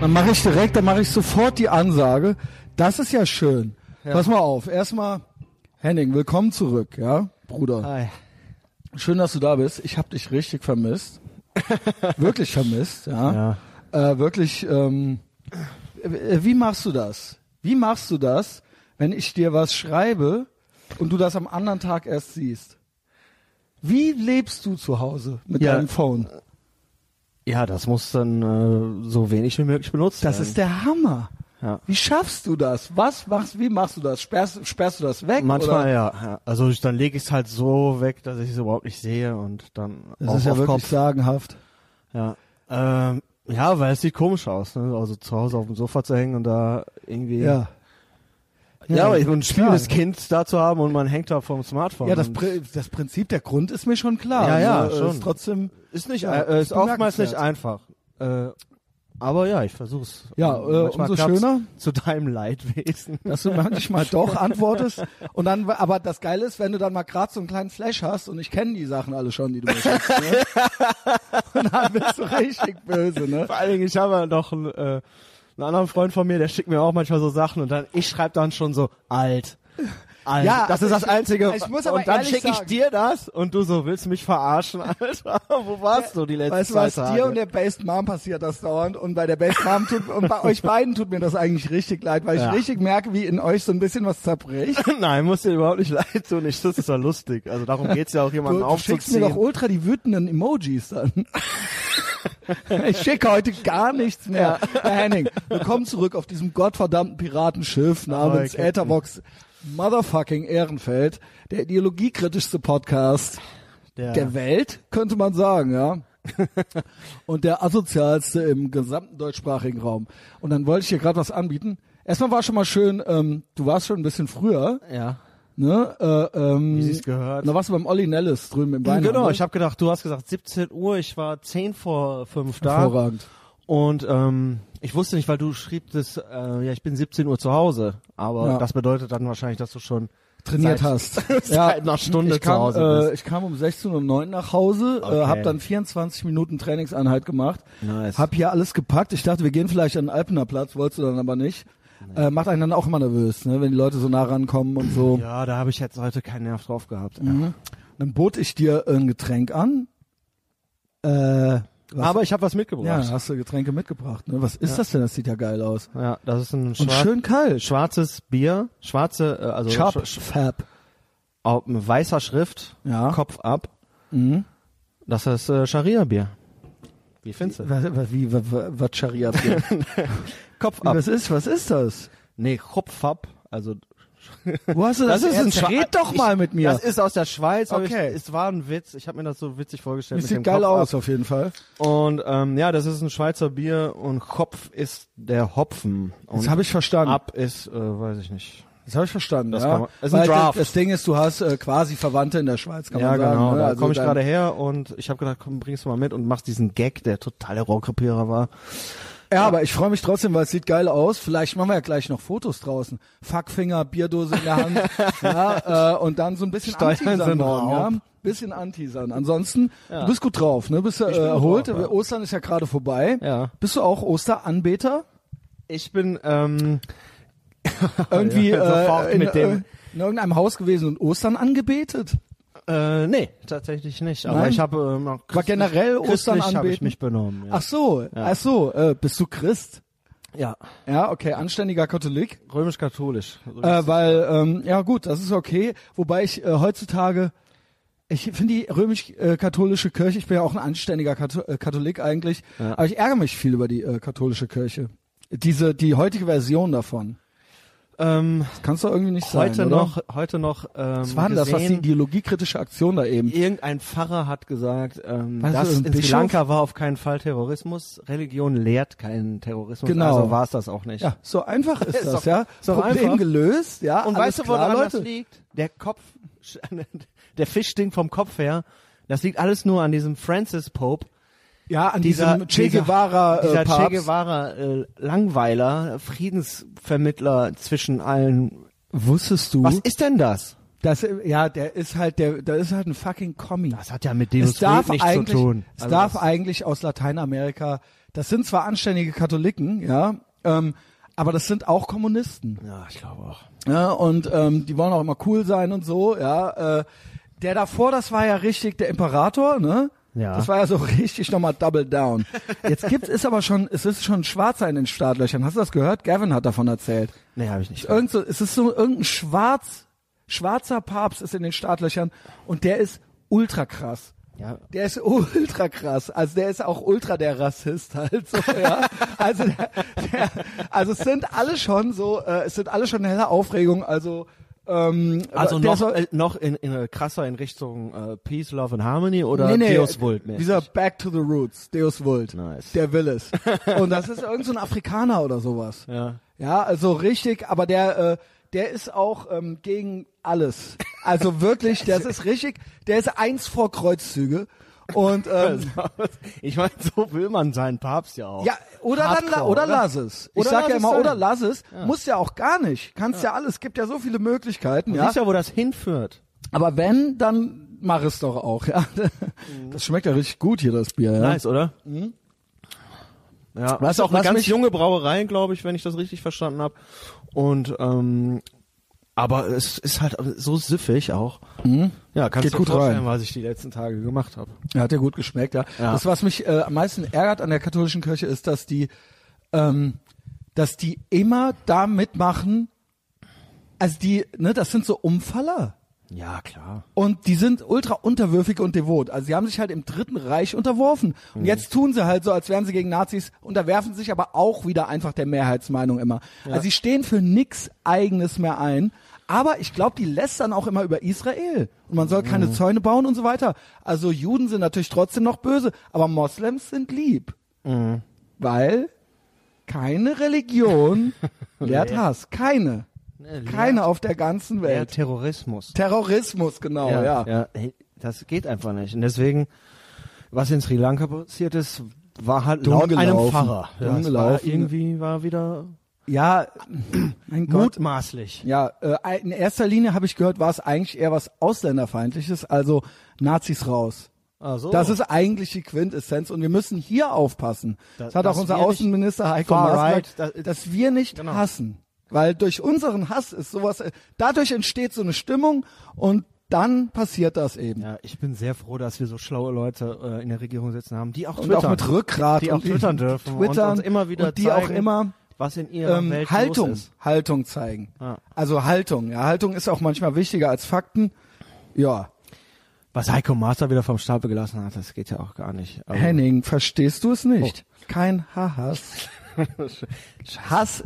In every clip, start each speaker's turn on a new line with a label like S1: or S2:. S1: Dann mache ich direkt, dann mache ich sofort die Ansage. Das ist ja schön. Pass mal auf. Erstmal, Henning, willkommen zurück, ja, Bruder.
S2: Hi.
S1: Schön, dass du da bist. Ich habe dich richtig vermisst. wirklich vermisst, ja.
S2: Ja.
S1: Äh, wirklich. Ähm, äh, wie machst du das? Wie machst du das, wenn ich dir was schreibe und du das am anderen Tag erst siehst? Wie lebst du zu Hause mit
S2: Ja.
S1: deinem Phone?
S2: Ja, das muss dann äh, so wenig wie möglich benutzt
S1: Das
S2: werden.
S1: ist der Hammer.
S2: Ja.
S1: Wie schaffst du das? Was machst? Wie machst du das? Sperrst, sperrst du das weg?
S2: Manchmal
S1: oder?
S2: ja. ja. Also ich, dann lege ich es halt so weg, dass ich es überhaupt nicht sehe und dann
S1: Das
S2: auf,
S1: ist ja
S2: auf
S1: wirklich
S2: Kopf.
S1: sagenhaft.
S2: Ja. Ähm, ja, weil es sieht komisch aus, ne? Also zu Hause auf dem Sofa zu hängen und da irgendwie
S1: Ja.
S2: ja, aber ein spielendes
S1: klar.
S2: Kind da zu haben und man hängt da vom Smartphone.
S1: Ja, das,
S2: und-
S1: Pri- das Prinzip, der Grund ist mir schon klar.
S2: Ja, ja,
S1: Nur, äh,
S2: schon.
S1: Ist trotzdem
S2: ist nicht
S1: Ja,
S2: äh, ist
S1: ist
S2: oftmals nicht
S1: bemerkenswert.
S2: einfach. Äh, aber ja, ich versuch's.
S1: Ja,
S2: Und
S1: äh,
S2: manchmal
S1: umso
S2: klappt's
S1: schöner.
S2: zu deinem Leidwesen.
S1: dass du manchmal doch antwortest und dann aber das geile ist, wenn du dann mal gerade so einen kleinen Flash hast und ich kenne die Sachen alle schon, die du mir schickst, ne? Und dann bist du richtig böse, ne?
S2: Vor allen Dingen, ich habe ja noch einen, äh, einen anderen Freund von mir, der schickt mir auch manchmal so Sachen und dann, ich schreibe dann schon so, alt. Alt.
S1: Ja,
S2: das
S1: aber
S2: ist das
S1: ich-
S2: Einzige.
S1: ich muss aber
S2: und dann
S1: ehrlich
S2: schicke ich
S1: sagen-
S2: dir das und du so, willst du mich verarschen, Alter? Wo warst du die letzten
S1: Weißt du
S2: zwei
S1: was,
S2: Tage?
S1: dir und der Based Mom passiert das dauernd und bei der Based Mom tut, und bei euch beiden tut mir das eigentlich richtig leid, weil
S2: Ja.
S1: ich richtig merke, wie in euch so ein bisschen was zerbricht.
S2: Nein, musst dir überhaupt nicht leid tun. Ich, das ist ja lustig. Also darum geht's ja auch,
S1: Du,
S2: jemanden
S1: du schickst mir
S2: aufzuziehen.
S1: doch ultra die wütenden Emojis dann. ich schicke heute gar nichts mehr. Herr Henning, willkommen zurück auf diesem gottverdammten Piratenschiff
S2: Ah,
S1: namens
S2: Captain.
S1: Etherbox Motherfucking Ehrenfeld, der ideologiekritischste Podcast
S2: der,
S1: der Welt, könnte man sagen, ja. Und der asozialste im gesamten deutschsprachigen Raum. Und dann wollte ich dir gerade was anbieten. Erstmal war schon mal schön, ähm, du warst schon ein bisschen früher,
S2: ja.
S1: ne? Äh, ähm,
S2: Wie sie's gehört.
S1: Da warst du beim Olli Nellis drüben im Weinhandel.
S2: Genau, ich habe gedacht, du hast gesagt 17 Uhr, ich war 10 vor 5 da.
S1: Hervorragend.
S2: Und ähm, ich wusste nicht, weil du schriebst, äh, ja, ich bin 17 Uhr zu Hause. Aber
S1: Ja.
S2: das bedeutet dann wahrscheinlich, dass du schon
S1: Trainiert
S2: seit,
S1: hast.
S2: seit einer Stunde
S1: ich kam,
S2: zu Hause
S1: äh,
S2: bist.
S1: Ich kam um 16.09 Uhr nach Hause, äh,
S2: Okay.
S1: habe dann 24 Minuten Trainingseinheit gemacht,
S2: Nice.
S1: habe hier alles gepackt. Ich dachte, wir gehen vielleicht an den Alpener Platz, wolltest du dann aber nicht. Äh, macht einen dann auch immer nervös, ne? wenn die Leute so nah rankommen und so. Mhm.
S2: Ja, da habe ich jetzt heute keinen Nerv drauf gehabt.
S1: Dann bot ich dir ein Getränk an. Äh, was,
S2: Aber ich habe was mitgebracht.
S1: ja, hast du Getränke mitgebracht. Ne? Was ist das denn? Das sieht ja geil aus.
S2: Ja, das ist ein
S1: Und
S2: schwarz,
S1: schön kalt.
S2: schwarzes Bier, schwarze, äh, also
S1: Chub,
S2: sch-
S1: Fab.
S2: auf weißer Schrift,
S1: Ja.
S2: Kopf ab.
S1: Mhm.
S2: Das ist äh, Scharia-Bier. Wie findest du?
S1: Was, was, wie, was, was Scharia?
S2: Kopf ab.
S1: was ist, was ist das?
S2: Nee, Kopf ab. Also
S1: Wo hast du das?
S2: Das ist ein
S1: Ernst?
S2: Schwa-
S1: Red doch
S2: ich-
S1: mal mit mir.
S2: Das ist aus der Schweiz, aber
S1: Okay.
S2: ich, es war ein Witz. Ich habe mir das so witzig vorgestellt.
S1: Das
S2: mit dem
S1: sieht geil
S2: Kopf
S1: aus auf jeden Fall.
S2: Ab. Und ähm, ja, das ist ein Schweizer Bier und Kopf ist der Hopfen. Und
S1: Das habe ich verstanden.
S2: ab ist, äh, weiß ich nicht.
S1: Das habe ich verstanden.
S2: Das
S1: ja.
S2: kann man- ist ein
S1: Weil
S2: Draft.
S1: Das Ding ist, du hast äh, quasi Verwandte in der Schweiz, kann
S2: ja,
S1: man sagen.
S2: genau.
S1: ne?
S2: Da
S1: Also
S2: komme ich
S1: dein-
S2: gerade her und ich habe gedacht, komm, bring's mal mit und machst diesen Gag, der totale Rohrkrepierer war.
S1: Ja, aber ich freue mich trotzdem, weil es sieht geil aus. Vielleicht machen wir ja gleich noch Fotos draußen. Fuckfinger, Bierdose in der Hand. ja, äh, und dann so ein bisschen
S2: Steuern
S1: anteasern
S2: sind
S1: morgen. Ja?
S2: Raub.
S1: Bisschen anteasern. Ansonsten,
S2: Ja.
S1: du bist gut drauf, ne? Bist du äh,
S2: bin gut
S1: erholt.
S2: drauf, ja.
S1: Ostern ist ja gerade vorbei.
S2: Ja.
S1: Bist du auch Osteranbeter?
S2: Ich bin, ähm,
S1: Irgendwie
S2: Ja, sofort
S1: äh, in,
S2: mit dem-
S1: äh, in irgendeinem Haus gewesen und Ostern angebetet?
S2: äh, nee, tatsächlich nicht. Aber
S1: Nein?
S2: ich habe ähm, auch
S1: War generell
S2: christlich
S1: Ostern
S2: habe ich
S1: anbeten?
S2: mich benommen. Ja.
S1: Ach so, ach so, äh, bist du Christ?
S2: ja.
S1: Ja, okay, anständiger Katholik.
S2: Römisch-katholisch.
S1: Äh, weil, ähm, ja gut, das ist okay. Wobei ich äh, heutzutage, ich finde die römisch-katholische Kirche, ich bin ja auch ein anständiger Kath äh, Katholik eigentlich,
S2: Ja.
S1: aber ich ärgere mich viel über die äh, katholische Kirche. Diese, die heutige Version davon.
S2: ähm,
S1: Das kannst du irgendwie nicht
S2: heute
S1: sein, oder?
S2: noch, heute noch. Ähm,
S1: Was war denn das, was die
S2: gesehen,
S1: ideologiekritische Aktion da eben?
S2: Irgendein Pfarrer hat gesagt, ähm,
S1: Weißt du,
S2: das
S1: ein
S2: in Sri
S1: Bischof?
S2: Lanka war auf keinen Fall Terrorismus. Religion lehrt keinen Terrorismus.
S1: Genau.
S2: Also war es das auch nicht.
S1: Ja, so einfach ist
S2: Ist
S1: das,
S2: doch-
S1: ja.
S2: ist doch
S1: Problem
S2: einfach.
S1: gelöst, ja.
S2: Und
S1: alles
S2: weißt du,
S1: klar,
S2: woran
S1: Leute.
S2: das liegt? Der Kopf, der Fischding vom Kopf her. Das liegt alles nur an diesem Francis Pope.
S1: Ja, an
S2: Dieser
S1: diesem Che Guevara, äh,
S2: dieser, dieser Che
S1: Papst.
S2: Guevara äh, Langweiler, Friedensvermittler zwischen allen.
S1: Wusstest du,
S2: Was ist denn das?
S1: Das, ja, der ist halt, der, der ist halt ein fucking Kommi.
S2: Das hat ja mit dem
S1: es darf
S2: nichts zu
S1: eigentlich,
S2: tun.
S1: Es
S2: Also
S1: darf
S2: das-
S1: eigentlich aus Lateinamerika, das sind zwar anständige Katholiken, ja, ähm, aber das sind auch Kommunisten.
S2: ja, ich glaube auch.
S1: Ja, und ähm, die wollen auch immer cool sein und so, ja. Äh, der davor, das war ja richtig der Imperator, ne?
S2: Ja.
S1: Das war ja so richtig nochmal Double Down. Jetzt gibt ist aber schon, es ist schon Schwarzer in den Startlöchern. Hast du das gehört? Gavin hat davon erzählt.
S2: Nee, habe ich nicht.
S1: Irgend so, es ist so irgendein schwarz, schwarzer Papst ist in den Startlöchern und der ist ultra krass.
S2: Ja.
S1: Der ist ultra krass. Also der ist auch ultra der Rassist halt so, ja. Also der, der, also es sind alle schon so, äh, es sind alle schon in heller Aufregung, also ähm,
S2: Also
S1: der
S2: noch,
S1: soll,
S2: äh, noch in, in äh, krasser in Richtung äh, Peace, Love and Harmony oder
S1: nee, nee,
S2: Deus Vult mehr.
S1: Dieser Back to the Roots, Deus Vult.
S2: Nice.
S1: Der will es. Und das ist irgend so ein Afrikaner oder sowas.
S2: Ja.
S1: Ja, also richtig, aber der, äh, der ist auch ähm, gegen alles. Also wirklich, das ist richtig, der ist eins vor Kreuzzüge. Und ähm,
S2: Ich meine, so will man seinen Papst ja auch.
S1: ja, oder dann la
S2: Hardcore,
S1: oder lass es. Ich
S2: Oder
S1: sag
S2: lass
S1: ja
S2: es
S1: immer,
S2: sein.
S1: oder lass es. Muss ja auch gar nicht. Kannst ja, alles, gibt ja so viele Möglichkeiten, ja.
S2: Siehst ja, wo das hinführt.
S1: Aber wenn, dann mach es doch auch, ja. Das schmeckt ja richtig gut hier, das Bier, ja. Mhm.
S2: Nice, oder? Ja,
S1: Was-
S2: ist auch eine
S1: was
S2: ganz
S1: mich-
S2: junge Brauerei, glaube ich, wenn ich das richtig verstanden habe. Und ähm, aber es ist halt so süffig auch. Ja, kannst
S1: Mhm. Geht
S2: du
S1: gut
S2: dir vorstellen,
S1: rein.
S2: was ich die letzten Tage gemacht habe.
S1: Ja, hat ja gut geschmeckt, ja.
S2: Ja.
S1: Das, was mich äh, am meisten ärgert an der katholischen Kirche, ist, dass die, ähm, dass die immer da mitmachen, also die, ne, das sind so Umfaller.
S2: Ja, klar.
S1: Und die sind ultra unterwürfig und devot. Also sie haben sich halt im Dritten Reich unterworfen. Und jetzt tun sie halt so, als wären sie gegen Nazis, unterwerfen sich aber auch wieder einfach der Mehrheitsmeinung immer. Also sie stehen für nix Eigenes mehr ein. Aber ich glaube, die lästern auch immer über Israel. Und man soll keine Zäune bauen und so weiter. Also Juden sind natürlich trotzdem noch böse, aber Moslems sind lieb. Weil keine Religion lehrt Hass. Keine.
S2: Nee, lehrt-
S1: Keine auf der ganzen
S2: Der
S1: Welt.
S2: Terrorismus.
S1: Terrorismus,
S2: Oh
S1: genau, ja.
S2: Hey, das geht einfach nicht. Und deswegen, was in Sri Lanka passiert ist, war halt laut
S1: Dumm
S2: einem
S1: gelaufen.
S2: Pfarrer.
S1: Dumm
S2: es war
S1: gelaufen.
S2: irgendwie war wieder
S1: Ja, mein Gott.
S2: mutmaßlich.
S1: Ja, äh, in erster Linie habe ich gehört, war es eigentlich eher was Ausländerfeindliches, also Nazis raus.
S2: Also,
S1: Das ist eigentlich die Quintessenz und wir müssen hier aufpassen. Das,
S2: Das-
S1: hat auch
S2: dass
S1: unser
S2: wir nicht-
S1: Außenminister Heiko
S2: Far
S1: Maas
S2: right,
S1: gesagt,
S2: das-
S1: dass wir nicht
S2: Genau.
S1: hassen. Weil durch unseren Hass ist sowas, äh, dadurch entsteht so eine Stimmung und dann passiert das eben.
S2: ja, ich bin sehr froh, dass wir so schlaue Leute äh, in der Regierung sitzen haben, die auch
S1: Und
S2: twittern,
S1: auch mit Rückgrat
S2: die auch
S1: und
S2: twittern dürfen
S1: twittern
S2: und uns immer wieder
S1: und die
S2: zeigen,
S1: auch immer
S2: was in ihrer
S1: ähm,
S2: Welt
S1: Haltung,
S2: los ist.
S1: Haltung zeigen.
S2: Ja.
S1: Also Haltung. Ja, Haltung ist auch manchmal wichtiger als Fakten. Ja,
S2: Was Heiko Master wieder vom Stapel gelassen hat, das geht ja auch gar nicht. Aber- Oh.
S1: Henning, verstehst du es nicht? Kein Hass. Hass.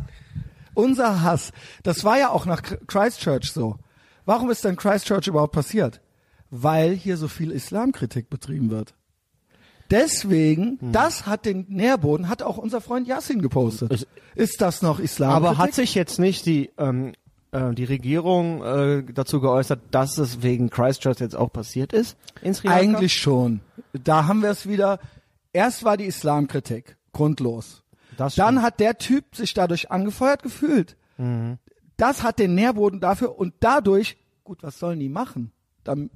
S1: Unser Hass. Das war ja auch nach Christchurch so. Warum ist denn Christchurch überhaupt passiert? Weil hier so viel Islamkritik betrieben wird. Deswegen,
S2: Hm.
S1: das hat den Nährboden, hat auch unser Freund Yassin gepostet.
S2: Es-
S1: ist das noch Islamkritik?
S2: Aber hat sich jetzt nicht die, ähm, äh, die Regierung äh, dazu geäußert, dass es wegen Christchurch jetzt auch passiert ist? In Sri Lanka?
S1: Eigentlich schon. Da haben wir es wieder. Erst war die Islamkritik grundlos.
S2: Das
S1: Dann
S2: stimmt. Mhm.
S1: hat der Typ sich dadurch angefeuert gefühlt. Das hat den Nährboden dafür und dadurch, gut, was sollen die machen? Dann,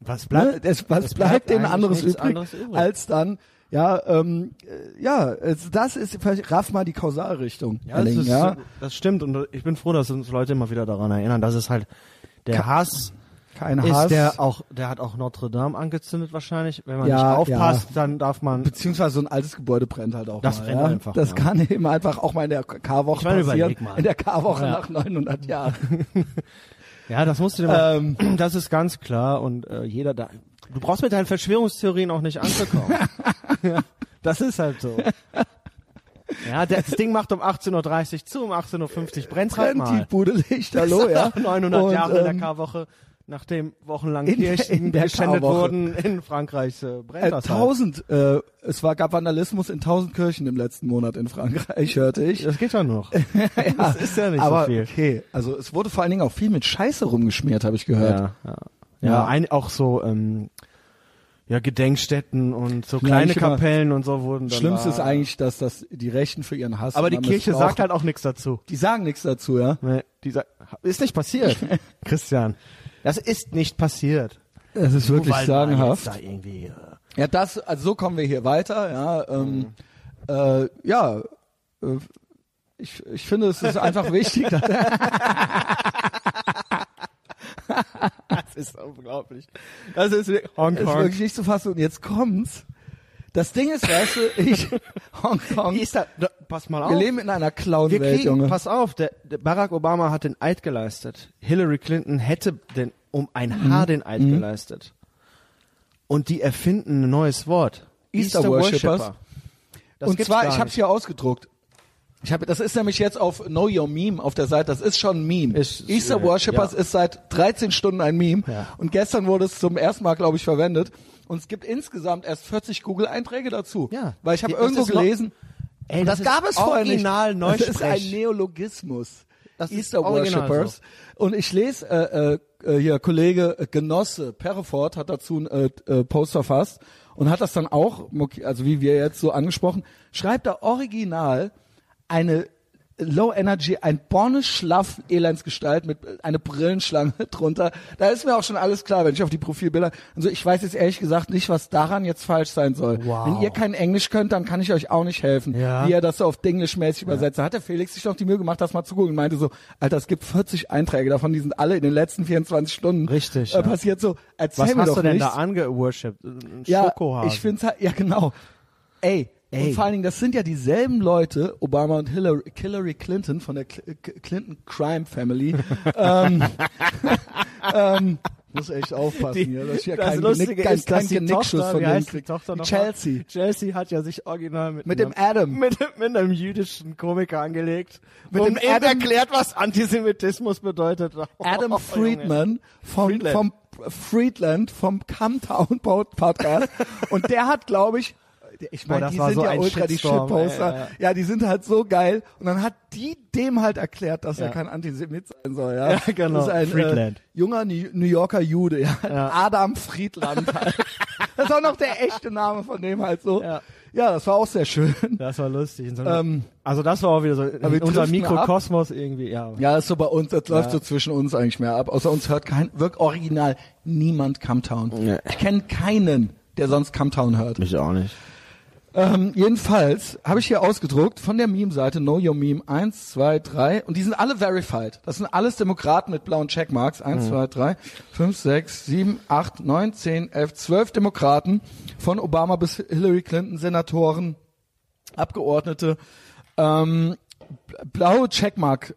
S2: Was
S1: ne,
S2: bleibt?
S1: es, was
S2: es
S1: bleibt,
S2: bleibt
S1: denen
S2: eigentlich
S1: anderes
S2: nichts
S1: übrig,
S2: anderes übrig.
S1: als dann, ja, ähm, äh, ja, es, das ist, raff mal die Kausalrichtung.
S2: Ja, das,
S1: Erling,
S2: ist,
S1: ja.
S2: das stimmt und ich bin froh, dass uns Leute immer wieder daran erinnern, dass es halt der Hass
S1: Kein
S2: ist,
S1: Hass.
S2: der auch, der hat auch Notre Dame angezündet wahrscheinlich. Wenn man
S1: Ja,
S2: nicht aufpasst, dann darf man.
S1: Beziehungsweise so ein altes Gebäude brennt halt auch
S2: Das
S1: mal.
S2: brennt
S1: ja?
S2: einfach
S1: Das
S2: mal.
S1: kann eben einfach auch mal in der K-Woche
S2: Ich meine,
S1: passieren.
S2: überleg mal.
S1: In der K-Woche
S2: Ja.
S1: nach 900 Jahren.
S2: Ja, das musst du dir mal,
S1: Ähm.
S2: das ist ganz klar und äh, jeder da. Du brauchst mit deinen Verschwörungstheorien auch nicht anzukommen. ja, das ist halt so. Ja, das Ding macht um 18.30 Uhr zu, um 18.50 Uhr brennt halt
S1: Brennt die
S2: mal.
S1: Bude Lichterloh, ja.
S2: 900
S1: Und,
S2: Jahre in der
S1: ähm,
S2: Karwoche, nachdem wochenlang
S1: in der-
S2: Kirchen
S1: in der
S2: geschändet
S1: Karwoche.
S2: wurden in Frankreich, äh, brennt
S1: Äh,
S2: das halt.
S1: tausend, äh, es war, gab Vandalismus in tausend Kirchen im letzten Monat in Frankreich, hörte ich.
S2: Das geht ja noch. Das ist ja nicht
S1: Aber
S2: so viel.
S1: okay, also es wurde vor allen Dingen auch viel mit Scheiße rumgeschmiert, habe ich gehört.
S2: Ja, ja.
S1: Ja.
S2: ja ein, auch so ähm, ja, Gedenkstätten und so kleine
S1: ich immer-
S2: Kapellen und so wurden dann
S1: Schlimmste
S2: da, äh,
S1: ist eigentlich, dass das die Rechten für ihren Hass.
S2: Aber die
S1: immer
S2: Kirche sagt
S1: missbrauchen.
S2: halt auch nichts dazu.
S1: die sagen nichts dazu, ja.
S2: Nee, die sagt, ist nicht passiert. Christian. Das ist nicht passiert.
S1: Es ist wirklich
S2: Wobei man jetzt
S1: sagenhaft.
S2: Da irgendwie, äh,
S1: Ja, das, also so kommen wir hier weiter, ja. Ähm, äh, ja, äh, ich, ich finde, es ist einfach wichtig, dass,
S2: das ist unglaublich. Das ist wirklich- Hong
S1: ist
S2: Kong.
S1: wirklich nicht zu fassen. Und jetzt kommt's. Das Ding ist, weißt du, ich, Hongkong,
S2: Wie ist da, da, pass mal auf.
S1: wir leben in einer
S2: Wir
S1: Clown-Welt,
S2: kriegen,
S1: Junge.
S2: pass auf, der, der Barack Obama hat den Eid geleistet. Hillary Clinton hätte den, um ein
S1: Mhm.
S2: Haar den Eid geleistet. Und die erfinden ein neues Wort.
S1: Easter Worshippers.
S2: Worshipper. Das
S1: und
S2: gibt's
S1: zwar,
S2: gar
S1: ich habe es
S2: nicht.
S1: hier ausgedruckt. Ich hab, das ist nämlich jetzt auf Know Your Meme auf der Seite. Das ist schon ein Meme.
S2: Ist-
S1: Easter
S2: äh,
S1: Worshippers
S2: ja.
S1: ist seit 13 Stunden ein Meme.
S2: Ja.
S1: Und gestern wurde es zum ersten Mal, glaube ich, verwendet. Und es gibt insgesamt erst 40 Google-Einträge dazu.
S2: Ja.
S1: Weil ich habe
S2: Das
S1: irgendwo
S2: ist noch-
S1: gelesen,
S2: Ey,
S1: das, gab es vorher nicht.
S2: original
S1: das ist ein
S2: Neusprech.
S1: Neologismus.
S2: Das ist
S1: Easter
S2: original
S1: Worshippers. Und ich lese, äh, äh, äh, hier, Kollege äh, Genosse Perreford hat dazu ein äh, äh, Post verfasst und hat das dann auch, moki- also wie wir jetzt so angesprochen, schreibt da original eine Low Energy, ein Borne Schlaff Elendsgestalt mit äh, eine Brillenschlange drunter. Da ist mir auch schon alles klar, wenn ich auf die Profilbilder. Also ich weiß jetzt ehrlich gesagt nicht, was daran jetzt falsch sein soll.
S2: Wow.
S1: Wenn ihr kein Englisch könnt, dann kann ich euch auch nicht helfen
S2: Ja.
S1: wie er das so auf Englisch-mäßig übersetzt. Da hat der Felix sich noch die Mühe gemacht, das mal zu googeln. Meinte so, Alter, es gibt 40 Einträge davon, die sind alle in den letzten 24 Stunden
S2: Richtig,
S1: äh,
S2: ja.
S1: passiert. So, erzähl
S2: Was
S1: mir
S2: hast
S1: doch
S2: du denn
S1: nichts.
S2: da angeworshipped? Ein
S1: ja,
S2: Schokohasen.
S1: ich find's halt, ja genau. Ey,
S2: Ey.
S1: und vor allen Dingen, das sind ja dieselben Leute, Obama und Hillary, Hillary Clinton von der Cl Cl- Clinton Crime Family. ähm, ähm, muss echt aufpassen,
S2: Die-
S1: hier, dass ich hier
S2: das
S1: kein,
S2: Lustige
S1: Genick, kein,
S2: ist,
S1: kein
S2: dass die
S1: Genickschuss
S2: Tochter,
S1: von
S2: wie
S1: denen
S2: heißt die
S1: kriegt.
S2: Tochter
S1: die
S2: noch mal?
S1: Chelsea.
S2: Chelsea hat ja sich original mit,
S1: Mit
S2: einem-
S1: dem Adam.
S2: Mit, mit einem jüdischen Komiker angelegt. Mit
S1: dem Um Adam-
S2: erklärt, was Antisemitismus bedeutet.
S1: Adam
S2: Oh, Junge.
S1: Friedman vom,
S2: Friedland.
S1: vom Friedland vom Camtown Pod- Podcast und der hat glaube ich ich
S2: Boah,
S1: meine,
S2: das
S1: die
S2: war
S1: sind
S2: so
S1: ja
S2: ein
S1: ultra die
S2: Shitstorm,
S1: Shitposter.
S2: ey,
S1: Ja, die sind halt so geil. Und dann hat die dem halt erklärt, dass er
S2: Ja.
S1: kein Antisemit sein soll. Ja,
S2: Ja, genau.
S1: Das ist ein
S2: Friedland.
S1: Äh, junger Ni- New Yorker Jude, ja.
S2: Ja.
S1: Adam Friedland halt. das ist auch noch der echte Name von dem halt so.
S2: Ja.
S1: ja das war auch sehr schön.
S2: Das war lustig. In so einem,
S1: Ähm,
S2: also das war auch wieder so
S1: wir
S2: unser
S1: driften ab.
S2: Mikrokosmos irgendwie. Ja.
S1: Ja, ist so bei uns, das läuft so zwischen uns eigentlich mehr ab. Außer uns hört kein, wirkt original niemand Camtown.
S2: Nee.
S1: Ich kenne keinen, der sonst Camtown hört.
S2: Mich auch nicht.
S1: Ähm, jedenfalls habe ich hier ausgedruckt von der Meme-Seite Know Your Meme 1, 2, 3 und die sind alle verified. Das sind alles Demokraten mit blauen Checkmarks. 1, 2, 3, 5, 6, 7, 8, 9, 10, 11, 12 Demokraten von Obama bis Hillary Clinton, Senatoren, Abgeordnete, ähm, blaue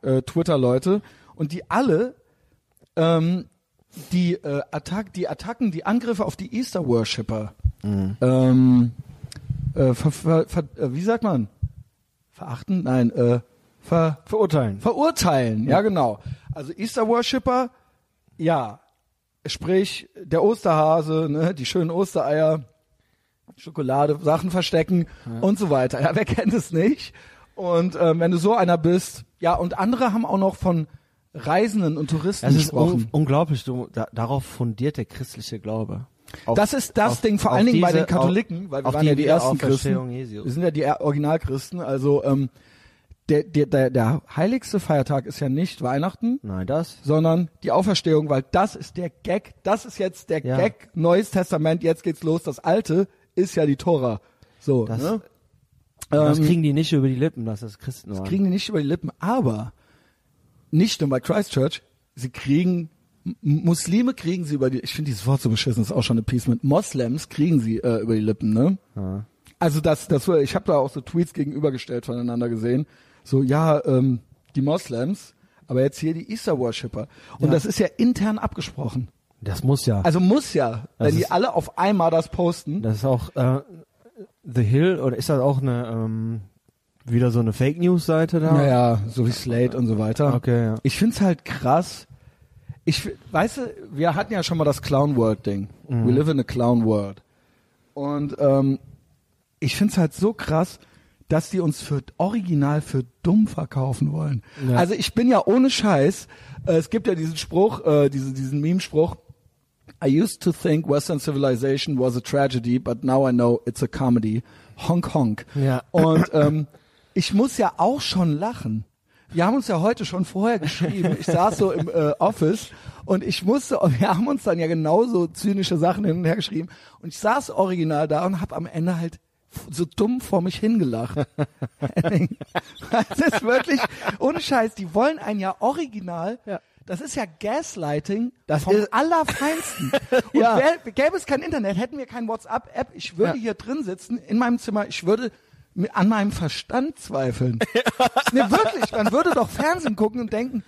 S1: Checkmark-Twitter-Leute und die alle ähm, die, äh, Attack, die Attacken, die Angriffe auf die Easter-Worshipper ähm, äh, ver, ver, ver, äh, wie sagt man? Verachten? Nein, äh, ver,
S2: Verurteilen.
S1: verurteilen. Ja, genau. Also Easter Worshipper, ja, sprich der Osterhase, ne, die schönen Ostereier, Schokolade, Sachen verstecken und so weiter. Ja, wer kennt es nicht? Und ähm, wenn du so einer bist, ja, und andere haben auch noch von Reisenden und Touristen
S2: Das ist un
S1: gesprochen.
S2: unglaublich. Du, da, darauf fundiert der christliche Glaube. Auf-
S1: das ist das
S2: auf-
S1: Ding, vor
S2: auf
S1: allen Dingen bei
S2: diese-
S1: den Katholiken,
S2: auf,
S1: weil wir
S2: auf
S1: waren ja die ersten
S2: Wiederauferstehung
S1: Christen.
S2: Jesu.
S1: Wir sind ja die er- Originalchristen, also ähm, der, der, der, der heiligste Feiertag ist ja nicht Weihnachten,
S2: Nein, das
S1: sondern die Auferstehung, weil das ist der Gag, das ist jetzt der
S2: Ja.
S1: Gag, Neues Testament, jetzt geht's los, das Alte ist ja die Tora. So,
S2: Das-
S1: ne?
S2: Das
S1: Ähm,
S2: kriegen die nicht über die Lippen, dass das Christen waren.
S1: kriegen die nicht über die Lippen, aber nicht nur bei Christchurch, sie kriegen M- Muslime kriegen sie über die, ich finde dieses Wort so beschissen, ist auch schon Appeasement. Moslems kriegen sie äh, über die Lippen, ne?
S2: ja.
S1: Also das, das war, ich habe da auch so Tweets gegenübergestellt voneinander gesehen. So ja, ähm, die Moslems, aber jetzt hier die Easter Worshipper. Und
S2: Ja.
S1: das ist ja intern abgesprochen.
S2: Das muss ja.
S1: Also muss ja,
S2: Das
S1: wenn die
S2: ist-
S1: alle auf einmal das posten.
S2: das ist auch äh, The Hill oder ist das auch eine ähm, wieder so eine Fake News Seite da?
S1: Naja, so wie Slate und so weiter.
S2: Okay, ja.
S1: Ich find's halt krass. Ich fi- weißt du, wir hatten ja schon mal das Clown World Ding.
S2: Mhm.
S1: We live in a Clown World. Und ähm, ich find's halt so krass, dass die uns für original für dumm verkaufen wollen.
S2: Ja.
S1: Also ich bin ja ohne Scheiß. Äh, es gibt ja diesen Spruch, äh, diesen, diesen Meme-Spruch. I used to think Western civilization was a tragedy, but now I know it's a comedy. Honk honk.
S2: Ja.
S1: Und ähm, ich muss ja auch schon lachen, wir haben uns ja heute schon vorher geschrieben. Ich saß so im äh, Office und ich musste, wir haben uns dann ja genauso zynische Sachen hin und her geschrieben. Und ich saß original da und habe am Ende halt f- so dumm vor mich hingelacht. das ist wirklich ohne Scheiß. Die wollen ein ja original.
S2: Ja.
S1: Das ist ja Gaslighting
S2: Das
S1: vom
S2: ist-
S1: allerfeinsten. Und
S2: Ja.
S1: wär, gäbe es kein Internet, hätten wir kein WhatsApp-App. Ich würde
S2: Ja.
S1: hier drin sitzen in meinem Zimmer. Ich würde mi- an meinem Verstand zweifeln. nee, wirklich. Man würde doch Fernsehen gucken und denken,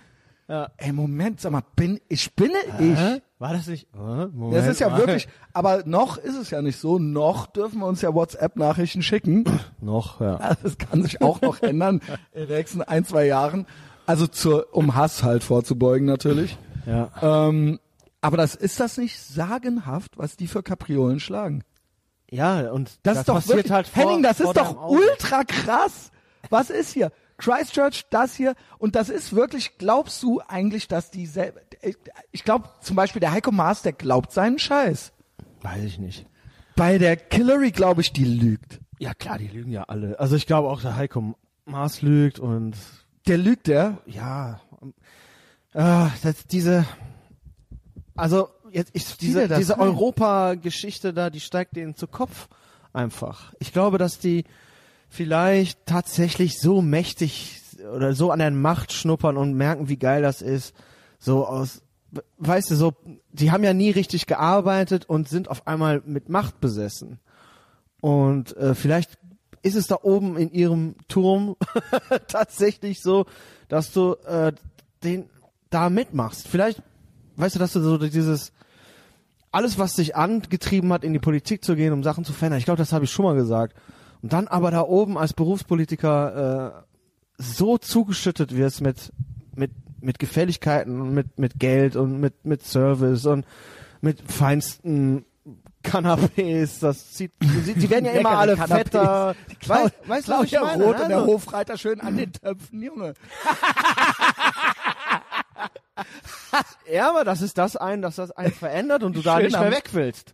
S1: ey, Moment, sag mal, bin ich binne ich?
S2: Hä? War das nicht? Äh, Moment
S1: Das ist ja
S2: mal.
S1: wirklich, aber noch ist es ja nicht so, noch dürfen wir uns ja WhatsApp-Nachrichten schicken.
S2: Noch, ja.
S1: Das kann sich auch noch ändern in den nächsten ein, zwei Jahren. Also zur, um Hass halt vorzubeugen natürlich.
S2: ja.
S1: Ähm, aber das ist das nicht sagenhaft, was die für Kapriolen schlagen.
S2: Ja, und
S1: Das, ist doch
S2: passiert
S1: wirklich,
S2: halt vor,
S1: Henning, das
S2: vor
S1: ist doch
S2: deinem Auge.
S1: ultra krass. Was ist hier? Christchurch, das hier und das ist wirklich. Glaubst du eigentlich, dass die selber? Ich glaube zum Beispiel der Heiko Maas, der glaubt seinen Scheiß.
S2: Weiß ich nicht.
S1: Bei der Killary glaube ich, die lügt.
S2: Ja klar, die lügen ja alle. Also ich glaube auch, der Heiko Maas lügt und
S1: Der lügt, der?
S2: ja, äh, das, diese, also jetzt ich,
S1: dir
S2: diese,
S1: das
S2: diese
S1: ein?
S2: Europa-Geschichte da, die steigt denen zu Kopf einfach. Ich glaube, dass die vielleicht tatsächlich so mächtig oder so an der Macht schnuppern und merken, wie geil das ist, so aus, weißt du, so, die haben ja nie richtig gearbeitet und sind auf einmal mit Macht besessen. Und äh, vielleicht ist es da oben in ihrem Turm tatsächlich so, dass du äh, den da mitmachst. Vielleicht, weißt du, dass du so dieses alles, was dich angetrieben hat, in die Politik zu gehen, um Sachen zu verändern. Ich glaube, das habe ich schon mal gesagt. Und dann aber da oben als Berufspolitiker äh, so zugeschüttet wirst mit mit mit Gefälligkeiten und mit mit Geld und mit mit Service und mit feinsten Canapés, das zieht, die, die werden ja immer
S1: Leckere
S2: alle
S1: Canapés.
S2: fetter.
S1: Klau-
S2: Weißt- Weißt du, was ich
S1: Claudia
S2: meine?
S1: Roth
S2: ne?
S1: und der
S2: So-
S1: Hofreiter schön an den Töpfen, Junge.
S2: Ja, aber das ist das ein, dass das einen verändert und du da
S1: Schön
S2: nicht mehr
S1: am-
S2: weg willst.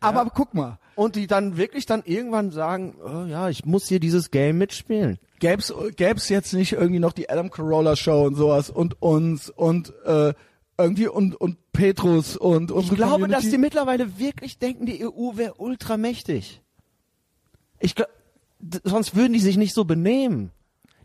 S1: Aber guck mal,
S2: Und die dann wirklich dann irgendwann sagen, oh, ja, ich muss hier dieses Game mitspielen.
S1: gäb's, gäb's jetzt nicht irgendwie noch die Adam Carolla Show und sowas und uns und äh, irgendwie und und Petrus und unsere
S2: Ich glaube, dass
S1: Um Community.
S2: die mittlerweile wirklich denken, die EU wäre ultramächtig. Ich glaube, sonst würden die sich nicht so benehmen.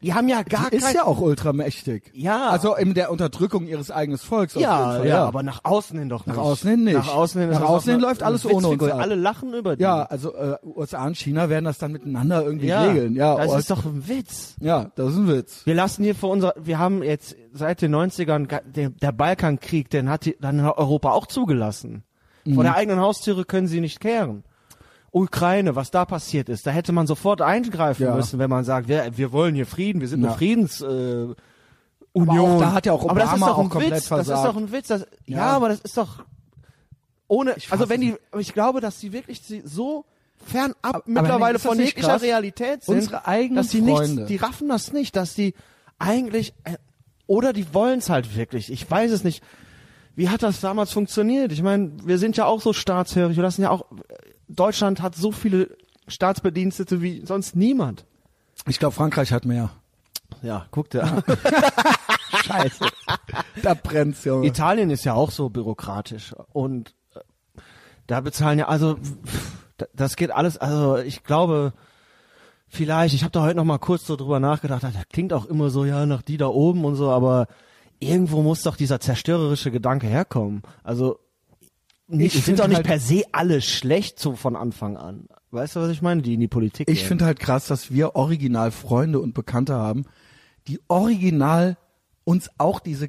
S2: Die haben ja gar
S1: Die ist
S2: kein...
S1: ja auch ultramächtig.
S2: halt Ja.
S1: Also in der Unterdrückung ihres eigenen Volks. auf jeden
S2: ja,
S1: Fall,
S2: ja, aber nach außen hin doch nicht.
S1: außen hin nicht.
S2: Nach außen hin, ist
S1: Nach
S2: das
S1: außen hin
S2: auch eine-
S1: läuft alles
S2: eine
S1: ohne uns
S2: Witzfigur.
S1: ab.
S2: Alle lachen über die.
S1: ja, also äh, USA und China werden das dann miteinander irgendwie
S2: ja.
S1: regeln. Ja,
S2: das
S1: oh,
S2: ist doch ein Witz.
S1: ja, das ist ein Witz.
S2: Wir lassen hier vor unserer, wir haben jetzt seit den 90ern ga- der, der Balkankrieg, den hat die, dann hat Europa auch zugelassen.
S1: Mhm.
S2: Vor der eigenen Haustüre können sie nicht kehren. Ukraine, was da passiert ist, da hätte man sofort eingreifen
S1: Ja.
S2: müssen, wenn man sagt, wir, wir wollen hier Frieden, wir sind
S1: Ja.
S2: eine Friedens äh,
S1: Aber
S2: Union.
S1: auch da hat ja auch
S2: aber das ist
S1: Obama
S2: doch ein
S1: auch komplett
S2: Witz, Das ist
S1: versagt.
S2: doch ein Witz. Das, ja.
S1: Ja.
S2: aber das ist doch ohne.
S1: fass
S2: Also wenn die, ich glaube, dass die wirklich sie- so fernab
S1: Henning,
S2: mittlerweile
S1: ist das
S2: von
S1: nicht
S2: jeglicher
S1: krass?
S2: Realität sind,
S1: Unsere eigenen
S2: dass die
S1: Freunde.
S2: nichts, die raffen das nicht, dass die eigentlich äh, oder die wollen es halt wirklich. Ich weiß es nicht. Wie hat das damals funktioniert? Ich meine, wir sind ja auch so staatshörig. Wir lassen ja auch. äh, Deutschland hat so viele Staatsbedienstete wie sonst niemand.
S1: Ich glaube, Frankreich hat mehr.
S2: Ja, guck dir an.
S1: Scheiße. da brennt's, Junge.
S2: Italien ist ja auch so bürokratisch und äh, da bezahlen ja also pff, da- das geht alles also ich glaube vielleicht ich habe da heute noch mal kurz so drüber nachgedacht das klingt auch immer so ja nach die da oben und so aber irgendwo muss doch dieser zerstörerische Gedanke herkommen also nicht,
S1: Ich
S2: sind
S1: find
S2: doch nicht
S1: halt-
S2: per se alle schlecht so von Anfang an weißt du was ich meine die in die Politik
S1: Ich
S2: gehen.
S1: finde halt krass, dass wir original Freunde und Bekannte haben, die original uns auch diese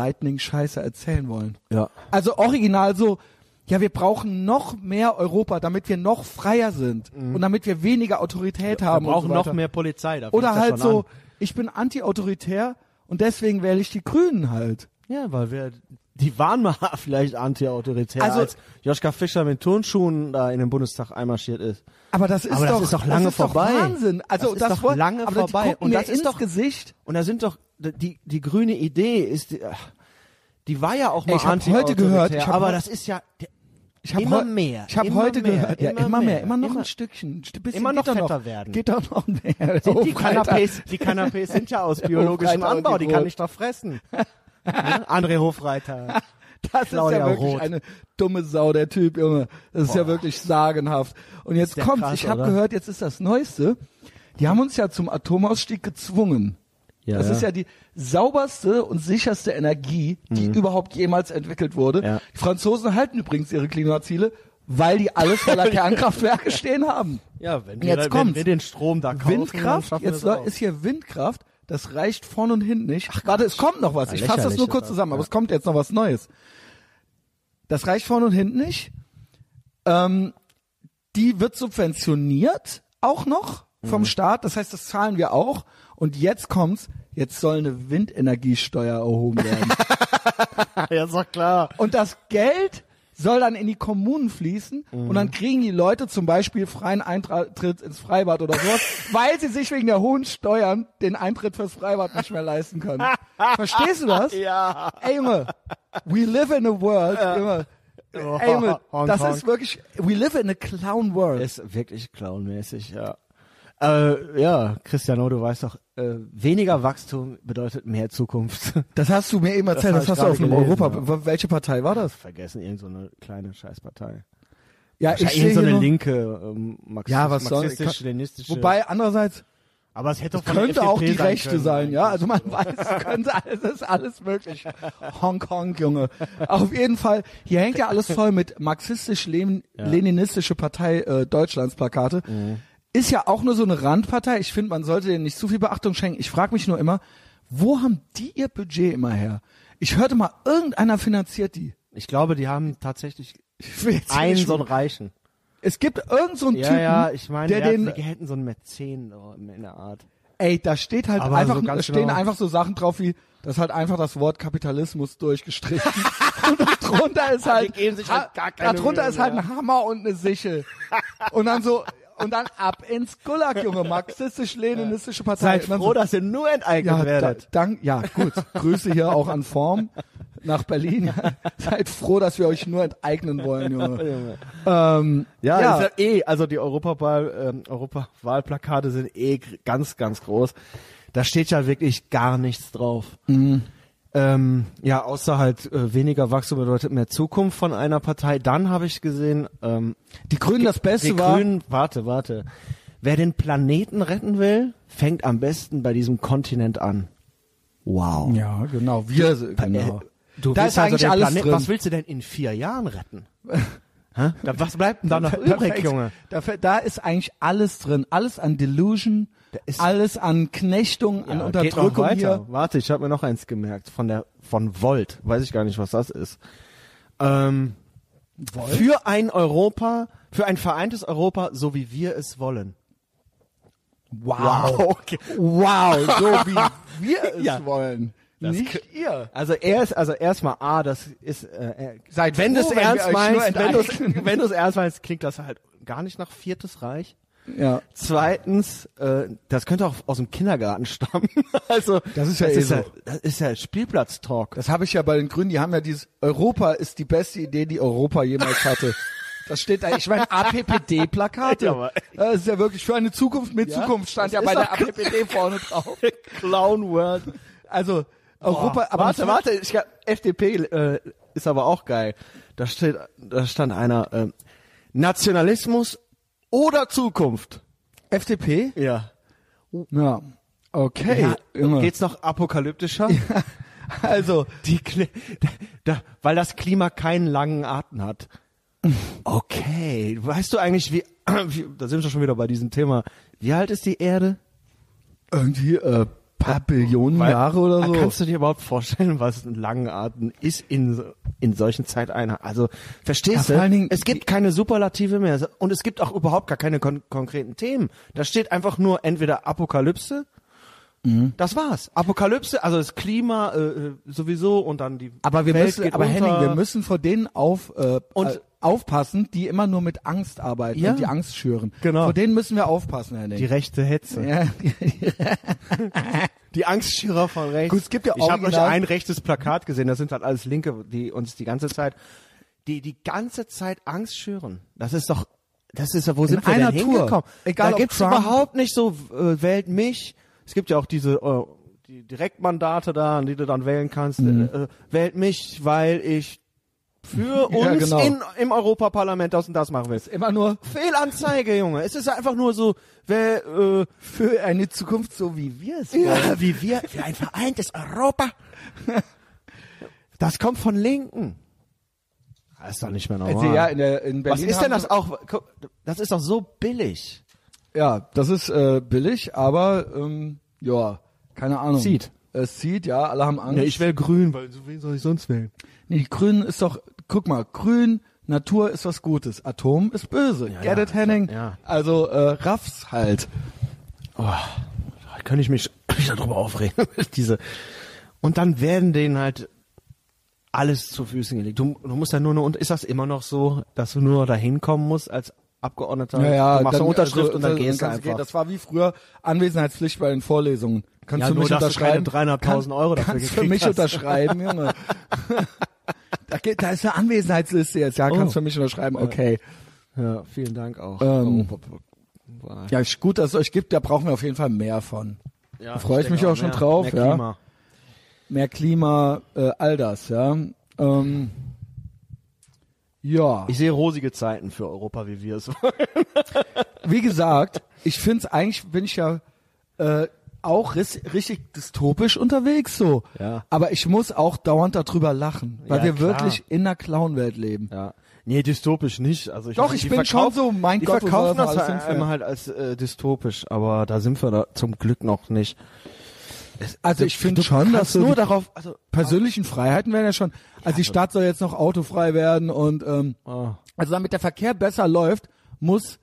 S1: Gaslightning-Scheiße erzählen wollen.
S2: Ja.
S1: Also original so, ja, wir brauchen noch mehr Europa, damit wir noch freier sind und damit wir weniger Autorität
S2: Mhm. wir
S1: haben.
S2: brauchen
S1: und so weiter.
S2: noch mehr Polizei da
S1: Oder
S2: fängt's ja
S1: halt
S2: schon
S1: so,
S2: an.
S1: ich bin anti-autoritär und deswegen wähle ich die Grünen halt.
S2: Ja, weil wir, die waren mal vielleicht antiautoritär,
S1: Also-
S2: also, als Joschka Fischer mit Turnschuhen da in den Bundestag einmarschiert ist.
S1: Aber das ist
S2: Aber das
S1: doch
S2: ist doch lange
S1: das ist
S2: vorbei.
S1: Doch Wahnsinn. Also
S2: Das ist doch
S1: wollen-
S2: lange
S1: aber die
S2: vorbei.
S1: gucken
S2: Und
S1: mir
S2: das ist
S1: ins
S2: doch-
S1: Gesicht.
S2: Und da sind doch, die, die grüne Idee ist, die, ach, die war ja auch
S1: Ey,
S2: mal
S1: ich hab heute
S2: antiautoritär,
S1: gehört, ich hab
S2: aber
S1: heu-
S2: das ist ja,
S1: Ich habe
S2: Immer
S1: heu-
S2: mehr,
S1: Ich habe
S2: immer
S1: heute
S2: mehr,
S1: gehört, ja,
S2: immer
S1: immer, mehr,
S2: mehr,
S1: immer noch
S2: immer-
S1: ein Stückchen, ein bisschen
S2: immer noch
S1: geht doch
S2: fetter werden.
S1: Geht doch noch mehr.
S2: Sind
S1: Oh,
S2: die
S1: Freitag.
S2: Canapés, die Canapés sind ja aus biologischem
S1: Hofreiter und
S2: Anbau, die
S1: die
S2: kann
S1: Brot.
S2: ich doch fressen. Ne? André Hofreiter.
S1: Das
S2: Claudia
S1: ist ja wirklich
S2: Roth.
S1: eine dumme Sau, der Typ, Junge. Das ist ja wirklich sagenhaft. Und jetzt
S2: ja
S1: kommt's,
S2: krass,
S1: ich habe
S2: oder?
S1: gehört, jetzt ist das Neueste. Die haben uns ja zum Atomausstieg gezwungen.
S2: Ja,
S1: das
S2: ja.
S1: ist ja die sauberste und sicherste Energie, die überhaupt jemals entwickelt wurde.
S2: Mhm. Ja.
S1: Die Franzosen halten übrigens ihre Klimaziele, weil die alles voller Kernkraftwerke stehen haben.
S2: Ja, wenn
S1: Jetzt
S2: wir, da, wenn
S1: kommt's.
S2: wir den Strom da kaufen, dann
S1: Windkraft,
S2: schaffen wir
S1: jetzt
S2: das
S1: läu-
S2: auch.
S1: ist hier Windkraft, das reicht vorn und hinten nicht. Ach, warte, es kommt noch was.
S2: Ja,
S1: Ich fasse das
S2: Ah, lächerlich
S1: nur
S2: ist
S1: kurz
S2: das,
S1: zusammen, aber
S2: ja.
S1: es kommt jetzt noch was Neues. Das reicht vorn und hinten nicht. Ähm, die wird subventioniert auch noch
S2: Mhm.
S1: vom Staat, das heißt, das zahlen wir auch. Und jetzt kommt's, jetzt soll eine Windenergiesteuer erhoben werden.
S2: ja, ist doch klar.
S1: Und das Geld soll dann in die Kommunen fließen und
S2: Mhm.
S1: dann kriegen die Leute zum Beispiel freien Eintritt ins Freibad oder sowas, weil sie sich wegen der hohen Steuern den Eintritt fürs Freibad nicht mehr leisten können. Verstehst du das?
S2: Ja.
S1: Ey Junge, we live in a world. Junge. Ey Junge,
S2: Oh, Hong
S1: das
S2: Kong.
S1: ist wirklich, we live in a clown world.
S2: Ist wirklich clownmäßig, ja. Äh, ja, Cristiano, du weißt doch, äh, weniger Wachstum bedeutet mehr Zukunft.
S1: Das hast du mir eben erzählt,
S2: hab
S1: das,
S2: ich
S1: hast du auf
S2: gerade
S1: einem
S2: gelesen,
S1: Europa, welche Partei war das?
S2: Vergessen, irgend so eine kleine Scheißpartei.
S1: Ja,
S2: Wahrscheinlich
S1: sehe
S2: irgend so
S1: hier
S2: eine
S1: nur-
S2: linke, ähm, Marxist,
S1: Ja, was soll-
S2: marxistisch-leninistische.
S1: Wobei, andererseits,
S2: aber es hätte doch von der
S1: könnte auch die
S2: FDP E sein
S1: Rechte
S2: können,
S1: sein, ja. Also man weiß, es könnte alles, es ist alles möglich. Hongkong, Junge. Auf jeden Fall, hier hängt ja alles voll mit marxistisch-leninistische Partei äh, Deutschlands Plakate.
S2: Mhm.
S1: Ist ja auch nur so eine Randpartei. Ich finde, man sollte denen nicht zu viel Beachtung schenken. Ich frage mich nur immer, wo haben die ihr Budget immer her? Ich hörte mal, irgendeiner finanziert die.
S2: Ich glaube, die haben tatsächlich
S1: Ich will jetzt
S2: einen
S1: nicht-
S2: so einen Reichen.
S1: es gibt irgendeinen so einen
S2: Ja,
S1: Typen,
S2: ja, ich meine,
S1: der
S2: der
S1: den
S2: die hätten so einen Mäzen so in der Art.
S1: Ey, da steht halt
S2: Aber
S1: einfach,
S2: so ganz
S1: da stehen
S2: genau.
S1: einfach so Sachen drauf wie, das halt einfach das Wort Kapitalismus durchgestrichen. und darunter ist halt,
S2: geben sich halt gar keine
S1: darunter
S2: Mühe
S1: ist halt
S2: mehr.
S1: ein Hammer und eine Sichel. und dann so, und dann ab ins Gulag, Junge, marxistisch-leninistische Partei.
S2: Seid
S1: Und dann
S2: froh,
S1: so,
S2: dass ihr nur enteignet
S1: ja, da,
S2: werdet.
S1: dank, ja, gut. Grüße hier auch an Form nach Berlin. Seid froh, dass wir euch nur enteignen wollen, Junge. ähm,
S2: Ja, Das ist ja eh, also die Europawahl, ähm, Europawahlplakate sind eh gr- ganz, ganz groß. Da steht ja wirklich gar nichts drauf. Ähm, ja, außer halt äh, weniger Wachstum bedeutet mehr Zukunft von einer Partei. Dann habe ich gesehen, ähm,
S1: die Grünen das Beste
S2: die
S1: war,
S2: Grünen, warte, warte. Wer den Planeten retten will, fängt am besten bei diesem Kontinent an. Wow.
S1: Ja, genau. Wir, genau.
S2: Äh, Du
S1: da
S2: willst
S1: ist eigentlich
S2: also den
S1: alles
S2: Planet-
S1: drin.
S2: Was willst du denn in vier Jahren retten? Hä? da, was bleibt denn da noch
S1: Da
S2: übrig,
S1: fängt's-
S2: Junge?
S1: Da, fä- da ist eigentlich alles drin. Alles an Delusion,
S2: ist-
S1: alles an Knechtung, an Unterdrückung hier.
S2: Warte, ich habe mir noch eins gemerkt von der von Volt. Weiß ich gar nicht, was das ist. Ähm, Für ein Europa, für ein vereintes Europa, so wie wir es wollen.
S1: Wow. Wow,
S2: okay.
S1: so wie wir es
S2: Ja.
S1: wollen.
S2: Das
S1: Nicht ihr.
S2: Also erst, also erstmal A, das ist äh, äh,
S1: Seid
S2: wenn du
S1: froh,
S2: es
S1: wenn wir euch
S2: ernst
S1: nur
S2: meinst, wenn du
S1: enteignen.
S2: es wenn du es ernst meinst, klingt das halt gar nicht nach Viertes Reich.
S1: Ja.
S2: Zweitens, äh, das könnte auch aus dem Kindergarten stammen. Also
S1: Das ist ja eh so.
S2: das ist ja Spielplatz-Talk.
S1: Das habe ich ja bei den Grünen, die haben ja dieses Europa ist die beste Idee, die Europa jemals hatte. Das steht da, ich meine, APPD-Plakate.
S2: Ja, aber-
S1: das ist ja wirklich für eine Zukunft mit
S2: Ja,
S1: Zukunft stand ja
S2: das
S1: bei
S2: ist
S1: der
S2: doch-
S1: APPD vorne drauf.
S2: Clown World.
S1: Also Europa, aber
S2: warte, warte, ich, glaub, FDP äh, ist aber auch geil. Da steht, da stand einer ähm, Nationalismus oder Zukunft.
S1: FDP?
S2: Ja.
S1: Ja. Okay.
S2: ja
S1: Junge.
S2: geht's noch apokalyptischer?
S1: Also,
S2: Die Kli da, da, weil das Klima keinen langen Atem hat. Okay, weißt du eigentlich, wie, wie da sind wir schon wieder bei diesem Thema. Wie alt ist die Erde?
S1: irgendwie äh, paar Billionen Jahre oder so.
S2: Kannst du dir überhaupt vorstellen, was ein Langatmen ist in, so- in solchen Zeiteinheiten? Also, verstehst
S1: Ja, vor
S2: du?
S1: allen Dingen-
S2: es gibt keine Superlative mehr und es gibt auch überhaupt gar keine kon konkreten Themen. Da steht einfach nur entweder Apokalypse,
S1: Mhm.
S2: das war's. Apokalypse, also das Klima äh, äh, sowieso und dann die
S1: aber wir
S2: Welt
S1: müssen,
S2: geht
S1: aber
S2: unter.
S1: Henning, wir müssen vor denen auf äh,
S2: Und-
S1: äh, aufpassen, die immer nur mit Angst arbeiten
S2: Ja.
S1: und die Angst schüren.
S2: Genau.
S1: Vor denen müssen wir aufpassen, Henning.
S2: Die rechte Hetze.
S1: ja.
S2: Die Angstschierer von rechts.
S1: Gut, es gibt ja
S2: ich habe
S1: original-
S2: ein rechtes Plakat gesehen, das sind halt alles Linke, die uns die ganze Zeit die die ganze Zeit Angst schüren. Das ist doch, das ist doch, wo sind wir
S1: einer
S2: denn
S1: Tour.
S2: hingekommen?
S1: Egal,
S2: da
S1: ob
S2: gibt's
S1: Trump-
S2: überhaupt nicht so äh, wählt mich. Es gibt ja auch diese äh, die Direktmandate da, an die du dann wählen kannst. Äh, äh, wählt mich, weil ich für uns
S1: Ja, genau.
S2: in, im Europaparlament das und das machen will.
S1: Immer nur
S2: Fehlanzeige, Junge. Es ist einfach nur so, wer äh,
S1: für eine Zukunft, so wie wir es wollen.
S2: ja, wie wir, für ein vereintes Europa. Das kommt von Linken. Das ist doch nicht mehr normal.
S1: Also ja, in, der, in Berlin
S2: Was ist denn
S1: haben
S2: das auch? guck, Das ist doch so billig.
S1: Ja, das ist äh, billig, aber ähm, ja, keine Ahnung.
S2: Zieht.
S1: Es zieht, ja, alle haben Angst.
S2: wähle grün, weil so wen soll ich sonst wählen?
S1: nee, die Grünen ist doch, guck mal, Grün, Natur ist was Gutes, Atom ist böse. Get
S2: ja,
S1: it, Henning?
S2: ja.
S1: Also äh, raff's halt.
S2: Da könnte ich mich wieder drüber aufregen. Diese. Und dann werden denen halt alles zu Füßen gelegt. Du, du musst ja nur eine, und ist das immer noch so, dass du nur dahin kommen musst als Abgeordneter? du machst
S1: dann,
S2: eine Unterschrift
S1: also,
S2: und dann
S1: also,
S2: gehst du
S1: kannst
S2: einfach.
S1: Das war wie früher Anwesenheitspflicht bei den Vorlesungen. Kannst
S2: Ja,
S1: du
S2: nur,
S1: mich
S2: dass du
S1: unterschreiben?
S2: keine 300.000 Euro dafür
S1: Kannst du
S2: gekriegt
S1: mich
S2: hast.
S1: unterschreiben, Junge? da, geht, da ist eine Anwesenheitsliste jetzt. Oh. Ja, kannst du mich unterschreiben? Okay.
S2: ja, vielen Dank auch.
S1: Ähm,
S2: Europa-
S1: Ja, ist gut, dass es euch gibt. Da brauchen wir auf jeden Fall mehr von.
S2: Ja,
S1: Da freue ich mich
S2: denke
S1: auch schon drauf, ja.
S2: Klima.
S1: Mehr Klima, äh, all das, ja. Ähm, ja,
S2: Ich sehe rosige Zeiten für Europa, wie wir es wollen.
S1: wie gesagt, ich finde es eigentlich, bin ich ja äh, auch ris- richtig dystopisch unterwegs so.
S2: Ja.
S1: Aber ich muss auch dauernd darüber lachen, weil
S2: Ja,
S1: wir
S2: klar.
S1: wirklich in einer Clownwelt leben.
S2: Ja. Nee, dystopisch nicht. Also ich
S1: Doch,
S2: meine,
S1: ich
S2: die
S1: bin schon
S2: verkaufen-
S1: so, mein
S2: die
S1: Gott, wo
S2: verkaufen
S1: soll das
S2: das
S1: alles
S2: halt
S1: hinführen?
S2: einmal halt als äh, dystopisch, aber da sind wir da zum Glück noch nicht.
S1: Also ich finde schon, dass
S2: kannst
S1: so
S2: nur
S1: die
S2: darauf, also
S1: persönlichen Freiheiten werden ja schon, also die Stadt soll jetzt noch autofrei werden und ähm, Also damit der Verkehr besser läuft, muss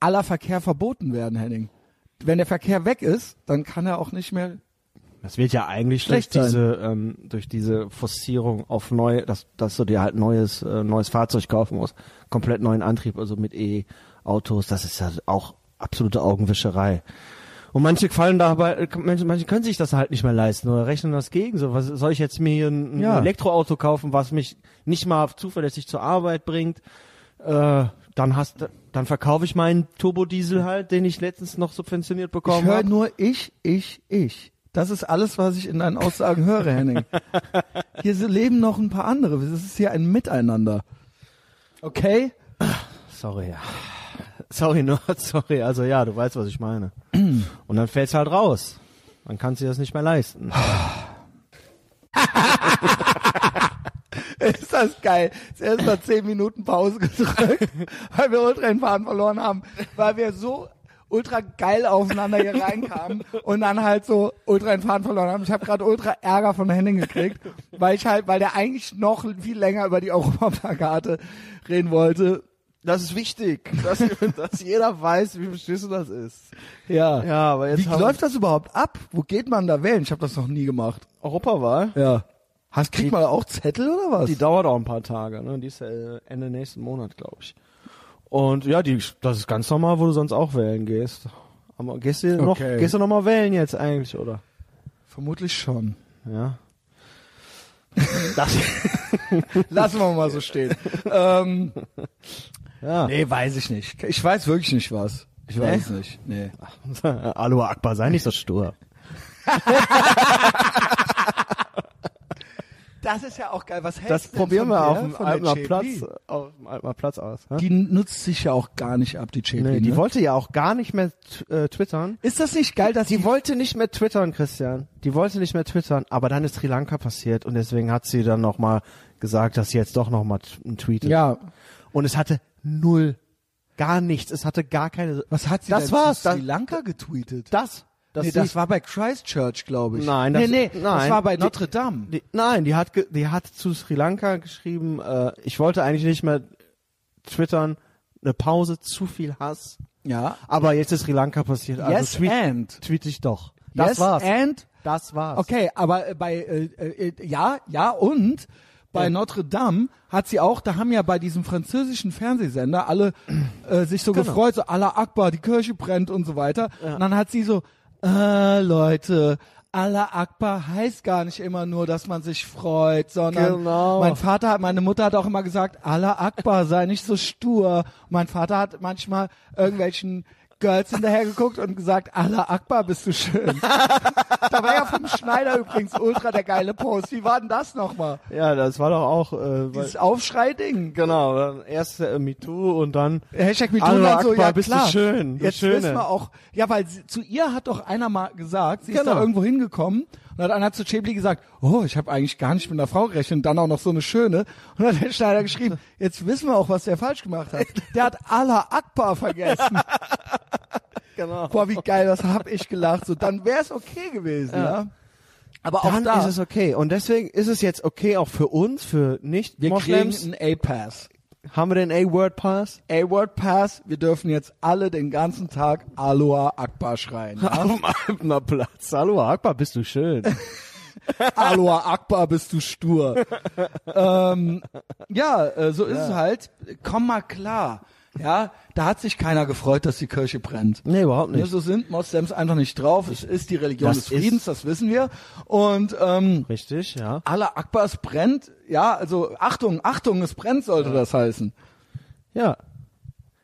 S1: aller Verkehr verboten werden, Henning. Wenn der Verkehr weg ist, dann kann er auch nicht mehr.
S2: das wird ja eigentlich
S1: Schlecht
S2: durch
S1: sein.
S2: diese ähm, durch diese Forcierung auf neu, dass dass du dir halt neues äh, neues Fahrzeug kaufen musst, komplett neuen Antrieb, also mit E-Autos, das ist ja auch absolute Augenwischerei. Und manche fallen dabei, manche, manche können sich das halt nicht mehr leisten oder rechnen das gegen. So, was soll ich jetzt mir hier ein, ein
S1: Ja.
S2: Elektroauto kaufen, was mich nicht mal zuverlässig zur Arbeit bringt? Äh, dann hast, dann verkaufe ich meinen Turbodiesel halt, den ich letztens noch subventioniert
S1: Ich
S2: bekommen
S1: höre
S2: habe.
S1: nur ich, ich, ich. Das ist alles, was ich in deinen Aussagen höre, Henning. Hier so- leben noch ein paar andere. Es ist hier ein Miteinander. Okay?
S2: Sorry, ja. Sorry, nur, sorry. Also ja, du weißt, was ich meine. Und dann fällt's halt raus. Man kann sich das nicht mehr leisten.
S1: Ist das geil? Zuerst mal zehn Minuten Pause gedrückt, weil wir ultra den Faden verloren haben, weil wir so ultra geil aufeinander hier reinkamen und dann halt so ultra den Faden verloren haben. Ich habe gerade ultra Ärger von Henning gekriegt, weil ich halt, weil der eigentlich noch viel länger über die Europaplakate reden wollte.
S2: Das ist wichtig, dass, dass jeder weiß, wie beschissen das ist.
S1: Ja.
S2: Ja, aber jetzt
S1: Wie
S2: haben-
S1: läuft das überhaupt ab? Wo geht man da wählen? Ich habe das noch nie gemacht.
S2: Europawahl?
S1: Ja. Hast kriegt man da auch Zettel oder was?
S2: Die dauert auch ein paar Tage, ne? Die ist ja äh, Ende nächsten Monat, glaube ich. Und ja, die, das ist ganz normal, wo du sonst auch wählen gehst. Aber gehst du noch,
S1: Okay.
S2: gehst du noch mal wählen jetzt eigentlich, oder?
S1: Vermutlich schon.
S2: Ja. Das,
S1: Lassen wir mal so stehen. ähm,
S2: ja.
S1: Nee, weiß ich nicht. Ich weiß wirklich nicht was. Ich weiß
S2: Nee?
S1: nicht. Nee.
S2: Aloha Akbar, sei nicht so stur.
S1: Das ist ja auch geil. Was hältst
S2: Das probieren wir auf dem Alpner Platz, auf dem Alpner Platz aus. hä?
S1: Die nutzt sich ja auch gar nicht ab, die JP.
S2: nee, die
S1: ne?
S2: wollte ja auch gar nicht mehr tw- äh, twittern.
S1: ist das nicht geil, dass die,
S2: Die wollte nicht mehr twittern, Christian. Die wollte nicht mehr twittern, aber dann ist Sri Lanka passiert und deswegen hat sie dann nochmal gesagt, dass sie jetzt doch nochmal einen Tweet.
S1: Ja.
S2: Und es hatte null, gar nichts. Es hatte gar keine.
S1: Was hat sie
S2: das
S1: denn
S2: war's,
S1: zu Sri
S2: das-
S1: Lanka getweetet?
S2: Das.
S1: nee, das war bei Christchurch, glaube ich.
S2: Nein,
S1: nee,
S2: das-
S1: nee, das
S2: nein.
S1: war bei
S2: Die-
S1: Notre Dame.
S2: Die, nein, die hat, ge- die hat zu Sri Lanka geschrieben, äh, ich wollte eigentlich nicht mehr twittern, eine Pause, zu viel Hass.
S1: ja.
S2: Aber jetzt ist Sri Lanka passiert, also
S1: yes
S2: tweet,
S1: and.
S2: tweet ich doch. Das
S1: yes
S2: war's.
S1: and.
S2: Das war's.
S1: Okay, aber äh, bei äh, äh, ja, ja und bei Notre Dame hat sie auch, da haben ja bei diesem französischen Fernsehsender alle äh, sich so
S2: Genau.
S1: gefreut, so Allah Akbar, die Kirche brennt und so weiter. Und dann hat sie so, äh, Leute, Allah Akbar heißt gar nicht immer nur, dass man sich freut, sondern
S2: Genau.
S1: mein Vater hat, meine Mutter hat auch immer gesagt, Allah Akbar, sei nicht so stur. Mein Vater hat manchmal irgendwelchen Girls hinterhergeguckt und gesagt, Allah Akbar, bist du schön. da war ja vom Schneider übrigens ultra der geile Post. Wie war denn das nochmal?
S2: Ja, das war doch auch, äh, weil,
S1: Dieses Aufschrei-Ding.
S2: genau, dann erst äh, MeToo und dann
S1: Hashtag MeToo
S2: Allah
S1: dann so,
S2: Akbar,
S1: ja
S2: bist du
S1: klar.
S2: schön, du
S1: Jetzt
S2: Schöne.
S1: wissen wir auch, ja, weil sie, zu ihr hat doch einer mal gesagt, sie ist
S2: Genau.
S1: da irgendwo hingekommen und hat einer zu Chebli gesagt, oh, ich habe eigentlich gar nicht mit einer Frau gerechnet und dann auch noch so eine Schöne. Und dann hat der Schneider geschrieben, jetzt wissen wir auch, was der falsch gemacht hat. Der hat Allah Akbar vergessen.
S2: genau.
S1: Boah, wie geil, das hab ich gelacht. So, dann wär's okay gewesen, ja. Aber
S2: Dann
S1: auch da,
S2: ist es okay. Und deswegen ist es jetzt okay auch für uns, für nicht
S1: wir
S2: Moslems.
S1: kriegen einen A-Pass.
S2: Haben wir den A-Word Pass?
S1: A-Word Pass, wir dürfen jetzt alle den ganzen Tag Aloha Akbar schreien. Ja?
S2: Auf dem Alpener Platz. Hallo Akbar, bist du schön.
S1: Aloha Akbar, bist du stur. ähm, ja, äh, so ist es halt. Komm mal klar. Ja, da hat sich keiner gefreut, dass die Kirche brennt.
S2: Nee, überhaupt
S1: Ne, So sind Moslems einfach nicht drauf. Es ist die Religion
S2: Das
S1: des Friedens, das wissen wir. Und ähm,
S2: Richtig, ja.
S1: Allah Akbar, es brennt. Ja, also Achtung, Achtung, es brennt, sollte das heißen.
S2: Ja.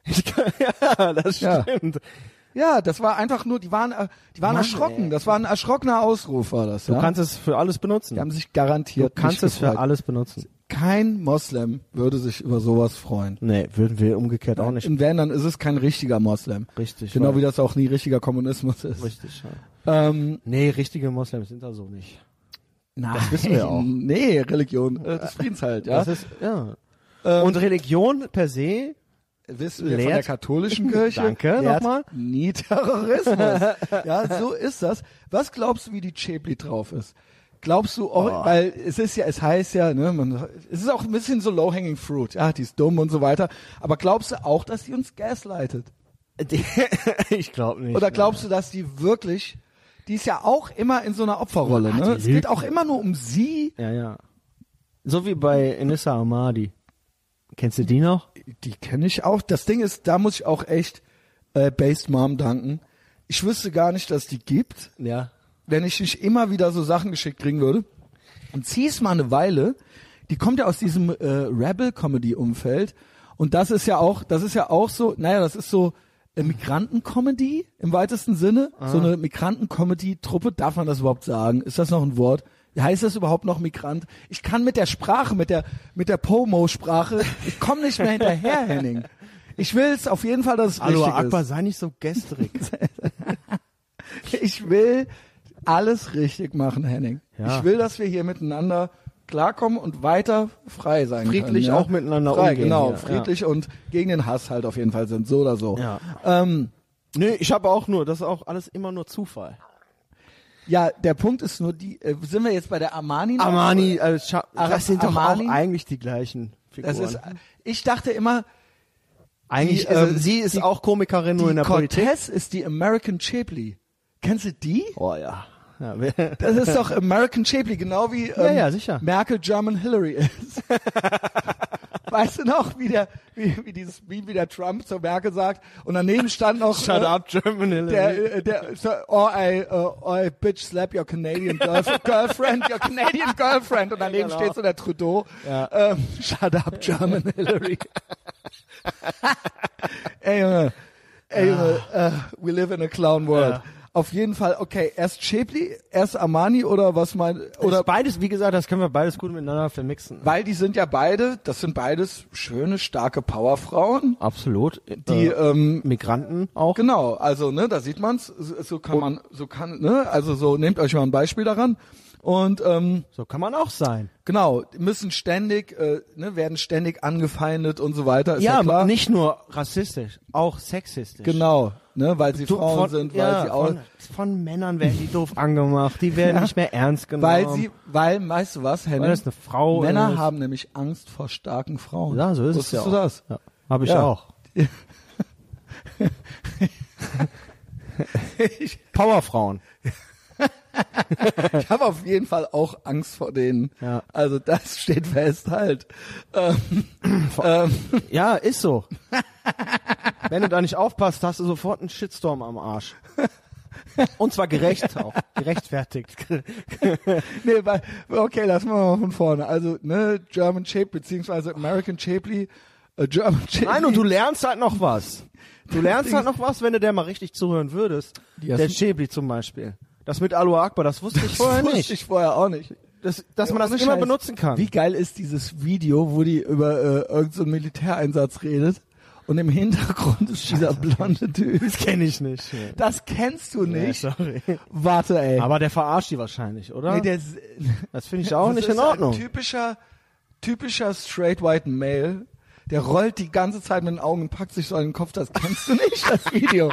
S2: ja, das
S1: Ja.
S2: stimmt.
S1: Ja, das war einfach nur, die waren, äh, die waren
S2: Mann,
S1: erschrocken.
S2: ey.
S1: Das war ein erschrockener Ausruf, war das.
S2: Du
S1: ja?
S2: kannst es für alles
S1: die
S2: benutzen. Du
S1: haben sich garantiert.
S2: kannst
S1: nicht
S2: es
S1: gefreut.
S2: für alles benutzen.
S1: Kein Moslem würde sich über sowas freuen.
S2: Nee, würden wir umgekehrt auch nicht.
S1: Und wenn, dann ist es kein richtiger Moslem.
S2: Richtig,
S1: Genau
S2: weil-
S1: wie das auch nie richtiger Kommunismus ist.
S2: Richtig, ja.
S1: Ähm,
S2: Nee, richtige Moslems sind da so nicht.
S1: nein,
S2: wissen wir auch.
S1: Nee, Religion äh, des Friedens halt, ja.
S2: Das ist, ja.
S1: Ähm,
S2: Und Religion per se
S1: wissen wir von
S2: lehrt-
S1: der katholischen Kirche.
S2: Danke,
S1: lehrt
S2: nochmal.
S1: Nie Terrorismus. ja, so ist das. Was glaubst du, wie die Chebli drauf ist? Glaubst du, auch,
S2: Oh.
S1: weil es ist ja, es heißt ja, ne, man, es ist auch ein bisschen so low-hanging fruit, ja, die ist dumm und so weiter. Aber glaubst du auch, dass die uns gaslightet?
S2: Die- ich glaube nicht. ne.
S1: Oder glaubst du, dass die wirklich, die ist ja auch immer in so einer Opferrolle,
S2: Ah,
S1: ne?
S2: die
S1: Es geht
S2: lügt.
S1: auch immer nur um sie.
S2: Ja, ja. So wie bei Inissa Amadi. Kennst du die noch?
S1: Die kenne ich auch. Das Ding ist, da muss ich auch echt äh, Based Mom danken. Ich wüsste gar nicht, dass die gibt,
S2: Ja.
S1: wenn ich nicht immer wieder so Sachen geschickt kriegen würde. Und zieh's mal eine Weile. Die kommt ja aus diesem äh, Rebel-Comedy-Umfeld. Und das ist ja auch, das ist ja auch so, naja, das ist so äh, Migranten-Comedy im weitesten Sinne.
S2: Ah.
S1: So eine Migranten-Comedy-Truppe, darf man das überhaupt sagen? Ist das noch ein Wort? Heißt das überhaupt noch Migrant? Ich kann mit der Sprache, mit der, mit der Pomo-Sprache, ich komme nicht mehr hinterher, Henning. Ich will es auf jeden Fall, dass es
S2: Hallo
S1: richtig
S2: Akbar, sei nicht so gestrig.
S1: ist. Ich will alles richtig machen, Henning.
S2: Ja.
S1: Ich will, dass wir hier miteinander klarkommen und weiter frei sein
S2: Friedlich
S1: können. ja?
S2: auch miteinander
S1: frei,
S2: umgehen
S1: Genau,
S2: hier,
S1: friedlich und gegen den Hass halt auf jeden Fall sind, so oder so.
S2: Ja.
S1: Ähm,
S2: Nee, ich habe auch nur, das ist auch alles immer nur Zufall.
S1: ja, der Punkt ist nur, die äh, sind wir jetzt bei der Armani? noch?
S2: Armani, also Scha
S1: Ar-
S2: das sind doch
S1: Armani?
S2: auch eigentlich die gleichen Figuren.
S1: Das ist, ich dachte immer,
S2: eigentlich,
S1: die,
S2: also,
S1: ähm,
S2: sie ist
S1: die-
S2: auch Komikerin nur
S1: die
S2: in der Politik.
S1: Cortez ist die American Chapley. Kennst du die?
S2: Oh ja. ja wer-
S1: Das ist doch American Shapley, genau wie ähm,
S2: Ja, ja, sicher.
S1: Merkel German Hillary ist. weißt du noch, wie der, wie, wie dieses Meme, wie der Trump zur Merkel sagt? Und daneben stand noch äh,
S2: Shut up, German Hillary.
S1: der, äh, der, der or I, uh, or I bitch slap your Canadian girlf girlfriend, your Canadian girlfriend. Und daneben
S2: Genau.
S1: steht so der Trudeau.
S2: Ja.
S1: Ähm, Shut up, German Hillary. Ey, Junge. Ey, Junge. äh, we live in a clown world.
S2: Ah. Ja.
S1: Auf jeden Fall, okay, erst Shapley, erst Armani oder was mein,
S2: Oder
S1: oder,
S2: beides, wie gesagt, das können wir beides gut miteinander vermixen.
S1: weil die sind ja beide, das sind beides schöne, starke Powerfrauen,
S2: Absolut.
S1: die,
S2: Die äh,
S1: ähm,
S2: Migranten auch.
S1: Genau, also ne, da sieht man's. So, so kann man, so kann, ne, also so nehmt euch mal ein Beispiel daran. Und ähm,
S2: So kann man auch sein.
S1: genau, die müssen ständig, äh, ne, werden ständig angefeindet und so weiter. Ist ja, klar.
S2: nicht nur rassistisch, auch sexistisch.
S1: genau, ne, weil sie
S2: Du-
S1: Frauen
S2: von-
S1: sind, weil
S2: ja,
S1: sie auch,
S2: von, von Männern werden die doof angemacht, die werden nicht mehr ernst genommen.
S1: weil sie, weil, weißt du was, Henning?
S2: genau. Weil das eine Frau
S1: Männer
S2: ist.
S1: haben nämlich Angst vor starken Frauen.
S2: Ja, so ist
S1: Wusstest
S2: es ja
S1: du
S2: auch.
S1: das?
S2: Ja, habe ich
S1: Ja.
S2: auch. Powerfrauen.
S1: Ich habe auf jeden Fall auch Angst vor denen.
S2: Ja.
S1: Also das steht fest halt. Ähm, ähm,
S2: Ja, ist so. Wenn du da nicht aufpasst, hast du sofort einen Shitstorm am Arsch. Und zwar gerecht auch. Gerechtfertigt.
S1: Nee, weil, okay, lassen wir mal von vorne. Also, ne, German Shape, beziehungsweise American Shapely, äh, German Shapely.
S2: Nein, und du lernst halt noch was. Du lernst halt noch was, wenn du der mal richtig zuhören würdest.
S1: Die
S2: der
S1: ersten-
S2: Schäbli zum Beispiel. Das mit Alu Akbar, das wusste ich vorher
S1: wusste
S2: nicht.
S1: ich vorher auch nicht.
S2: Das, dass
S1: Ja,
S2: man das
S1: ohne
S2: immer
S1: Scheiß.
S2: benutzen kann.
S1: Wie geil ist dieses Video, wo die über äh, irgendeinen so einen Militäreinsatz redet und im Hintergrund ist dieser blonde Typ.
S2: kenne ich nicht.
S1: Das kennst du
S2: Nee,
S1: nicht.
S2: sorry.
S1: Warte, ey.
S2: Aber der verarscht die wahrscheinlich, oder?
S1: nee, der, s-
S2: das finde ich auch
S1: das
S2: nicht
S1: ist
S2: in Ordnung.
S1: Ein typischer, typischer straight white male. Der rollt die ganze Zeit mit den Augen und packt sich so an den Kopf. Das kennst du nicht, das Video.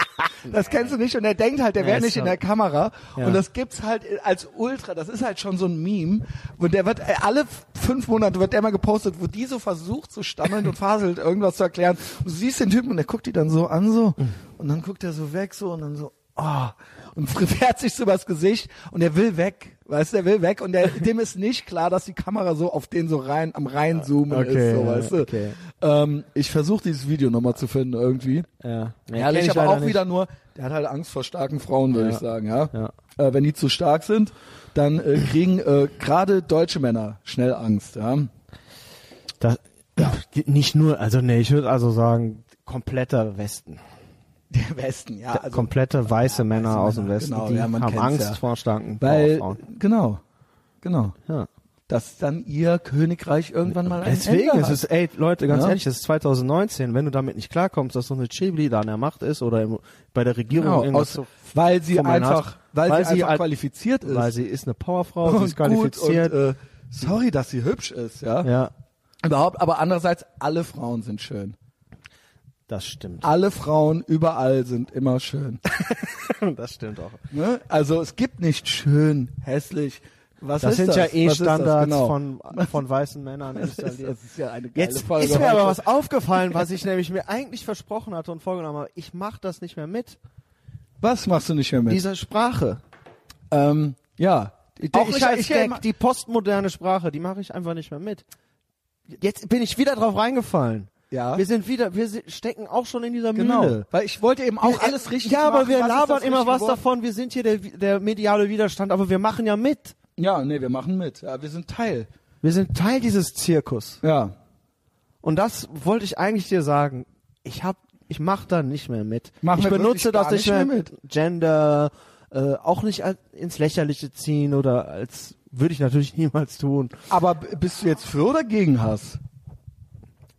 S1: Das kennst du nicht. Und er denkt halt, der
S2: Nee,
S1: wäre
S2: ist
S1: nicht in
S2: klar.
S1: der Kamera.
S2: Ja.
S1: Und das gibt's halt als Ultra. Das ist halt schon so ein Meme. Und der wird, äh, alle f- fünf Monate wird der mal gepostet, wo die so versucht zu stammeln und faselt, irgendwas zu erklären. Und du siehst den Typen und der guckt die dann so an so. Und dann guckt er so weg so und dann so, oh. Und fährt sich so übers Gesicht und er will weg. Weißt du, der will weg und der, dem ist nicht klar, dass die Kamera so auf den so rein, am reinzoomen
S2: Ah, Okay,
S1: ist, so,
S2: ja,
S1: weißt du.
S2: okay.
S1: Ähm, ich versuche dieses Video nochmal zu finden irgendwie.
S2: ja. Nee,
S1: Ja,
S2: kenn
S1: ich aber
S2: leider
S1: auch
S2: nicht.
S1: wieder nur, der hat halt Angst vor starken Frauen, würde
S2: Ja.
S1: ich sagen, ja.
S2: Ja.
S1: Äh, wenn die zu stark sind, dann äh, kriegen äh, gerade deutsche Männer schnell Angst, ja.
S2: Das, nicht nur, also nee, ich würde also sagen, kompletter Westen.
S1: Der Westen, ja. Also,
S2: komplette weiße Männer
S1: weiße
S2: aus dem
S1: Männer,
S2: Westen,
S1: genau,
S2: die
S1: ja, man
S2: haben
S1: kennt's
S2: Angst
S1: ja.
S2: vor starken
S1: weil,
S2: Frauen.
S1: genau, genau.
S2: Ja.
S1: Dass dann ihr Königreich irgendwann mal ein
S2: Deswegen
S1: Ende
S2: ist
S1: hat.
S2: es, ey, Leute, ganz
S1: Ja.
S2: ehrlich, es ist 2019, wenn du damit nicht klarkommst, dass so eine Chibli da an der Macht ist oder im, bei der Regierung
S1: Genau,
S2: irgendwas
S1: aus,
S2: so
S1: weil sie
S2: fummeln hat,
S1: einfach, weil, sie einfach
S2: halt-
S1: qualifiziert ist.
S2: Weil sie ist eine Powerfrau,
S1: und
S2: sie ist qualifiziert.
S1: Gut und, äh, sorry, dass sie hübsch ist, ja?
S2: ja,
S1: Überhaupt, aber andererseits, alle Frauen sind schön.
S2: das stimmt.
S1: Alle Frauen überall sind immer schön.
S2: das stimmt auch.
S1: Ne? Also es gibt nicht schön, hässlich. Was
S2: Das
S1: ist
S2: sind
S1: das?
S2: ja
S1: Was
S2: eh
S1: ist das
S2: Standards
S1: genau?
S2: von, von weißen Männern
S1: Das
S2: installiert.
S1: ist ja eine geile
S2: Jetzt
S1: Folge
S2: ist mir
S1: heute.
S2: aber was aufgefallen, was ich nämlich mir eigentlich versprochen hatte und vorgenommen habe. Ich mache das nicht mehr mit.
S1: Was machst du nicht mehr mit?
S2: Diese Sprache.
S1: ähm, ja. Ich-
S2: Auch
S1: ich,
S2: nicht als
S1: ich,
S2: Gag, die postmoderne Sprache, die mache ich einfach nicht mehr mit. Jetzt bin ich wieder drauf reingefallen.
S1: Ja.
S2: Wir sind wieder, wir si- stecken auch schon in dieser
S1: Genau.
S2: Mühle.
S1: Weil ich wollte eben auch alles richtig
S2: Ja, aber
S1: machen.
S2: wir
S1: Was ist
S2: labern
S1: das
S2: immer
S1: richtige
S2: was
S1: Wort?
S2: davon, wir sind hier der, der mediale Widerstand, aber wir machen ja mit.
S1: Ja, nee, wir machen mit. Ja, wir sind Teil.
S2: Wir sind Teil dieses Zirkus.
S1: Ja.
S2: Und das wollte ich eigentlich dir sagen. Ich hab, ich mach da nicht mehr mit.
S1: Machen
S2: ich
S1: wir
S2: benutze
S1: wirklich gar
S2: das nicht
S1: nicht
S2: mehr,
S1: mehr mit.
S2: Gender, äh, auch nicht als, ins Lächerliche ziehen oder als würde ich natürlich niemals tun.
S1: Aber b- bist du jetzt für oder gegen Hass?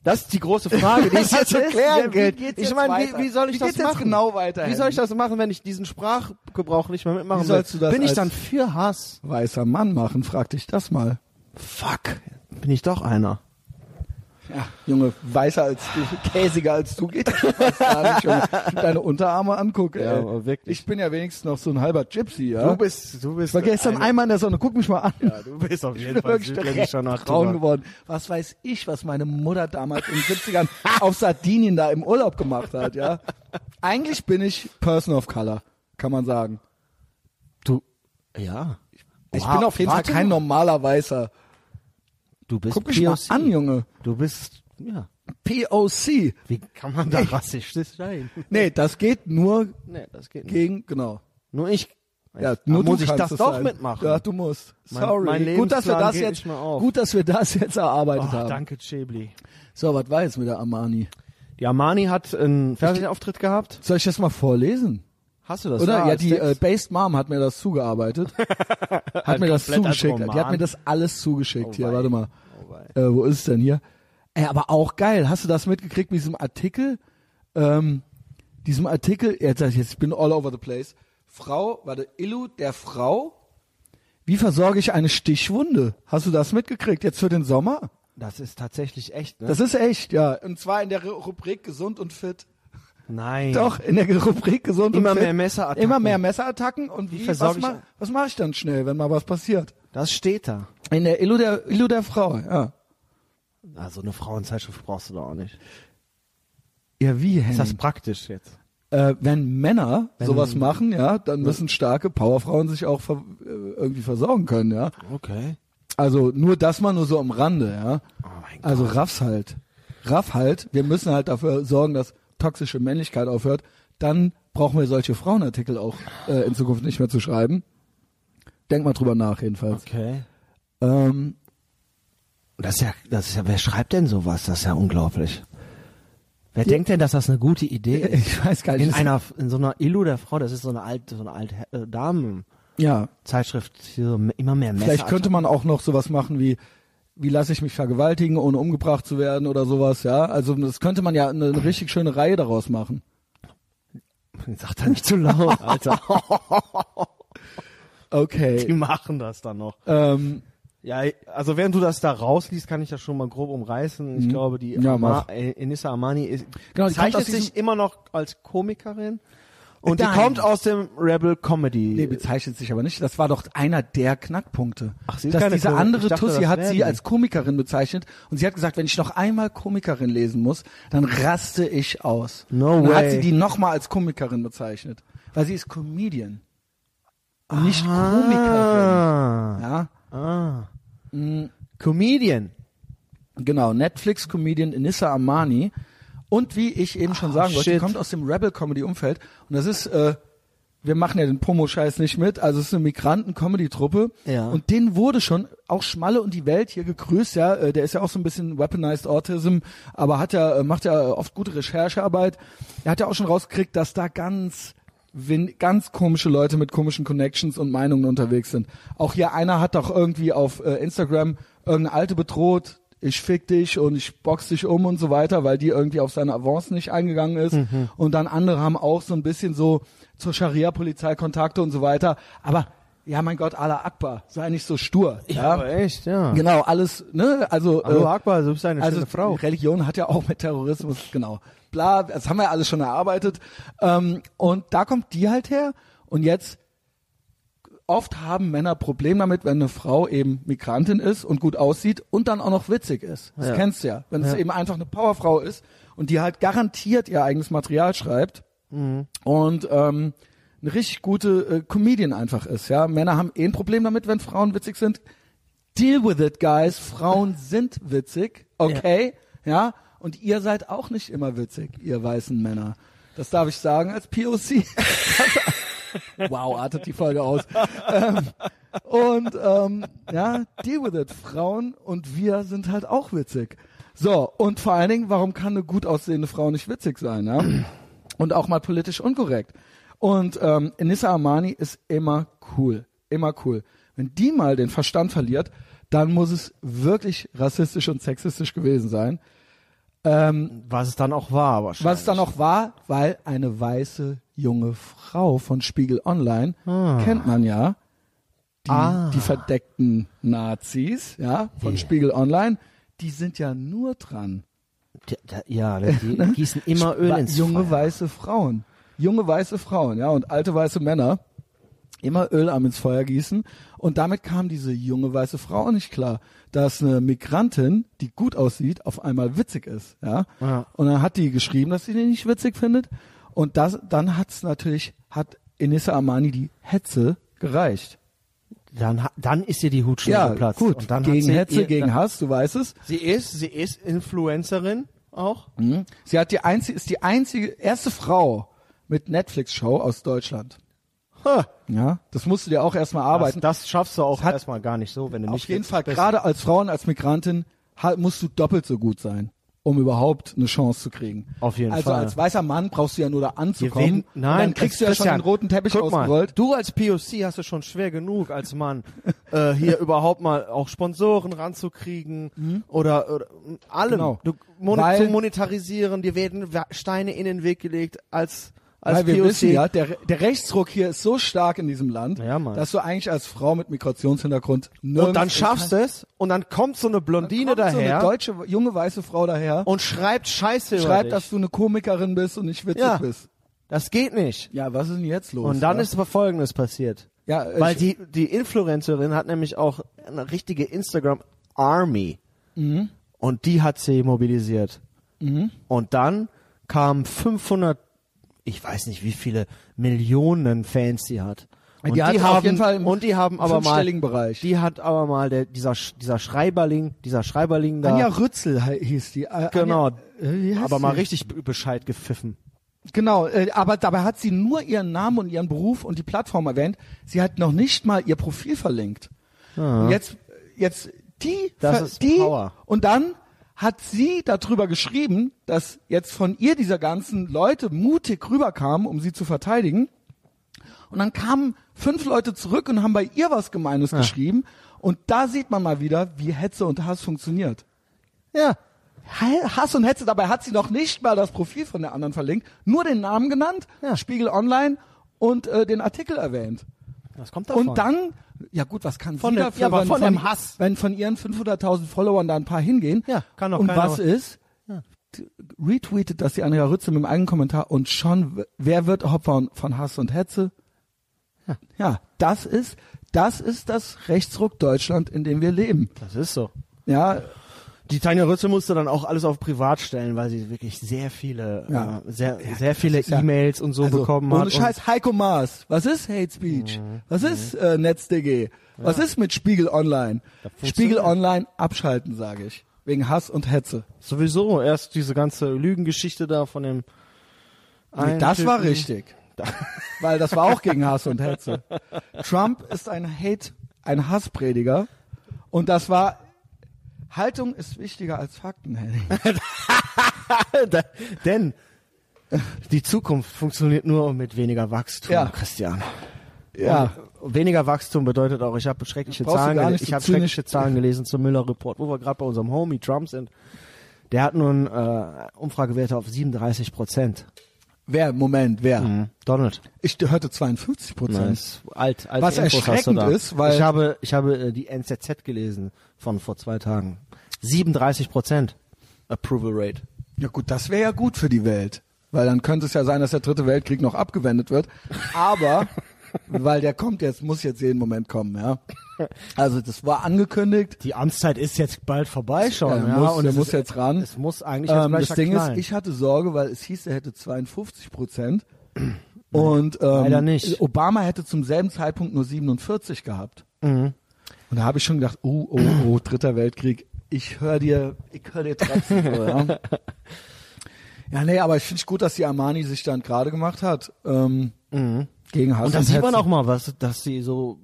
S2: Das ist die große Frage, die es
S1: Was
S2: jetzt zu
S1: ist
S2: klären
S1: denn?
S2: gilt.
S1: Also Wie geht's
S2: Ich
S1: jetzt
S2: meine, wie,
S1: weiter?
S2: wie soll ich
S1: Wie
S2: das
S1: geht's jetzt
S2: machen?
S1: genau weiter,
S2: Wie soll ich das machen, wenn ich diesen Sprachgebrauch nicht mehr mitmachen
S1: Wie sollst
S2: will?
S1: du das
S2: Bin ich
S1: als-
S2: dann für Hass?
S1: Weißer Mann machen, frag dich das mal.
S2: Fuck, bin ich doch einer.
S1: Ja, Junge, weißer als du, käsiger als du geht schon fast gar nicht, Junge. Wenn ich Deine Unterarme angucke.
S2: Ja,
S1: ey.
S2: aber wirklich.
S1: Ich bin ja wenigstens noch so ein halber Gypsy, ja.
S2: bist, du bist.
S1: ich war gestern
S2: einer.
S1: einmal in der Sonne, guck mich mal an.
S2: Ja, du bist auf
S1: Ich
S2: jeden
S1: bin
S2: Fall
S1: wirklich
S2: südländisch
S1: direkt
S2: schon nach
S1: braun geworden. Was weiß ich, was meine Mutter damals in den 70ern auf Sardinien da im Urlaub gemacht hat, ja. Eigentlich bin ich Person of Color, kann man sagen.
S2: Du, ja.
S1: Ich
S2: Wow,
S1: bin auf jeden Fall
S2: warte
S1: kein
S2: mal.
S1: normaler Weißer.
S2: Du bist
S1: Guck mich mal
S2: POC.
S1: an, Junge.
S2: Du bist, ja.
S1: POC.
S2: Wie kann man da rassistisch sein?
S1: Nee, das geht nur
S2: Nee, das geht nicht.
S1: gegen, genau.
S2: Nur ich.
S1: Ja,
S2: Ich-
S1: nur
S2: muss
S1: du
S2: ich
S1: kannst
S2: das
S1: es
S2: doch
S1: sein.
S2: mitmachen.
S1: Ja, du musst.
S2: Mein-
S1: Sorry.
S2: mein
S1: gut, dass wir
S2: Lebensplan
S1: das
S2: geht
S1: jetzt,
S2: nicht mehr auf.
S1: gut, dass wir das jetzt erarbeitet
S2: Oh,
S1: haben.
S2: danke, Chebli.
S1: So, was war jetzt mit der Armani?
S2: Die Armani hat einen Fernsehauftritt gehabt.
S1: Soll ich das mal vorlesen?
S2: Hast du das? Ah,
S1: Oder?
S2: da
S1: ja,
S2: als
S1: die äh,
S2: Text?
S1: Based Mom hat mir das zugearbeitet. hat mir das
S2: komplett als
S1: zugeschickt. Die hat
S2: Roman.
S1: mir das alles zugeschickt.
S2: Oh
S1: hier,
S2: wei.
S1: warte mal.
S2: Oh wei.
S1: Äh, wo ist es denn hier? Ey, aber auch geil. Hast du das mitgekriegt mit diesem Artikel? Ähm, diesem Artikel, jetzt, sag ich jetzt, ich bin all over the place. Frau, warte, Illu, der Frau. Wie versorge ich eine Stichwunde? Hast du das mitgekriegt? Jetzt für den Sommer?
S2: Das ist tatsächlich echt, ne?
S1: Das ist echt, ja. Und zwar in der Ru- Rubrik gesund und fit.
S2: Nein.
S1: Doch, in der Rubrik gesund
S2: Immer
S1: und fit.
S2: mehr Messerattacken.
S1: Immer mehr Messerattacken. Und wie,
S2: versorge
S1: was,
S2: ich-
S1: ma was mache ich dann schnell, wenn mal was passiert?
S2: Das steht da.
S1: In der Illu der, Illu der Frau, ja.
S2: Also eine Frauenzeitschrift brauchst du da auch nicht.
S1: Ja, wie,
S2: Ist das
S1: Henning?
S2: praktisch jetzt?
S1: Äh, wenn Männer sowas machen, ja, dann müssen starke Powerfrauen sich auch ver äh, irgendwie versorgen können, ja.
S2: Okay.
S1: Also nur das mal nur so am Rande, ja.
S2: Oh mein Gott.
S1: Also raff's halt. Raff halt. Wir müssen halt dafür sorgen, dass toxische Männlichkeit aufhört. Dann brauchen wir solche Frauenartikel auch äh, in Zukunft nicht mehr zu schreiben. Denk mal drüber nach jedenfalls.
S2: Okay.
S1: Ähm,
S2: Das ist ja, das ist ja, wer schreibt denn sowas? Das ist ja unglaublich. Wer denkt denn, dass das eine gute Idee ist?
S1: ich weiß gar nicht.
S2: In einer, in so einer Illu der Frau, das ist so eine alte, so eine alte äh, Damen.
S1: ja,
S2: Zeitschrift hier so immer mehr Messer.
S1: vielleicht könnte man auch noch sowas machen wie wie lasse ich mich vergewaltigen, ohne umgebracht zu werden oder sowas, ja? Also das könnte man ja eine, eine richtig schöne Reihe daraus machen.
S2: Sagt er nicht zu laut, Alter. Die
S1: Okay.
S2: machen das dann noch.
S1: Ähm,
S2: Ja, also während du das da rausliest, kann ich das schon mal grob umreißen. Ich glaube, die
S1: Mhm. Ja,
S2: Ama
S1: mach.
S2: äh, Enissa Amani ist,
S1: Genau, die kommt
S2: zeichnet
S1: aus diesem- Äh,
S2: sich immer noch als Komikerin. Und
S1: Nein.
S2: die kommt aus dem Rebel Comedy.
S1: nee, bezeichnet sich aber nicht. Das war doch einer der Knackpunkte.
S2: Ach, sie ist
S1: dass
S2: keine
S1: diese
S2: Kom-
S1: andere
S2: Ich dachte,
S1: Tussi
S2: das
S1: hat
S2: wär
S1: sie
S2: die.
S1: als Komikerin bezeichnet und sie hat gesagt, wenn ich noch einmal Komikerin lesen muss, dann raste ich aus.
S2: No
S1: und dann hat
S2: way.
S1: sie die nochmal als Komikerin bezeichnet, weil sie ist Comedian. Und nicht Komikerin.
S2: Ah.
S1: Ja,
S2: ah.
S1: Mhm.
S2: Comedian.
S1: genau. Netflix-Comedian Inissa Armani. Und wie ich eben schon sagen wollte, die
S2: Ah, shit.
S1: kommt aus dem Rebel-Comedy-Umfeld. Und das ist, äh, wir machen ja den Promo-Scheiß nicht mit. Also es ist eine Migranten-Comedy-Truppe.
S2: Ja.
S1: Und denen wurde schon auch Schmalle und die Welt hier gegrüßt. Ja, äh, der ist ja auch so ein bisschen weaponized Autism, aber hat ja, äh, macht ja oft gute Recherchearbeit. Er hat ja auch schon rausgekriegt, dass da ganz win- ganz komische Leute mit komischen Connections und Meinungen unterwegs sind. Auch hier einer hat doch irgendwie auf äh, Instagram irgendeine Alte bedroht, ich fick dich und ich box dich um und so weiter, weil die irgendwie auf seine Avancen nicht eingegangen ist. Und dann andere haben auch so ein bisschen so zur Scharia-Polizei Kontakte und so weiter. Aber ja, mein Gott, Allah Akbar, sei nicht so stur. Ja,
S2: echt, ja.
S1: genau, alles, ne, also,
S2: Hallo
S1: äh,
S2: Akbar, du bist eine
S1: also
S2: schöne Frau.
S1: Religion hat ja auch mit Terrorismus, genau, bla, das haben wir ja alles schon erarbeitet. Ähm, und da kommt die halt her und jetzt oft haben Männer Probleme damit, wenn eine Frau eben Migrantin ist und gut aussieht und dann auch noch witzig ist. Das
S2: Ja.
S1: kennst du ja. Wenn es
S2: Ja.
S1: eben einfach eine Powerfrau ist und die halt garantiert ihr eigenes Material schreibt
S2: Mhm.
S1: und ähm, eine richtig gute äh, Comedian einfach ist. Ja, Männer haben eh ein Problem damit, wenn Frauen witzig sind. Deal with it, guys. Frauen sind witzig, okay? Ja. Und ihr seid auch nicht immer witzig, ihr weißen Männer. Das darf ich sagen als POC. wow, artet die Folge aus. Und ähm, ja, deal with it. Frauen und wir sind halt auch witzig. So, und vor allen Dingen, warum kann eine gut aussehende Frau nicht witzig sein, ja? Und auch mal politisch unkorrekt. Und ähm, Enissa Armani ist immer cool. Immer cool. Wenn die mal den Verstand verliert, dann muss es wirklich rassistisch und sexistisch gewesen sein.
S2: Was es dann auch war, wahrscheinlich.
S1: Was es dann auch war, weil eine weiße junge Frau von Spiegel Online kennt man ja. Die, die verdeckten Nazis, ja, von Spiegel Online, die sind ja nur dran.
S2: D- d- Ja, ne, die die gießen immer Öl
S1: Wa-
S2: ins
S1: junge
S2: Feuer.
S1: weiße Frauen. Junge weiße Frauen, ja, und alte weiße Männer immer Öl am ins Feuer gießen. Und damit kam diese junge weiße Frau auch nicht klar, dass eine Migrantin, die gut aussieht, auf einmal witzig ist. Ja?
S2: Ja.
S1: Und dann hat die geschrieben, dass sie die nicht witzig findet. Und das, dann hat's natürlich, hat Enissa Armani die Hetze gereicht.
S2: Dann, ha- dann ist ihr die Hutschnur geplatzt.
S1: gut.
S2: Und dann hat
S1: gegen
S2: sie
S1: Hetze,
S2: ihr,
S1: gegen Hass, du weißt es.
S2: Sie ist, sie ist Influencerin auch.
S1: Mhm. Sie hat die einzige, ist die einzige, erste Frau mit Netflix-Show aus Deutschland.
S2: Ha,
S1: Ja, das musst du dir auch erstmal
S2: das,
S1: arbeiten.
S2: das schaffst du auch
S1: Hat-
S2: erstmal gar nicht so, wenn du
S1: Auf
S2: nicht
S1: jeden
S2: witzig
S1: Fall,
S2: bist.
S1: gerade als Frau und als Migrantin ha- musst du doppelt so gut sein, um überhaupt eine Chance zu kriegen.
S2: Auf jeden
S1: also
S2: Fall.
S1: Also als weißer Mann brauchst du ja nur da
S2: Wir
S1: anzukommen.
S2: reden-
S1: und
S2: nein,
S1: dann kriegst
S2: es-
S1: du ja schon
S2: Christian,
S1: den roten Teppich
S2: guck
S1: ausgerollt.
S2: Mal, du als POC hast es schon schwer genug als Mann, äh, hier überhaupt mal auch Sponsoren ranzukriegen oder, oder mh, allem
S1: Mhm. Genau.
S2: du, mon
S1: Weil-
S2: zu monetarisieren. Dir werden Wa- Steine in den Weg gelegt als als
S1: Weil wir
S2: POC.
S1: wissen ja, der, der Rechtsdruck hier ist so stark in diesem Land,
S2: Ja, Mann.
S1: dass du eigentlich als Frau mit Migrationshintergrund nirgends
S2: und dann schaffst du es und dann kommt so eine Blondine
S1: kommt so eine
S2: daher
S1: deutsche junge weiße Frau daher
S2: und schreibt Scheiße über
S1: schreibt,
S2: dich.
S1: dass du eine Komikerin bist und nicht witzig
S2: Ja.
S1: bist.
S2: Das geht nicht.
S1: Ja, was ist denn jetzt los?
S2: Und dann
S1: ja?
S2: ist aber Folgendes passiert.
S1: Ja,
S2: Weil
S1: ich-
S2: die, die Influencerin hat nämlich auch eine richtige Instagram-Army.
S1: Mhm.
S2: Und die hat sie mobilisiert. Und dann kamen 500, ich weiß nicht wie viele Millionen Fans die hat. Und
S1: Die hat auf
S2: haben,
S1: jeden Fall im
S2: und die haben aber mal,
S1: fünfstelligen Bereich.
S2: die hat aber mal, der, dieser, Sch- dieser Schreiberling, dieser Schreiberling da,
S1: Anja Rützel hei- hieß die. Äh,
S2: genau,
S1: Anja, äh, wie heißt
S2: aber mal
S1: die?
S2: richtig b- Bescheid gepfiffen.
S1: Genau, äh, aber dabei hat sie nur ihren Namen und ihren Beruf und die Plattform erwähnt. Sie hat noch nicht mal ihr Profil verlinkt. Und Jetzt, jetzt die,
S2: Ah. Das
S1: ver-
S2: ist
S1: die
S2: Power.
S1: und dann hat sie darüber geschrieben, dass jetzt von ihr dieser ganzen Leute mutig rüberkamen, um sie zu verteidigen. Und dann kamen fünf Leute zurück und haben bei ihr was Gemeines
S2: Ah.
S1: geschrieben. Und da sieht man mal wieder, wie Hetze und Hass funktioniert.
S2: Ja.
S1: He- Hass und Hetze, dabei hat sie noch nicht mal das Profil von der anderen verlinkt, nur den Namen genannt,
S2: Ja.
S1: Spiegel Online und äh, den Artikel erwähnt.
S2: Was kommt davon?
S1: Und dann, ja gut, was kann
S2: Von
S1: sie
S2: dem-
S1: dafür,
S2: ja, aber
S1: wenn,
S2: von dem
S1: i-
S2: Hass.
S1: wenn von ihren 500.000 Followern da ein paar hingehen.
S2: Ja, kann doch
S1: Und
S2: keiner-
S1: was ist? T- Retweetet das die Anja Rütze mit dem eigenen Kommentar und schon, w- wer wird Opfer von Hass und Hetze? Ja, das ist, das ist das Rechtsruck Deutschland, in dem wir leben.
S2: Das ist so.
S1: Ja,
S2: Die Tanja Rützel musste dann auch alles auf privat stellen, weil sie wirklich sehr viele,
S1: Ja.
S2: äh, sehr, sehr viele
S1: ist ja-
S2: E-Mails und Mhm. so
S1: also,
S2: bekommen
S1: ohne
S2: hat.
S1: Scheiß, Heiko Maas. Was ist Hate Speech? Was ist äh, NetzDG? Was ist mit Spiegel Online? Spiegel
S2: funktioniert.
S1: Online abschalten, sage ich. Wegen Hass und Hetze.
S2: Und sowieso erst diese ganze Lügengeschichte da von dem.
S1: Nee,
S2: einen
S1: das war
S2: Typen.
S1: richtig. Weil das war auch gegen Hass und Hetze. Trump ist ein Hate, ein Hassprediger. Und das war, Haltung ist wichtiger als Fakten, Henning.
S2: Da- Denn die Zukunft funktioniert nur mit weniger Wachstum,
S1: Ja.
S2: Christian.
S1: Ja.
S2: Und weniger Wachstum bedeutet auch, ich habe schreckliche
S1: Brauchst du
S2: Zahlen,
S1: gar
S2: gele-
S1: nicht
S2: ich
S1: so
S2: habe schreckliche
S1: zynisch-
S2: Zahlen gelesen zum Müller Report, wo wir gerade bei unserem Homie Trump sind. Der hat nun äh, Umfragewerte auf 37 Prozent.
S1: Wer, Moment, wer?
S2: Donald.
S1: Ich hörte 52 Prozent.
S2: Hm. Nice. Alt, alt
S1: Was erschreckend ist, weil-
S2: ich habe ich habe äh, die NZZ gelesen von vor zwei Tagen. 37 Prozent Approval Rate.
S1: Ja gut, das wäre ja gut für die Welt, weil dann könnte es ja sein, dass der dritte Weltkrieg noch abgewendet wird. Aber weil der kommt jetzt, muss jetzt jeden Moment kommen, ja. Also das war angekündigt.
S2: Die Amtszeit ist jetzt bald vorbei schon.
S1: Er
S2: ja,
S1: muss,
S2: und
S1: der
S2: es
S1: muss
S2: ist,
S1: jetzt ran.
S2: Es muss eigentlich jetzt
S1: Ähm,
S2: gleich
S1: das Ding ist,
S2: knallen.
S1: ich hatte Sorge, weil es hieß, er hätte 52 Prozent und ähm,
S2: Leider nicht.
S1: Obama hätte zum selben Zeitpunkt nur 47 gehabt.
S2: Mhm.
S1: Und da habe ich schon gedacht, oh, oh, oh, dritter Weltkrieg. Ich höre dir, ich höre dir trotzdem, so, ja. ja, nee, aber ich finde es gut, dass die Armani sich dann gerade gemacht hat. Ähm, Gegen Hass
S2: Mhm. Und da sieht man
S1: Hetze.
S2: auch mal was, dass sie so,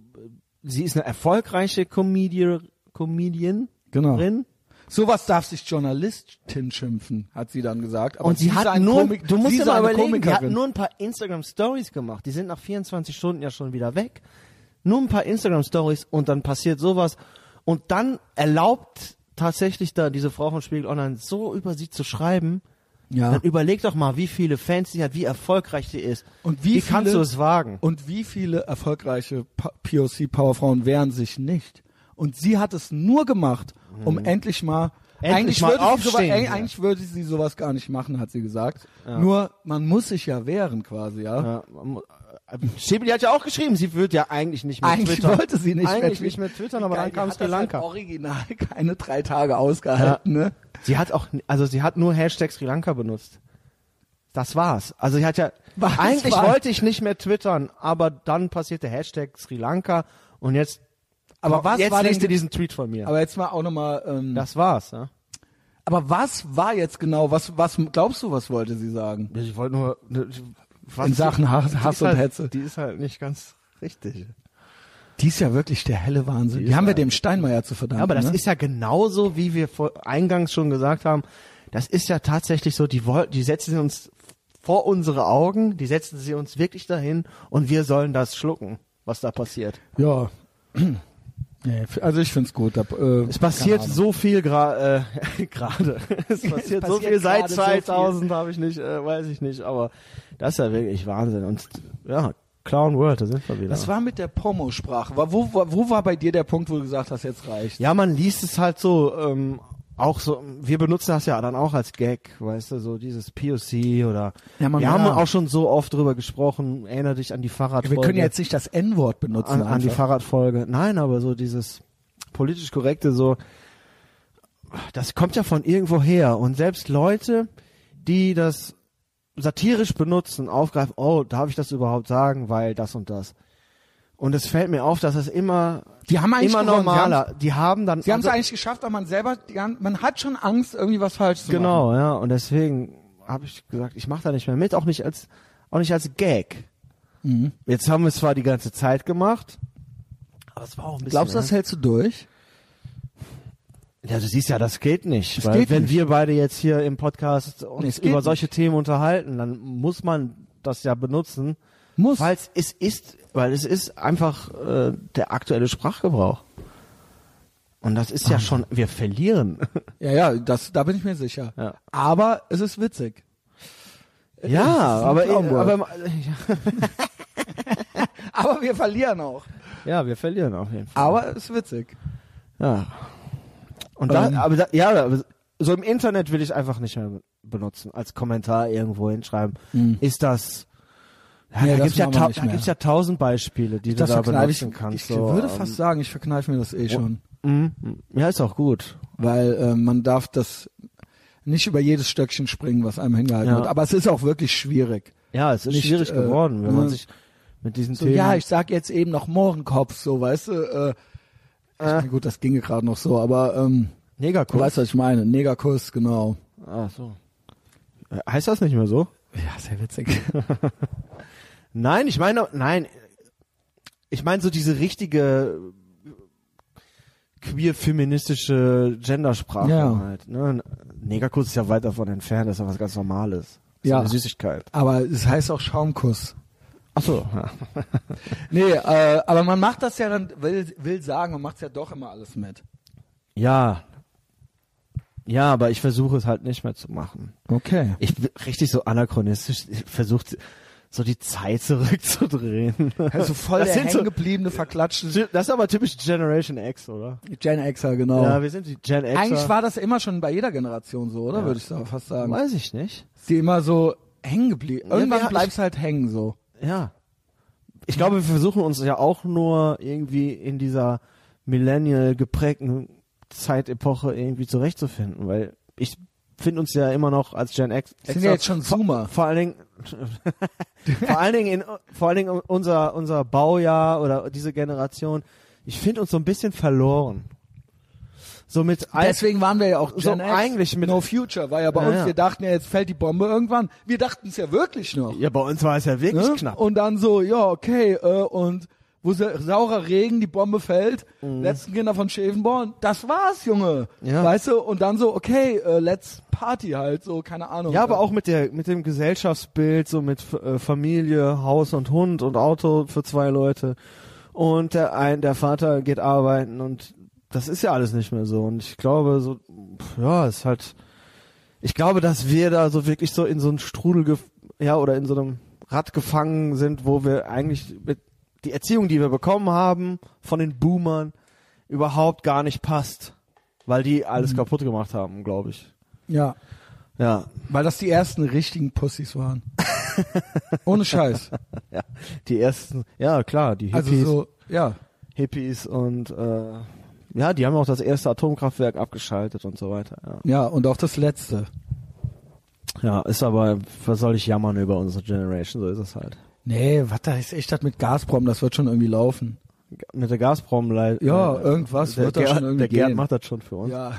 S2: sie ist eine erfolgreiche Comedian, Comedian
S1: Genau.
S2: drin.
S1: Sowas darf sich Journalistin schimpfen, hat sie dann gesagt. Aber
S2: Und sie
S1: ist
S2: hat
S1: ein
S2: nur,
S1: Komik-
S2: du musst
S1: sie
S2: dir
S1: ist
S2: mal
S1: eine
S2: überlegen, die hat
S1: Komikerin.
S2: nur ein paar Instagram Stories gemacht. Die sind nach 24 Stunden ja schon wieder weg. Nur ein paar Instagram Stories und dann passiert sowas. Und dann erlaubt tatsächlich da diese Frau von Spiegel Online so über sie zu schreiben.
S1: ja.
S2: Dann überleg doch mal, wie viele Fans sie hat, wie erfolgreich sie ist.
S1: Und wie
S2: wie kannst
S1: viele-
S2: du es wagen?
S1: Und wie viele erfolgreiche Pa- POC-Powerfrauen wehren sich nicht? Und sie hat es nur gemacht, um endlich mal
S2: Mhm. Endlich
S1: eigentlich,
S2: mal
S1: würde sie sowas,
S2: aufstehen
S1: eig-
S2: hier.
S1: eigentlich würde sie sowas gar nicht machen, hat sie gesagt. Nur man muss sich ja wehren quasi, ja.
S2: Ja, man mu- äh, Schäbeli hat ja auch geschrieben, sie wird ja eigentlich nicht mehr
S1: Eigentlich
S2: twittern.
S1: wollte sie nicht
S2: eigentlich
S1: mehr
S2: nicht mehr twittern, aber
S1: Geil,
S2: dann
S1: die
S2: kam
S1: hat
S2: Sri
S1: das
S2: Lanka.
S1: Halt original keine drei Tage ausgehalten, ne?
S2: sie hat auch, n- also sie hat nur Hashtag Sri Lanka benutzt. Das war's. Also sie hat ja,
S1: Was
S2: eigentlich
S1: war's?
S2: wollte ich nicht mehr twittern, aber dann passierte Hashtag Sri Lanka und jetzt,
S1: Aber was
S2: jetzt
S1: war denn,
S2: liest ihr diesen Tweet von mir.
S1: aber jetzt mal auch nochmal, ähm,
S2: das war's, ja.
S1: aber was war jetzt genau, was, was glaubst du, was wollte sie sagen?
S2: Ich wollte nur, ne, was
S1: In Sachen Hass,
S2: die
S1: Hass
S2: ist
S1: und
S2: halt,
S1: Hetze.
S2: Die ist halt nicht ganz richtig.
S1: Die ist ja wirklich der helle Wahnsinn. Die,
S2: ist
S1: haben wir
S2: ja-
S1: dem Steinmeier zu verdanken.
S2: Ja, aber das
S1: ne?
S2: ist ja genauso, wie wir vor, eingangs schon gesagt haben. Das ist ja tatsächlich so, die, woll- die setzen sie uns vor unsere Augen, die setzen sie uns wirklich dahin und wir sollen das schlucken, was da passiert.
S1: Ja. Nee, f- also ich find's gut. Ab, äh,
S2: Es passiert
S1: keine Ahnung.
S2: so viel gra- äh, gerade. es passiert so
S1: passiert
S2: viel seit
S1: gerade so viel.
S2: 2000, habe ich nicht, äh, weiß ich nicht, aber das ist ja wirklich Wahnsinn. Und ja, Clown World, da sind wir wieder.
S1: Was war mit der Pornosprache? War- Wo, wo, wo war bei dir der Punkt, wo du gesagt hast, jetzt reicht?
S2: Ja, man liest es halt so, ähm, auch so, wir benutzen das ja dann auch als Gag, weißt du, so dieses POC oder
S1: Ja, man-
S2: wir haben
S1: ja.
S2: auch schon so oft drüber gesprochen, erinnere dich an die Fahrradfolge.
S1: Wir können ja jetzt nicht das N-Wort benutzen.
S2: an, an die
S1: einfach.
S2: Fahrradfolge. Nein, aber so dieses politisch korrekte, so das kommt ja von irgendwo her. Und selbst Leute, die das satirisch benutzen, aufgreifen, oh, darf ich das überhaupt sagen, weil das und das. Und es fällt mir auf, dass es immer
S1: Die haben eigentlich
S2: immer
S1: gewonnen. Sie
S2: normaler. die haben dann
S1: Sie haben es
S2: also-
S1: eigentlich geschafft, aber man selber, die, gan- man hat schon Angst, irgendwie was falsch zu machen.
S2: genau, ja. Und Genau, deswegen habe ich gesagt, ich mache da nicht mehr mit, auch nicht als auch nicht als Gag.
S1: Mhm.
S2: Jetzt haben wir es zwar die ganze Zeit gemacht, aber es war auch ein bisschen. ne?
S1: Glaubst du, das hältst du durch?
S2: Ja, du siehst ja, das geht nicht.
S1: Das
S2: weil
S1: geht
S2: wenn
S1: nicht.
S2: wir beide jetzt hier im Podcast uns
S1: es geht
S2: über solche Themen unterhalten, dann muss man das ja benutzen.
S1: Muss.
S2: Falls es ist, weil es ist einfach äh, der aktuelle Sprachgebrauch. Und das
S1: Ah.
S2: ist ja schon, wir verlieren.
S1: Ja, ja, das, da bin ich mir sicher.
S2: Ja.
S1: Aber es ist witzig.
S2: ja,
S1: ist ein
S2: aber,
S1: Clown-World.
S2: aber
S1: Aber wir verlieren auch.
S2: ja, wir verlieren auf jeden Fall.
S1: Aber es ist witzig.
S2: Ja. Und da,
S1: Ähm.
S2: aber da, ja, aber so im Internet will ich einfach nicht mehr benutzen. Als Kommentar irgendwo hinschreiben. Ist das. Ja,
S1: Hm. Nee,
S2: da
S1: das
S2: gibt's ja,
S1: machen wir
S2: tau-
S1: nicht
S2: da
S1: mehr.
S2: gibt's ja tausend Beispiele, die du da
S1: verkneife
S2: benutzen
S1: ich,
S2: kannst.
S1: ich
S2: so,
S1: würde fast sagen, ich verkneife mir das eh schon.
S2: ähm, mm, mm. ja, ist auch gut.
S1: Weil äh, man darf das nicht über jedes Stöckchen springen, was einem hingehalten
S2: Ja.
S1: wird. Aber es ist auch wirklich schwierig.
S2: Ja, es ist
S1: Nicht,
S2: schwierig
S1: äh,
S2: geworden, wenn man
S1: ne.
S2: sich mit diesen
S1: So,
S2: Themen.
S1: ja, ich sag jetzt eben noch Mohrenkopf, so, weißt du. Äh, ich
S2: Äh,
S1: meine, gut, das ginge gerade noch so, aber ähm,
S2: mega
S1: du
S2: cool.
S1: weißt, was ich meine. Negerkuss, genau.
S2: Ach so. Äh, Heißt das nicht mehr so?
S1: Ja, sehr witzig.
S2: Nein, ich meine, nein, ich meine so diese richtige queer-feministische Gendersprache
S1: Ja.
S2: halt. Ne? Negerkuss ist ja weit davon entfernt, das ist ja was ganz Normales. Das ist
S1: Ja.
S2: eine Süßigkeit.
S1: aber es heißt auch Schaumkuss.
S2: Ach so. Ja.
S1: Nee, äh, aber man macht das ja dann, will, will sagen, man macht's ja doch immer alles mit.
S2: ja. Ja, aber ich versuche es halt nicht mehr zu machen.
S1: Okay.
S2: Ich bin richtig so anachronistisch versucht so die Zeit zurückzudrehen.
S1: Also voll
S2: Das
S1: das der
S2: sind so-
S1: hängengebliebene, verklatschte
S2: Das ist aber typisch Generation X, oder?
S1: Gen Xer, genau.
S2: Ja, wir sind die Gen X.
S1: Eigentlich war das immer schon bei jeder Generation so, oder?
S2: Ja.
S1: Würde ich so fast sagen.
S2: weiß ich nicht.
S1: Ist die immer so hängen geblieben.
S2: Ja,
S1: Irgendwann
S2: wir-
S1: bleibst halt hängen so.
S2: Ja. Ich glaube, wir versuchen uns ja auch nur irgendwie in dieser millennial geprägten Zeitepoche irgendwie zurechtzufinden, weil ich finde uns ja immer noch als Gen X.
S1: Sind ja jetzt schon Zoomer.
S2: vor allen Dingen, vor allen Dingen, in, vor allen Dingen unser, unser Baujahr oder diese Generation. Ich finde uns so ein bisschen verloren. So mit all-
S1: Deswegen waren wir ja auch
S2: so
S1: Gen X.
S2: eigentlich mit-
S1: No Future war ja bei
S2: Ja,
S1: uns.
S2: ja.
S1: Wir dachten ja, jetzt fällt die Bombe irgendwann. Wir dachten es ja wirklich noch.
S2: Ja, bei uns war es ja wirklich
S1: ne?
S2: knapp.
S1: Und dann so, ja, okay, äh, und wo sa- saurer Regen, die Bombe fällt, letzten Kinder von Schävenborn, das war's, Junge.
S2: Mhm. Ja.
S1: Weißt du, und dann so, okay, äh, let's party halt, so, keine Ahnung.
S2: Ja, aber auch mit der mit dem Gesellschaftsbild so mit äh, Familie, Haus und Hund und Auto für zwei Leute und der ein der Vater geht arbeiten und das ist ja alles nicht mehr so und ich glaube so pf, ja, ist halt ich glaube, dass wir da so wirklich so in so einem Strudel gef ja oder in so einem Rad gefangen sind, wo wir eigentlich mit die Erziehung, die wir bekommen haben von den Boomern überhaupt gar nicht passt, weil die alles kaputt gemacht haben, glaube ich.
S1: Ja,
S2: Ja,
S1: weil das die ersten richtigen Pussys waren. Ohne Scheiß.
S2: Ja, die ersten, ja klar, die Hippies,
S1: Also so, ja.
S2: Hippies und äh, ja, die haben auch das erste Atomkraftwerk abgeschaltet und so weiter. Ja,
S1: Ja, und auch das letzte.
S2: ja ist aber, was soll ich jammern über unsere Generation, so ist es halt.
S1: Nee, was da ist echt das mit Gazprom, das wird schon irgendwie laufen.
S2: G- Mit der Gazprom leider.
S1: Ja, irgendwas
S2: der
S1: wird da
S2: Gerd-
S1: schon irgendwie
S2: Der Gerd
S1: gehen.
S2: macht das schon für uns. Ja,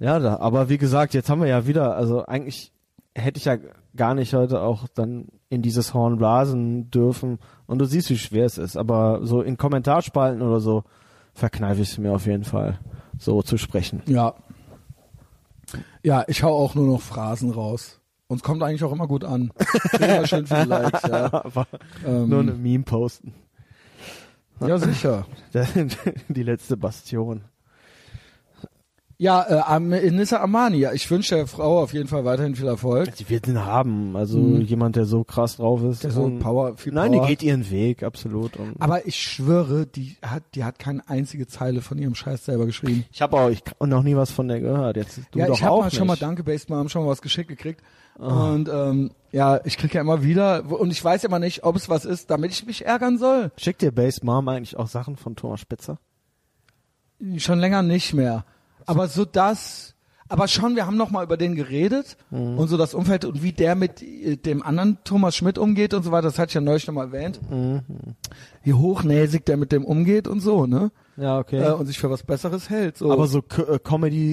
S1: Ja.
S2: da, aber wie gesagt, jetzt haben wir ja wieder, also eigentlich hätte ich ja gar nicht heute auch dann in dieses Horn blasen dürfen und du siehst, wie schwer es ist, aber so in Kommentarspalten oder so verkneife ich es mir auf jeden Fall, so zu sprechen.
S1: Ja. Ja, ich hau auch nur noch Phrasen raus. Uns kommt eigentlich auch immer gut an. Immer schön viele Likes, ja.
S2: Aber
S1: Ähm,
S2: Nur eine Meme posten.
S1: Ja, sicher.
S2: Die letzte Bastion.
S1: Ja, äh, Am- Nissa Amani, ja, ich wünsche der Frau auf jeden Fall weiterhin viel Erfolg.
S2: Die wird ihn haben. Also jemand, der so krass drauf ist.
S1: Der so
S2: und-
S1: Also Power, viel
S2: Nein,
S1: Power
S2: die geht ihren Weg, absolut. Und
S1: Aber ich schwöre, die hat, die hat keine einzige Zeile von ihrem Scheiß selber geschrieben.
S2: ich habe auch ich, und noch nie was von der gehört. Jetzt du
S1: ja,
S2: doch
S1: ich habe
S2: auch
S1: mal
S2: nicht. Ah.
S1: schon mal Danke Based Mom schon mal was geschickt gekriegt. Und ähm, ja, ich krieg ja immer wieder und ich weiß ja immer nicht, ob es was ist, damit ich mich ärgern soll.
S2: Schickt dir Base Mom eigentlich auch Sachen von Thomas Spitzer?
S1: Schon länger nicht mehr. Aber so das, Aber schon, wir haben noch mal über den geredet
S2: Mhm.
S1: und so das Umfeld und wie der mit äh, dem anderen Thomas Schmidt umgeht und so weiter. Das hatte ich ja neulich noch mal erwähnt.
S2: Mhm.
S1: Wie hochnäsig der mit dem umgeht und so, ne?
S2: Ja, okay.
S1: Äh, und sich für was Besseres hält. So.
S2: Aber so äh, K- äh,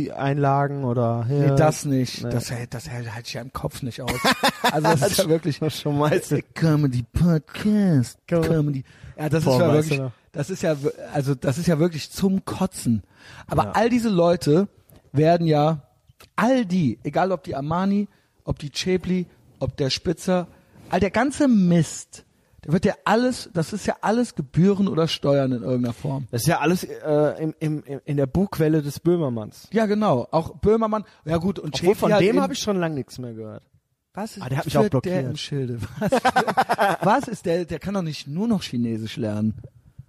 S2: Comedy-Einlagen oder
S1: nee,
S2: ja,
S1: das nicht. Das hält, das hält halt ja im Kopf nicht aus. Also das ist ja wirklich
S2: Das schon meiste.
S1: Comedy Podcast.
S2: Com-
S1: Comedy. Ja, das
S2: Boah,
S1: ist ja
S2: weißt
S1: wirklich,
S2: du noch?
S1: das ist ja, w- also das ist ja wirklich zum Kotzen. Aber all diese Leute werden ja, all die, egal ob die Armani, ob die Chapli, ob der Spitzer, all der ganze Mist, der wird ja alles, das ist ja alles Gebühren oder Steuern in irgendeiner Form.
S2: Das ist ja alles äh, im, im, im, in der Buchquelle des Böhmermanns.
S1: Ja, genau. Auch Böhmermann, ja gut, und
S2: Obwohl
S1: Chapli
S2: von
S1: hat
S2: dem
S1: eben-
S2: habe ich schon lange nichts mehr gehört.
S1: Was ist
S2: Ah, der hat mich
S1: für
S2: auch blockiert.
S1: der im Schilde? Was, was ist der? Der kann doch nicht nur noch Chinesisch lernen.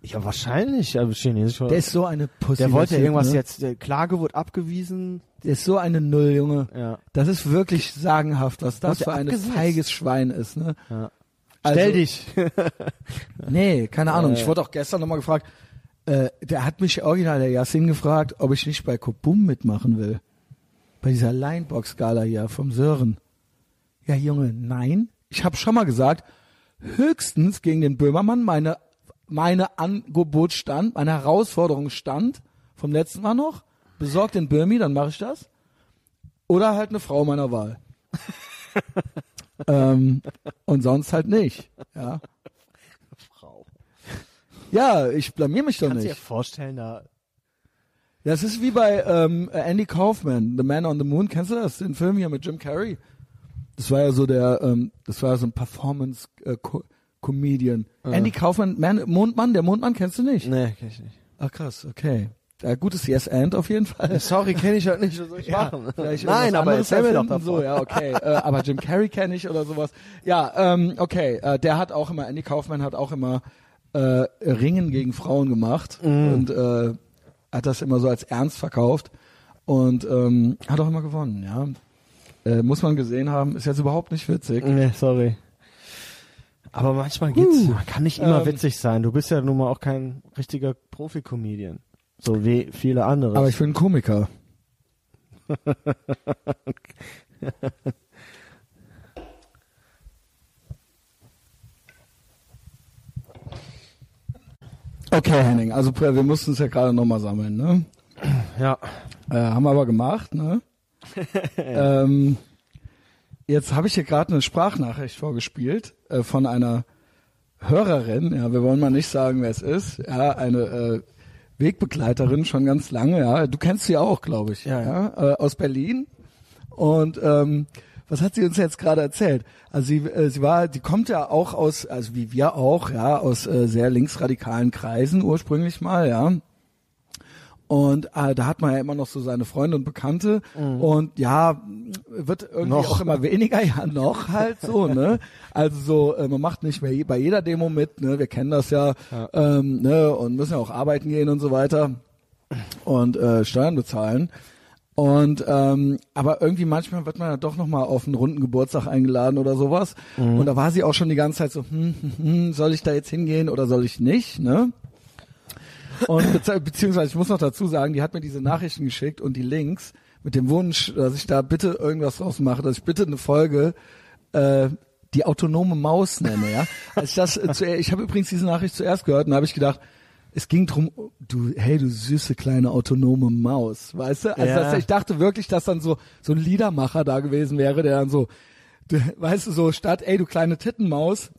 S2: Ja, wahrscheinlich. Aber Chinesisch war,
S1: Der ist so eine Pussy.
S2: der wollte ja
S1: Typ,
S2: irgendwas
S1: ne?
S2: jetzt. Der Klage wurde abgewiesen.
S1: Der ist so eine Null, Junge.
S2: Ja.
S1: Das ist wirklich sagenhaft, was das
S2: Wurde
S1: für ein
S2: abgesetzt.
S1: feiges Schwein ist. Ne?
S2: Ja.
S1: Also-
S2: Stell dich.
S1: Nee, keine Ahnung.
S2: Äh.
S1: Ich wurde auch gestern nochmal gefragt, äh, der hat mich original, der Yassin, gefragt, ob ich nicht bei Kobum mitmachen will. Bei dieser Linebox-Gala hier vom Sören. Ja, Junge, nein. Ich habe schon mal gesagt, höchstens gegen den Böhmermann meine, meine Angebot stand, meine Herausforderung stand, vom letzten Mal noch, besorgt den Böhmi, dann mache ich das. Oder halt eine Frau meiner Wahl. ähm, und sonst halt nicht. Ja.
S2: Frau.
S1: Ja, ich blamier mich doch
S2: Kannst du dir
S1: nicht.
S2: vorstellen, da.
S1: Das ist wie bei ähm, Andy Kaufman, The Man on the Moon. Kennst du das? Den Film hier mit Jim Carrey. Das war ja so der, ähm, das war ja so ein Performance-Comedian. Andy Kaufman, Man, Mondmann, der Mondmann kennst du nicht?
S2: Ah. Nee, kenn ich nicht.
S1: Ach krass, okay. Ja, gutes Yes and auf jeden Fall.
S2: Sorry, kenne ich halt nicht. Was soll ich machen?
S1: vielleicht
S2: Nein,
S1: irgendwas
S2: aber
S1: anderes
S2: erzähl mir doch
S1: erfinden,
S2: davon.
S1: So, ja, okay. äh, aber Jim Carrey kenne ich oder sowas. Ja, ähm, okay. Äh, der hat auch immer, Andy Kaufman hat auch immer äh, Ringen gegen Frauen gemacht
S2: Mhm.
S1: und äh, hat das immer so als ernst verkauft und ähm, hat auch immer gewonnen, ja. Äh, muss man gesehen haben, ist jetzt überhaupt nicht witzig.
S2: Nee, sorry. Aber manchmal geht's. Man kann nicht immer
S1: Ähm.
S2: witzig sein. Du bist ja nun mal auch kein richtiger Profi-Comedian. So wie viele andere.
S1: Aber ich bin Komiker. Okay, Henning, also Pre- wir mussten es ja gerade nochmal sammeln, ne?
S2: ja.
S1: Äh, haben wir aber gemacht, ne? ähm, jetzt habe ich hier gerade eine Sprachnachricht vorgespielt äh, von einer Hörerin, ja, wir wollen mal nicht sagen, wer es ist, ja, eine äh, Wegbegleiterin schon ganz lange, ja, du kennst sie auch, glaube ich,
S2: Ja, ja.
S1: Äh, aus Berlin. Und ähm, was hat sie uns jetzt gerade erzählt? Also sie, äh, sie war, die kommt ja auch aus, also wie wir auch, ja, aus äh, sehr linksradikalen Kreisen ursprünglich mal, ja. Und äh, da hat man ja immer noch so seine Freunde und Bekannte und ja, wird irgendwie
S2: Noch.
S1: auch immer weniger, ja noch halt so, ne? Also so, äh, man macht nicht mehr je, bei jeder Demo mit, ne? Wir kennen das ja, Ähm, ne? Und müssen ja auch arbeiten gehen und so weiter und äh, Steuern bezahlen. Und ähm, aber irgendwie manchmal wird man ja doch nochmal auf einen runden Geburtstag eingeladen oder sowas. Und da war sie auch schon die ganze Zeit so, hm, hm, hm, soll ich da jetzt hingehen oder soll ich nicht, ne? Und beze- beziehungsweise ich muss noch dazu sagen, die hat mir diese Nachrichten geschickt und die Links mit dem Wunsch, dass ich da bitte irgendwas draus mache, dass ich bitte eine Folge äh, die autonome Maus nenne, ja. Als ich das äh, zu, ich habe übrigens diese Nachricht zuerst gehört und da habe ich gedacht, es ging drum, du, hey, du süße kleine autonome Maus, weißt du? Also
S2: Ja.
S1: dass, ich dachte wirklich, dass dann so so ein Liedermacher da gewesen wäre, der dann so, du, weißt du, so statt, ey, du kleine Tittenmaus,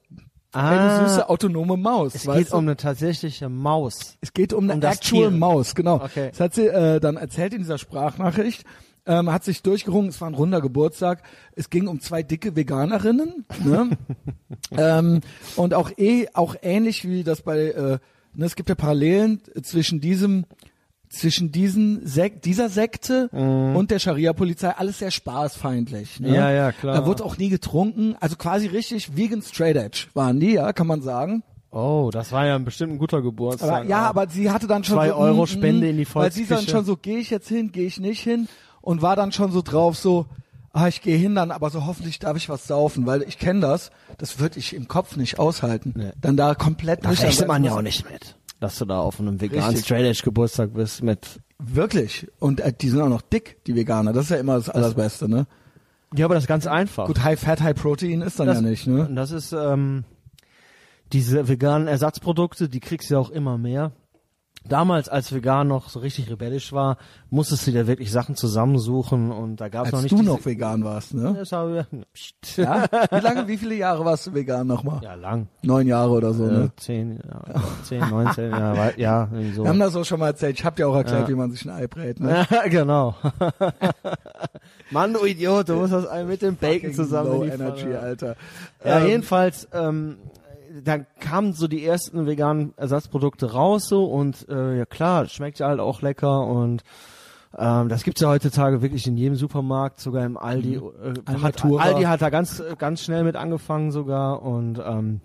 S1: hey, du süße autonome Maus,
S2: Ah. es
S1: weißt
S2: geht
S1: du?
S2: um eine tatsächliche Maus.
S1: Es geht um eine
S2: Um das
S1: actual
S2: Tier.
S1: Maus, genau.
S2: Okay.
S1: Das hat sie äh, dann erzählt in dieser Sprachnachricht. Ähm, hat sich durchgerungen, es war ein runder Geburtstag. Es ging um zwei dicke Veganerinnen. Ne? ähm, und auch eh, auch ähnlich wie das bei, äh, ne, es gibt ja Parallelen zwischen diesem, zwischen diesen Sek dieser Sekte und der Scharia-Polizei. Alles sehr spaßfeindlich. Ne?
S2: Mhm. Ja, ja, klar.
S1: Da wurde auch nie getrunken. Also quasi richtig vegan straight edge waren die, ja, kann man sagen.
S2: Oh, das war ja bestimmt ein guter Geburtstag.
S1: Aber, ja, aber sie hatte dann schon
S2: Zwei
S1: so,
S2: Euro
S1: mm, mm,
S2: Spende in die
S1: Weil sie dann
S2: Volksküche.
S1: schon so, gehe ich jetzt hin, gehe ich nicht hin und war dann schon so drauf, so, ah, ich gehe hin dann, aber so hoffentlich darf ich was saufen, weil ich kenne das, das würde ich im Kopf nicht aushalten.
S2: Nee.
S1: Dann da komplett
S2: Da
S1: nüchtern
S2: rechnet
S1: sein
S2: man
S1: zu
S2: ja auch
S1: müssen.
S2: nicht mit, dass du da auf einem veganen
S1: Richtig.
S2: Straight Edge Geburtstag bist mit
S1: Wirklich. Und äh, die sind auch noch dick, die Veganer. Das ist ja immer das Allerbeste, ne?
S2: Ja, aber das ist ganz einfach.
S1: Gut, High Fat, High Protein ist dann
S2: das,
S1: ja nicht, ne?
S2: Das ist ähm, diese veganen Ersatzprodukte, die kriegst du ja auch immer mehr. Damals, als vegan noch so richtig rebellisch war, musstest du dir wirklich Sachen zusammensuchen und da gab
S1: Als
S2: es noch nicht.
S1: du
S2: diese-
S1: noch vegan warst, ne?
S2: Das habe ich-
S1: Ja? Wie lange, wie viele Jahre warst du vegan nochmal?
S2: ja, lang.
S1: Neun Jahre oder so,
S2: Äh,
S1: ne?
S2: 10, ja, 10, 19, ja, wei- ja irgendwie so.
S1: Wir haben das auch schon mal erzählt. Ich hab dir auch erklärt,
S2: Ja.
S1: wie man sich ein Ei brät, ne?
S2: Ja, genau. Mann, du Idiot, du musst das Ei mit dem Bacon
S1: Fucking
S2: zusammen
S1: Low
S2: in die Pfanne.
S1: Energy, Alter.
S2: Ja,
S1: Ähm,
S2: jedenfalls, ähm, dann kamen so die ersten veganen Ersatzprodukte raus so und äh, ja klar, schmeckt ja halt auch lecker und ähm, das gibt's ja heutzutage wirklich in jedem Supermarkt, sogar im Aldi. Äh, hat,
S1: Alnatura.
S2: Aldi hat da ganz, äh, ganz schnell mit angefangen sogar und ähm,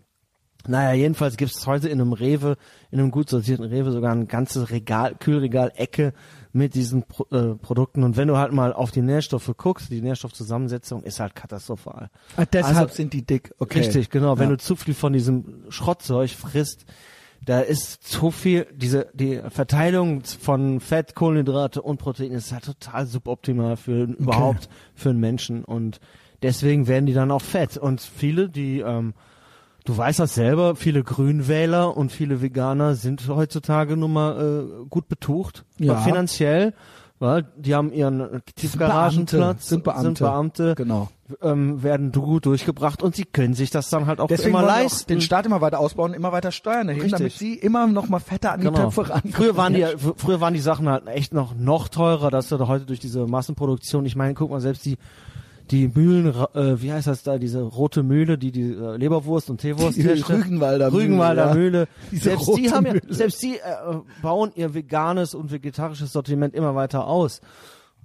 S2: naja, jedenfalls gibt's heute in einem Rewe, in einem gut sortierten Rewe sogar ein ganzes Regal, Kühlregal-Ecke mit diesen Pro äh, Produkten. Und wenn du halt mal auf die Nährstoffe guckst, die Nährstoffzusammensetzung ist halt katastrophal.
S1: Ah, deshalb
S2: also-
S1: sind die dick, okay.
S2: Richtig, genau. Wenn
S1: Ja.
S2: du zu viel von diesem Schrottzeug frisst, da ist zu viel, diese, die Verteilung von Fett, Kohlenhydrate und Protein ist halt total suboptimal für überhaupt für einen Menschen und deswegen werden die dann auch fett. Und viele, die, ähm, du weißt das selber, viele Grünwähler und viele Veganer sind heutzutage nun mal äh, gut betucht,
S1: Ja.
S2: finanziell. Weil die haben ihren Tiefgaragenplatz,
S1: sind Beamte.
S2: sind Beamte
S1: Genau.
S2: ähm, werden du gut durchgebracht und sie können sich das dann halt auch
S1: Deswegen
S2: immer
S1: wollen wir auch
S2: leisten.
S1: den Staat immer weiter ausbauen, immer weiter Steuern erheben,
S2: Richtig.
S1: damit sie immer noch mal fetter an die
S2: genau.
S1: Töpfe ran.
S2: Früher waren die, fr- früher waren die Sachen halt echt noch noch teurer, das ist ja heute durch diese Massenproduktion. Ich meine, guck mal selbst die die Mühlen, äh, wie heißt das da, diese rote Mühle, die die äh, Leberwurst und Teewurst
S1: Die
S2: herstellt.
S1: Rügenwalder Mühle,
S2: Rügenwalder
S1: ja.
S2: Mühle.
S1: Diese
S2: Selbst die
S1: rote
S2: haben ja,
S1: Mühle.
S2: selbst die äh, bauen ihr veganes und vegetarisches Sortiment immer weiter aus.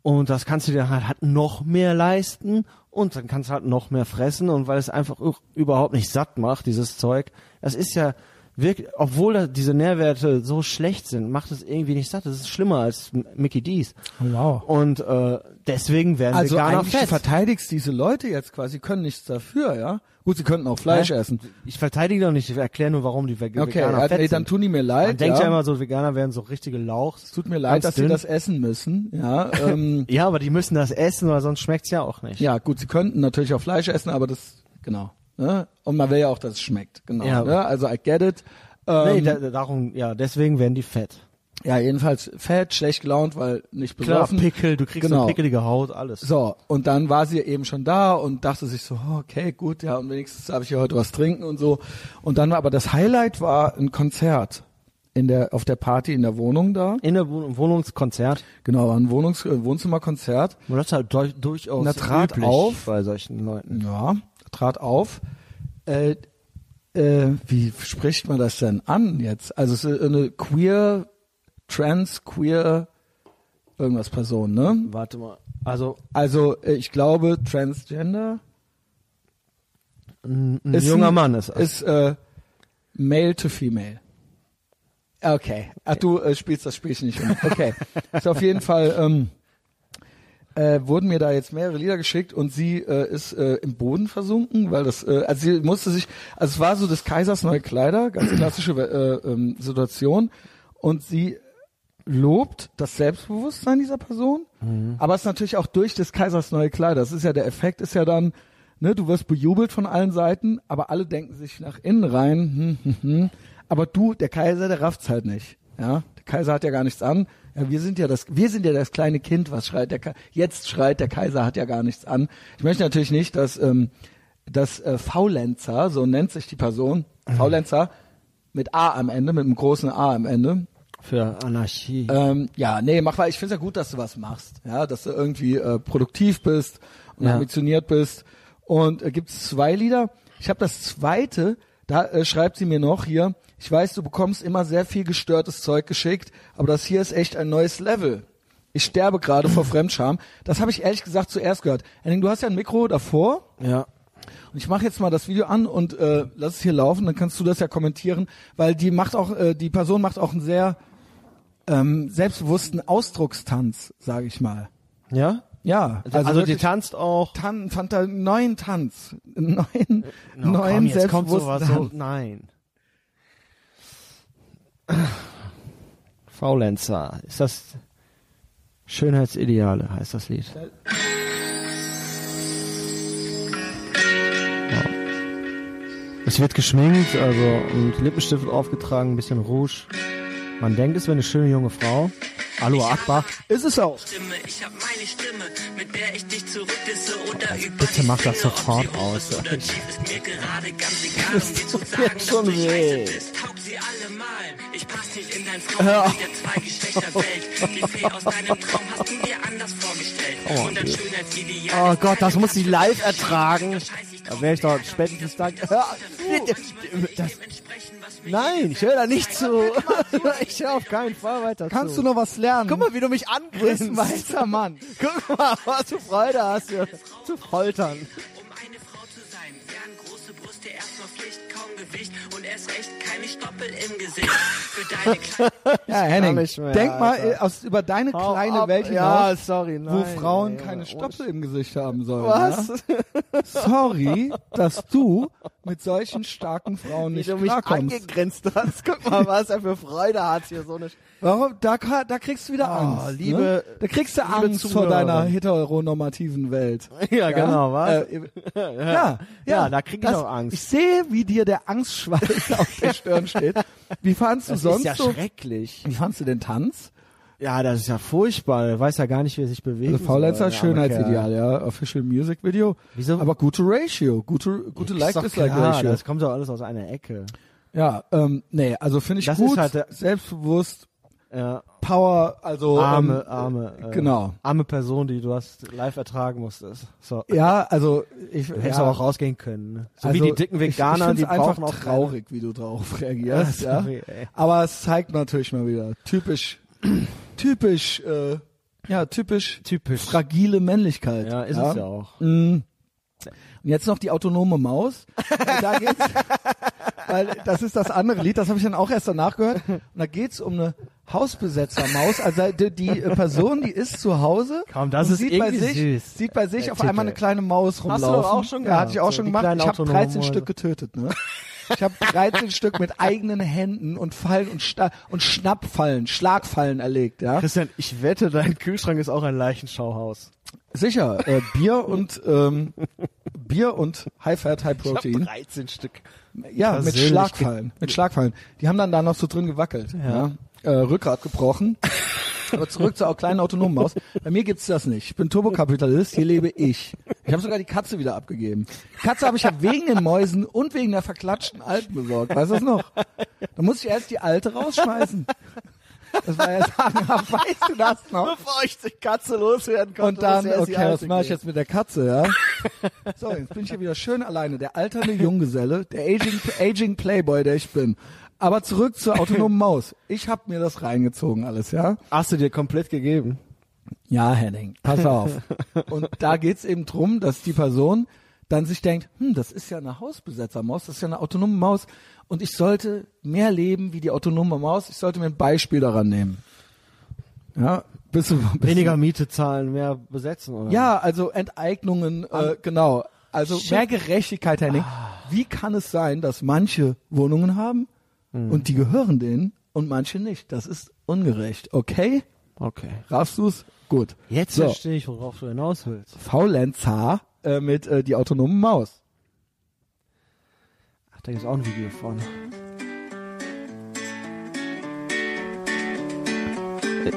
S2: Und das kannst du dir halt, halt noch mehr leisten und dann kannst du halt noch mehr fressen und weil es einfach ü- überhaupt nicht satt macht, dieses Zeug. Das ist ja wirklich, obwohl da diese Nährwerte so schlecht sind, macht es irgendwie nicht satt. Das ist schlimmer als M- Mickey D's.
S1: Wow.
S2: Und äh, deswegen werden
S1: Also
S2: Veganer
S1: eigentlich du
S2: fett.
S1: verteidigst diese Leute jetzt quasi, können nichts dafür, ja? Gut, sie könnten auch Fleisch
S2: Hä?
S1: essen.
S2: Ich verteidige doch nicht, ich erkläre nur, warum die Ve
S1: Okay,
S2: Veganer
S1: ja,
S2: fett
S1: nee,
S2: sind.
S1: dann tun die mir
S2: Man
S1: leid.
S2: denkt ja
S1: ja
S2: immer so, Veganer wären so richtige Lauchs.
S1: Tut mir leid, dass
S2: dünn.
S1: sie das essen müssen. Ja, ähm,
S2: Ja, aber die müssen das essen, weil sonst schmeckt's ja auch nicht.
S1: ja, gut, sie könnten natürlich auch Fleisch essen, aber das, genau. Ne? Und man will ja auch, dass es schmeckt, genau.
S2: Ja.
S1: Ne? Also I get it. Ähm,
S2: Nee, da, da- darum, ja, deswegen werden die fett.
S1: ja, jedenfalls fett, schlecht gelaunt, weil nicht
S2: Klar,
S1: besoffen.
S2: Pickel, du kriegst
S1: Genau.
S2: eine pickelige Haut, alles.
S1: So, und dann war sie eben schon da und dachte sich so, oh, okay, gut, ja, und wenigstens darf ich hier heute was trinken und so. Und dann war aber das Highlight war ein Konzert in der, auf der Party in der Wohnung da.
S2: In der Wohn- Wohnungskonzert,
S1: Genau, war ein Wohnungs äh, Wohnzimmerkonzert.
S2: und das ist halt durch, durchaus
S1: Na, trat
S2: üblich
S1: auf.
S2: bei solchen Leuten.
S1: Ja, trat auf. Äh, äh, wie spricht man das denn an jetzt? Also es ist eine queer, trans, queer, irgendwas Person, ne?
S2: Warte mal. Also
S1: Also äh, ich glaube, transgender.
S2: ein, ein
S1: Ist
S2: junger
S1: ein-
S2: Mann ist,
S1: ist äh, male to female. Okay. Ach, du äh, spielst das Spielchen nicht rum. Okay. ist auf jeden Fall, ähm, äh, wurden mir da jetzt mehrere Lieder geschickt und sie äh, ist äh, im Boden versunken, weil das, äh, also sie musste sich, also es war so des Kaisers neue Kleider, ganz klassische äh, ähm, Situation und sie lobt das Selbstbewusstsein dieser Person, aber es ist natürlich auch durch des Kaisers neue Kleider. Das ist ja der Effekt, ist ja dann, ne, du wirst bejubelt von allen Seiten, aber alle denken sich nach innen rein, hm, hm, hm. aber du, der Kaiser, der rafft's halt nicht. Ja, der Kaiser hat ja gar nichts an. Ja, wir sind ja das, wir sind ja das kleine Kind, was schreit der Kaiser. Jetzt schreit der Kaiser, hat ja gar nichts an. Ich möchte natürlich nicht, dass ähm, dass äh, Faulenzer, so nennt sich die Person, Faulenzer mit A am Ende, mit einem großen A am Ende,
S2: für Anarchie.
S1: ähm, ja, nee, mach mal. Ich find's ja gut, dass du was machst. Ja, dass du irgendwie äh, produktiv bist und
S2: Ja.
S1: ambitioniert bist. Und äh, gibt's zwei Lieder. Ich habe das zweite. Da äh, schreibt sie mir noch hier. Ich weiß, du bekommst immer sehr viel gestörtes Zeug geschickt, aber das hier ist echt ein neues Level. Ich sterbe gerade vor Fremdscham. Das habe ich ehrlich gesagt zuerst gehört. Henning, du hast ja ein Mikro davor.
S2: ja.
S1: Und ich mache jetzt mal das Video an und äh, lass es hier laufen, dann kannst du das ja kommentieren, weil die macht auch, äh, die Person macht auch einen sehr ähm, selbstbewussten Ausdruckstanz, sage ich mal.
S2: Ja?
S1: Ja,
S2: Also, die
S1: wirklich
S2: tanzt auch.
S1: Tan fand da einen neuen Tanz, einen neuen,
S2: Oh,
S1: neuen
S2: komm, jetzt kommt
S1: selbstbewussten
S2: sowas so.
S1: Tanz.
S2: Nein. Faulenzer. Ist das Schönheitsideale heißt das Lied. Ja. Es wird geschminkt, also und Lippenstift aufgetragen, ein bisschen Rouge. Man denkt, es wäre eine schöne junge Frau. Aloha Akbar.
S1: Ist es auch.
S3: Stimme, ich hab meine Stimme, mit der ich dich zurückdisse oder also über
S2: bitte
S3: dich
S2: mach das
S3: singe, ob sie
S2: sofort
S3: hoch
S2: aus,
S3: ist Oder
S2: ey.
S3: tief ist mir gerade ganz egal, um dir zu
S2: tut
S3: sagen,
S2: jetzt
S3: dass
S2: schon
S3: du scheiße
S2: weh.
S3: bist. Taug sie allemal. Ich pass nicht in dein Frauenbild der Zweigeschlechterwelt. Die Fee aus deinem Traum hast du dir anders vorgestellt. Und dein Schönheitsideal
S2: Oh
S3: ist
S2: Gott, das
S3: deine
S2: muss ich live
S3: Tasche.
S2: ertragen.
S3: Scheiß, ich
S2: Da
S3: kauf
S2: wäre ich
S3: mir
S2: doch
S3: Ärger,
S2: spätestens
S3: wenn
S2: dank.
S3: ich das tue. Manchmal will ich dem entsprechen, was mir
S2: Nein, ich höre da nicht zu. Ich höre auf keinen Fall weiter
S1: Kannst
S2: zu.
S1: du noch was lernen?
S2: Guck mal, wie du mich
S1: bist ein
S2: angrinst.
S1: weißer Mann.
S2: Guck mal, was du Freude hast, hier zu foltern.
S3: Um eine Frau zu sein, wären große Brüste erstmal Pflicht, kaum Gewicht und erst recht keine Stoppel im Gesicht. Für deine kleine
S1: Ja, Henning,
S2: nicht mehr,
S1: denk mal
S2: Alter.
S1: äh, aus, über deine
S2: Hau
S1: kleine
S2: ab.
S1: Welt
S2: Ja,
S1: hinaus,
S2: sorry,
S1: wo
S2: nein,
S1: Frauen
S2: ey,
S1: keine
S2: oh,
S1: Stoppel im Gesicht haben sollen.
S2: Was?
S1: Ja? Sorry, dass du mit solchen starken Frauen
S2: Wie
S1: nicht
S2: du mich
S1: klarkommst.
S2: angegrinst hast. Guck mal, was er für Freude hat hier so eine. Sch-
S1: Warum? Da, ka- da kriegst du wieder Angst.
S2: Ah, liebe-
S1: ne? Da kriegst du
S2: liebe
S1: Angst vor
S2: Zuhörerin.
S1: deiner heteronormativen Welt.
S2: Ja, genau, was?
S1: Äh,
S2: ja,
S1: ja,
S2: ja, da krieg ich
S1: das-
S2: auch Angst.
S1: Ich sehe, wie dir der Angstschweiß auf der Stirn steht. Wie fandst du
S2: das
S1: sonst
S2: ist ja
S1: so?
S2: schrecklich.
S1: Wie fandst du den Tanz?
S2: Ja, das ist ja furchtbar. Er weiß ja gar nicht, wie er sich bewegt.
S1: Also Faulenzer, Schönheitsideal, ja. Official Music Video.
S2: Wieso?
S1: Aber gute Ratio, gute, gute Like-Dislike-Ratio.
S2: Das kommt doch alles aus einer Ecke.
S1: Ja, ähm, nee, also finde ich
S2: Das
S1: gut,
S2: ist halt der-
S1: selbstbewusst,
S2: Ja,
S1: Power, also
S2: Äh, arme,
S1: ähm,
S2: arme, äh,
S1: genau.
S2: arme Person, die du hast live ertragen musstest. So,
S1: Ja, also ich
S2: du hättest
S1: ja,
S2: aber auch rausgehen können. ne? So
S1: also,
S2: wie die dicken Veganer,
S1: ich, ich find's
S2: die
S1: einfach
S2: brauchen auch
S1: traurig, wie du drauf reagierst,
S2: Ja,
S1: ja.
S2: sorry, ey.
S1: Aber es zeigt natürlich mal wieder typisch, typisch, äh, ja typisch,
S2: Typisch.
S1: fragile Männlichkeit.
S2: Ja, ist es ja auch.
S1: Mm. Und jetzt noch die autonome Maus. Da geht's, weil das ist das andere Lied, das habe ich dann auch erst danach gehört. Und da geht's um eine Hausbesetzermaus. Also die, die äh, Person, die ist zu Hause
S2: Komm, das
S1: und
S2: ist
S1: sieht bei
S2: irgendwie
S1: sich,
S2: süß,
S1: sieht bei sich
S2: der
S1: auf einmal
S2: Titel.
S1: eine kleine Maus
S2: Hast du
S1: rumlaufen.
S2: doch auch schon
S1: ja, hatte ich
S2: gehabt,
S1: auch
S2: so
S1: schon
S2: die
S1: gemacht.
S2: kleinen
S1: Ich habe
S2: autonomen
S1: 13 Stück
S2: Mäuse.
S1: getötet, ne? Ich habe 13 Stück mit eigenen Händen und Fallen und, Sta und Schnappfallen, Schlagfallen erlegt, ja.
S2: Christian, ich wette, dein Kühlschrank ist auch ein Leichenschauhaus.
S1: Sicher, äh, Bier und ähm, Bier und High Fat, High Protein.
S2: 13 Stück.
S1: Ja, mit
S2: persönlich
S1: Schlagfallen. Mit Schlagfallen. Die haben dann da noch so drin gewackelt. Ja. Äh, Rückgrat gebrochen. Aber zurück zur kleinen autonomen Maus. Bei mir gibt's das nicht. Ich bin Turbokapitalist, hier lebe ich. Ich habe sogar die Katze wieder abgegeben. Die Katze habe ich ja wegen den Mäusen und wegen der verklatschten Alten besorgt. Weißt du das noch? Da musste ich erst die Alte rausschmeißen. Das war ja sagenhaft. Weißt du das noch?
S2: Bevor ich die Katze loswerden konnte.
S1: Und dann,
S2: muss ich erst die
S1: okay, was
S2: alte
S1: mache ich
S2: geben.
S1: jetzt mit der Katze, ja? So, jetzt bin ich hier wieder schön alleine, der alternde Junggeselle, der aging, aging Playboy, der ich bin. Aber zurück zur autonomen Maus. Ich hab mir das reingezogen alles, ja?
S2: Hast du dir komplett gegeben?
S1: Ja, Henning, pass auf. Und da geht's eben drum, dass die Person dann sich denkt, hm, das ist ja eine Hausbesetzermaus, das ist ja eine autonome Maus und ich sollte mehr leben wie die autonome Maus, ich sollte mir ein Beispiel daran nehmen. Ja, bist du, bist du
S2: Weniger Miete zahlen, mehr besetzen, oder?
S1: Ja, also Enteignungen, äh, genau. Also mehr Gerechtigkeit, Henning. Wie kann es sein, dass manche Wohnungen haben und die gehören denen und manche nicht? Das ist ungerecht. Okay?
S2: Okay.
S1: Raffst du's? Gut.
S2: Jetzt
S1: so.
S2: verstehe ich, worauf du hinaus willst.
S1: Faulenzer äh, mit äh, die autonomen Maus.
S2: Ach, da gibt's auch ein Video von.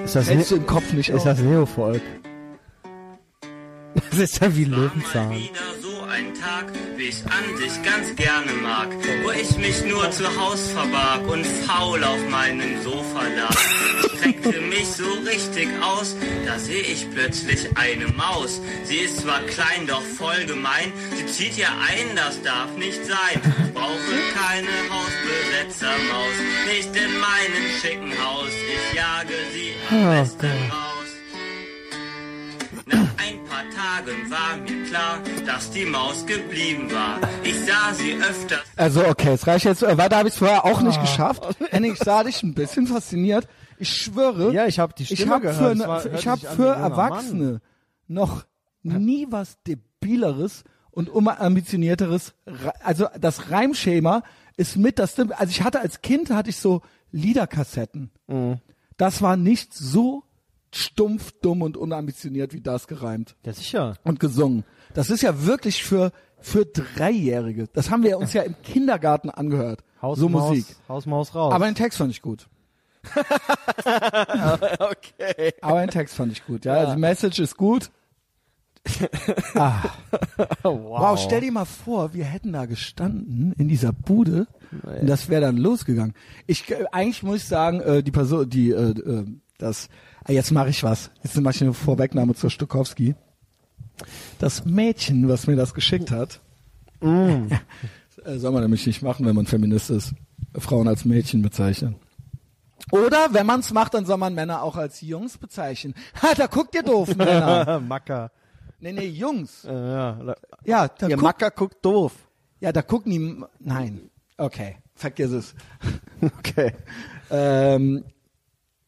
S2: Ist das, Ne-
S1: Hältst du im Kopf nicht
S2: ist
S1: auf.
S2: das Neofolk? Das ist ja wie
S3: Mal
S2: Löwenzahn.
S3: wieder so ein Tag, wie ich an dich ganz gerne mag, wo ich mich nur zu Haus verbarg und faul auf meinem Sofa lag. Ich streckte mich so richtig aus, da sehe ich plötzlich eine Maus. Sie ist zwar klein, doch voll gemein, sie zieht ihr ein, das darf nicht sein. Ich brauche keine Hausbesetzermaus, nicht in meinem schicken Haus, ich jage sie am
S2: Oh
S3: besten raus. Nach ein paar Tagen war mir klar, dass die Maus geblieben war. Ich sah sie öfters.
S1: Also okay, es reicht jetzt. Äh, weiter habe ich es vorher auch nicht geschafft. Henning, ich sah dich ein bisschen fasziniert. Ich schwöre,
S2: Ja, ich habe die Stimme
S1: ich habe
S2: gehört.
S1: für,
S2: Es
S1: ne-
S2: war-
S1: für-
S2: hört
S1: ich hab
S2: sich an wie
S1: für
S2: ein junger Mann.
S1: Erwachsene noch nie was Debileres und unambitionierteres. Re- Also das Reimschema ist mit das Sim- Also ich
S2: Mhm.
S1: hatte als Kind hatte ich so Liederkassetten. Das war nicht so stumpf, dumm und unambitioniert wie das gereimt
S2: Ja, sicher.
S1: und gesungen. Das ist ja wirklich für, für Dreijährige. Das haben wir uns ja im Kindergarten angehört.
S2: Haus,
S1: so
S2: Maus,
S1: Musik.
S2: Haus, Maus, raus.
S1: Aber den Text fand ich gut. okay. Aber den Text fand ich gut, ja. Also Die Message ist gut.
S2: wow.
S1: Wow, stell dir mal vor, wir hätten da gestanden in dieser Bude und das wäre dann losgegangen. Ich äh, eigentlich muss ich sagen, äh, die Person, die äh, äh, das ah, jetzt mache ich was. Jetzt mache ich eine Vorwegnahme zur Stokowski. Das Mädchen, was mir das geschickt hat, äh, soll man nämlich nicht machen, wenn man Feminist ist. Frauen als Mädchen bezeichnen. Oder wenn man es macht, dann soll man Männer auch als Jungs bezeichnen. Ha, da guckt ihr doof, Männer.
S2: Macker.
S1: Nee, nee, Jungs.
S2: Äh, ja. la-
S1: Ja, da
S2: Ihr
S1: guckt
S2: Macker guckt doof.
S1: ja, da gucken die. Nein. Okay, vergiss es.
S2: Okay.
S1: ähm,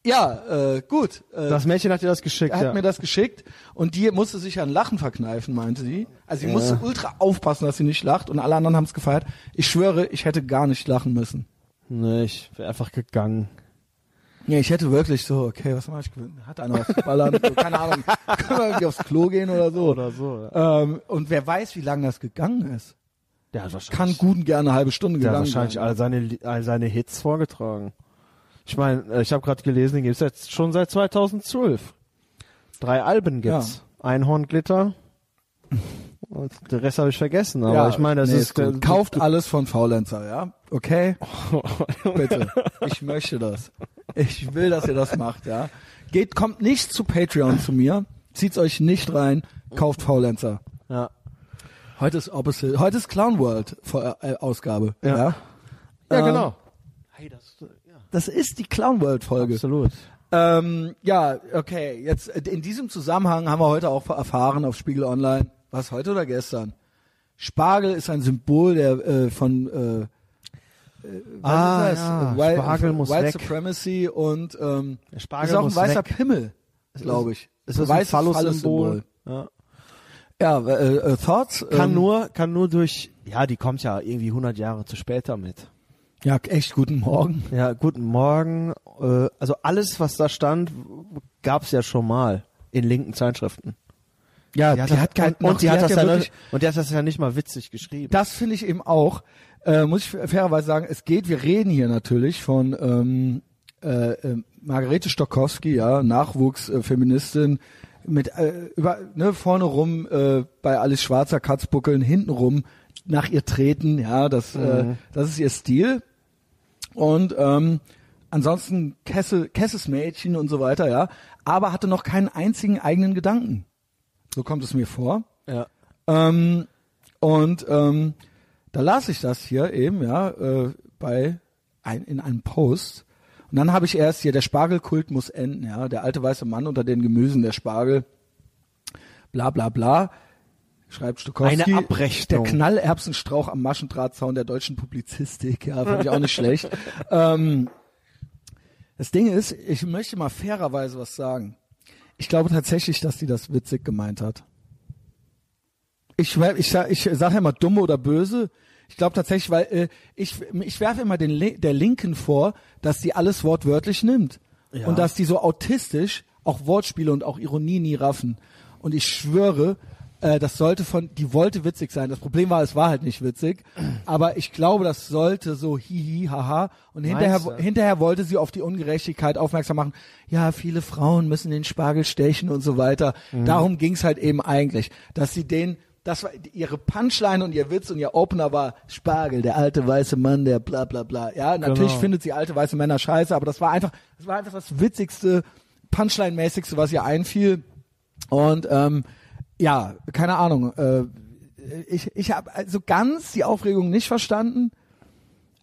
S1: ja, äh, gut. Äh,
S2: Das Mädchen hat dir das geschickt,
S1: er hat
S2: ja.
S1: mir das geschickt und die musste sich an Lachen verkneifen, meinte sie. Also sie musste ultra aufpassen, dass sie nicht lacht und alle anderen haben es gefeiert. Ich schwöre, ich hätte gar nicht lachen müssen.
S2: nee, ich wäre einfach gegangen.
S1: Ja, ich hätte wirklich so, okay, was mach ich? Hat einer was zu ballern? So, keine Ahnung. Können wir irgendwie aufs Klo gehen oder so?
S2: Oder so,
S1: Ähm, und wer weiß, wie lange das gegangen ist.
S2: Der hat wahrscheinlich,
S1: Kann guten gerne eine halbe Stunde
S2: der hat
S1: gegangen sein.
S2: wahrscheinlich all seine, Li- all seine Hits vorgetragen. Ich meine, ich habe gerade gelesen, den gibt's jetzt schon seit 2012. Drei Alben gibt's. Einhornglitter. Und den Rest habe ich vergessen, aber ich meine, das
S1: nee,
S2: ist,
S1: gut. kauft alles von Faulenzer, ja? Okay? Bitte. Ich möchte das. Ich will, dass ihr das macht, ja? Geht kommt nicht zu Patreon zu mir, zieht's euch nicht rein, kauft Faulenzer.
S2: Ja.
S1: Heute ist Opposite, heute ist Clown World Vor- äh, Ausgabe, ja.
S2: Ja.
S1: Ähm,
S2: Ja, genau.
S1: Das ist die Clown World Folge.
S2: Absolut.
S1: Ähm, ja, okay. Jetzt äh, in diesem Zusammenhang haben wir heute auch erfahren auf Spiegel Online, was heute oder gestern. Spargel ist ein Symbol der äh, von äh, äh, was
S2: Ah,
S1: ist das? äh,
S2: ja.
S1: White,
S2: Spargel muss
S1: White
S2: weg.
S1: Supremacy und ähm,
S2: Der Spargel
S1: ist auch ein
S2: muss
S1: weißer
S2: weg.
S1: Pimmel, glaube ich.
S2: Ist das ein
S1: weißes Ähm.
S2: Phallus-Symbol? Ja.
S1: Ja, äh, äh, Thoughts?
S2: Kann
S1: ähm,
S2: nur, kann nur durch, ja, die kommt ja irgendwie 100 Jahre zu später mit.
S1: ja echt guten Morgen.
S2: Ja, guten Morgen. Äh, Also alles, was da stand, gab's ja schon mal in linken Zeitschriften.
S1: Ja,
S2: Die das- und,
S1: noch-
S2: und die hat, das
S1: ja
S2: ja
S1: wirklich-
S2: nicht, und die hat das ja nicht mal witzig geschrieben.
S1: Das finde ich eben auch, äh, muss ich fairerweise sagen, es geht, wir reden hier natürlich von ähm, äh, äh, Margarete Stokowski, ja, Nachwuchsfeministin, mit äh, über, ne, vorne rum äh, bei Alice Schwarzer Katzbuckeln, hinten rum nach ihr treten, ja, das, äh, das ist ihr Stil. Und ähm, ansonsten Kesse, Kesses Mädchen und so weiter, ja, aber hatte noch keinen einzigen eigenen Gedanken. So kommt es mir vor.
S2: ja.
S1: Ähm, und ähm, da las ich das hier eben, ja, äh, bei ein, in einem Post. Und dann habe ich erst hier, der Spargelkult muss enden, ja, der alte weiße Mann unter den Gemüsen, der Spargel, bla bla bla, schreibt Stokowski.
S2: Eine Abrechnung.
S1: Der Knallerbsenstrauch am Maschendrahtzaun der deutschen Publizistik, ja, fand ich auch nicht schlecht. Ähm, das Ding ist, ich möchte mal fairerweise was sagen. Ich glaube tatsächlich, dass die das witzig gemeint hat. Ich, wer- ich, sag- ich sage immer dumm oder böse. Ich glaube tatsächlich, weil äh, ich, ich werfe immer den, Li- der Linken vor, dass die alles wortwörtlich nimmt.
S2: Ja.
S1: Und dass die so autistisch auch Wortspiele und auch Ironie nie raffen. Und ich schwöre, äh, das sollte von, die wollte witzig sein. Das Problem war, es war halt nicht witzig. Aber ich glaube, das sollte so hihi, haha. Und hinterher,
S2: du?
S1: hinterher wollte sie auf die Ungerechtigkeit aufmerksam machen. Ja, viele Frauen müssen den Spargel stechen und so weiter. Darum ging's halt eben eigentlich, dass sie den, das war ihre Punchline und ihr Witz und ihr Opener war Spargel, der alte weiße Mann, der bla bla bla. Ja, natürlich
S2: Genau.
S1: findet sie alte weiße Männer scheiße, aber das war einfach, das war einfach das witzigste, Punchline-mäßigste, was ihr einfiel. Und ähm, ja, keine Ahnung. Äh, ich ich habe also ganz die Aufregung nicht verstanden,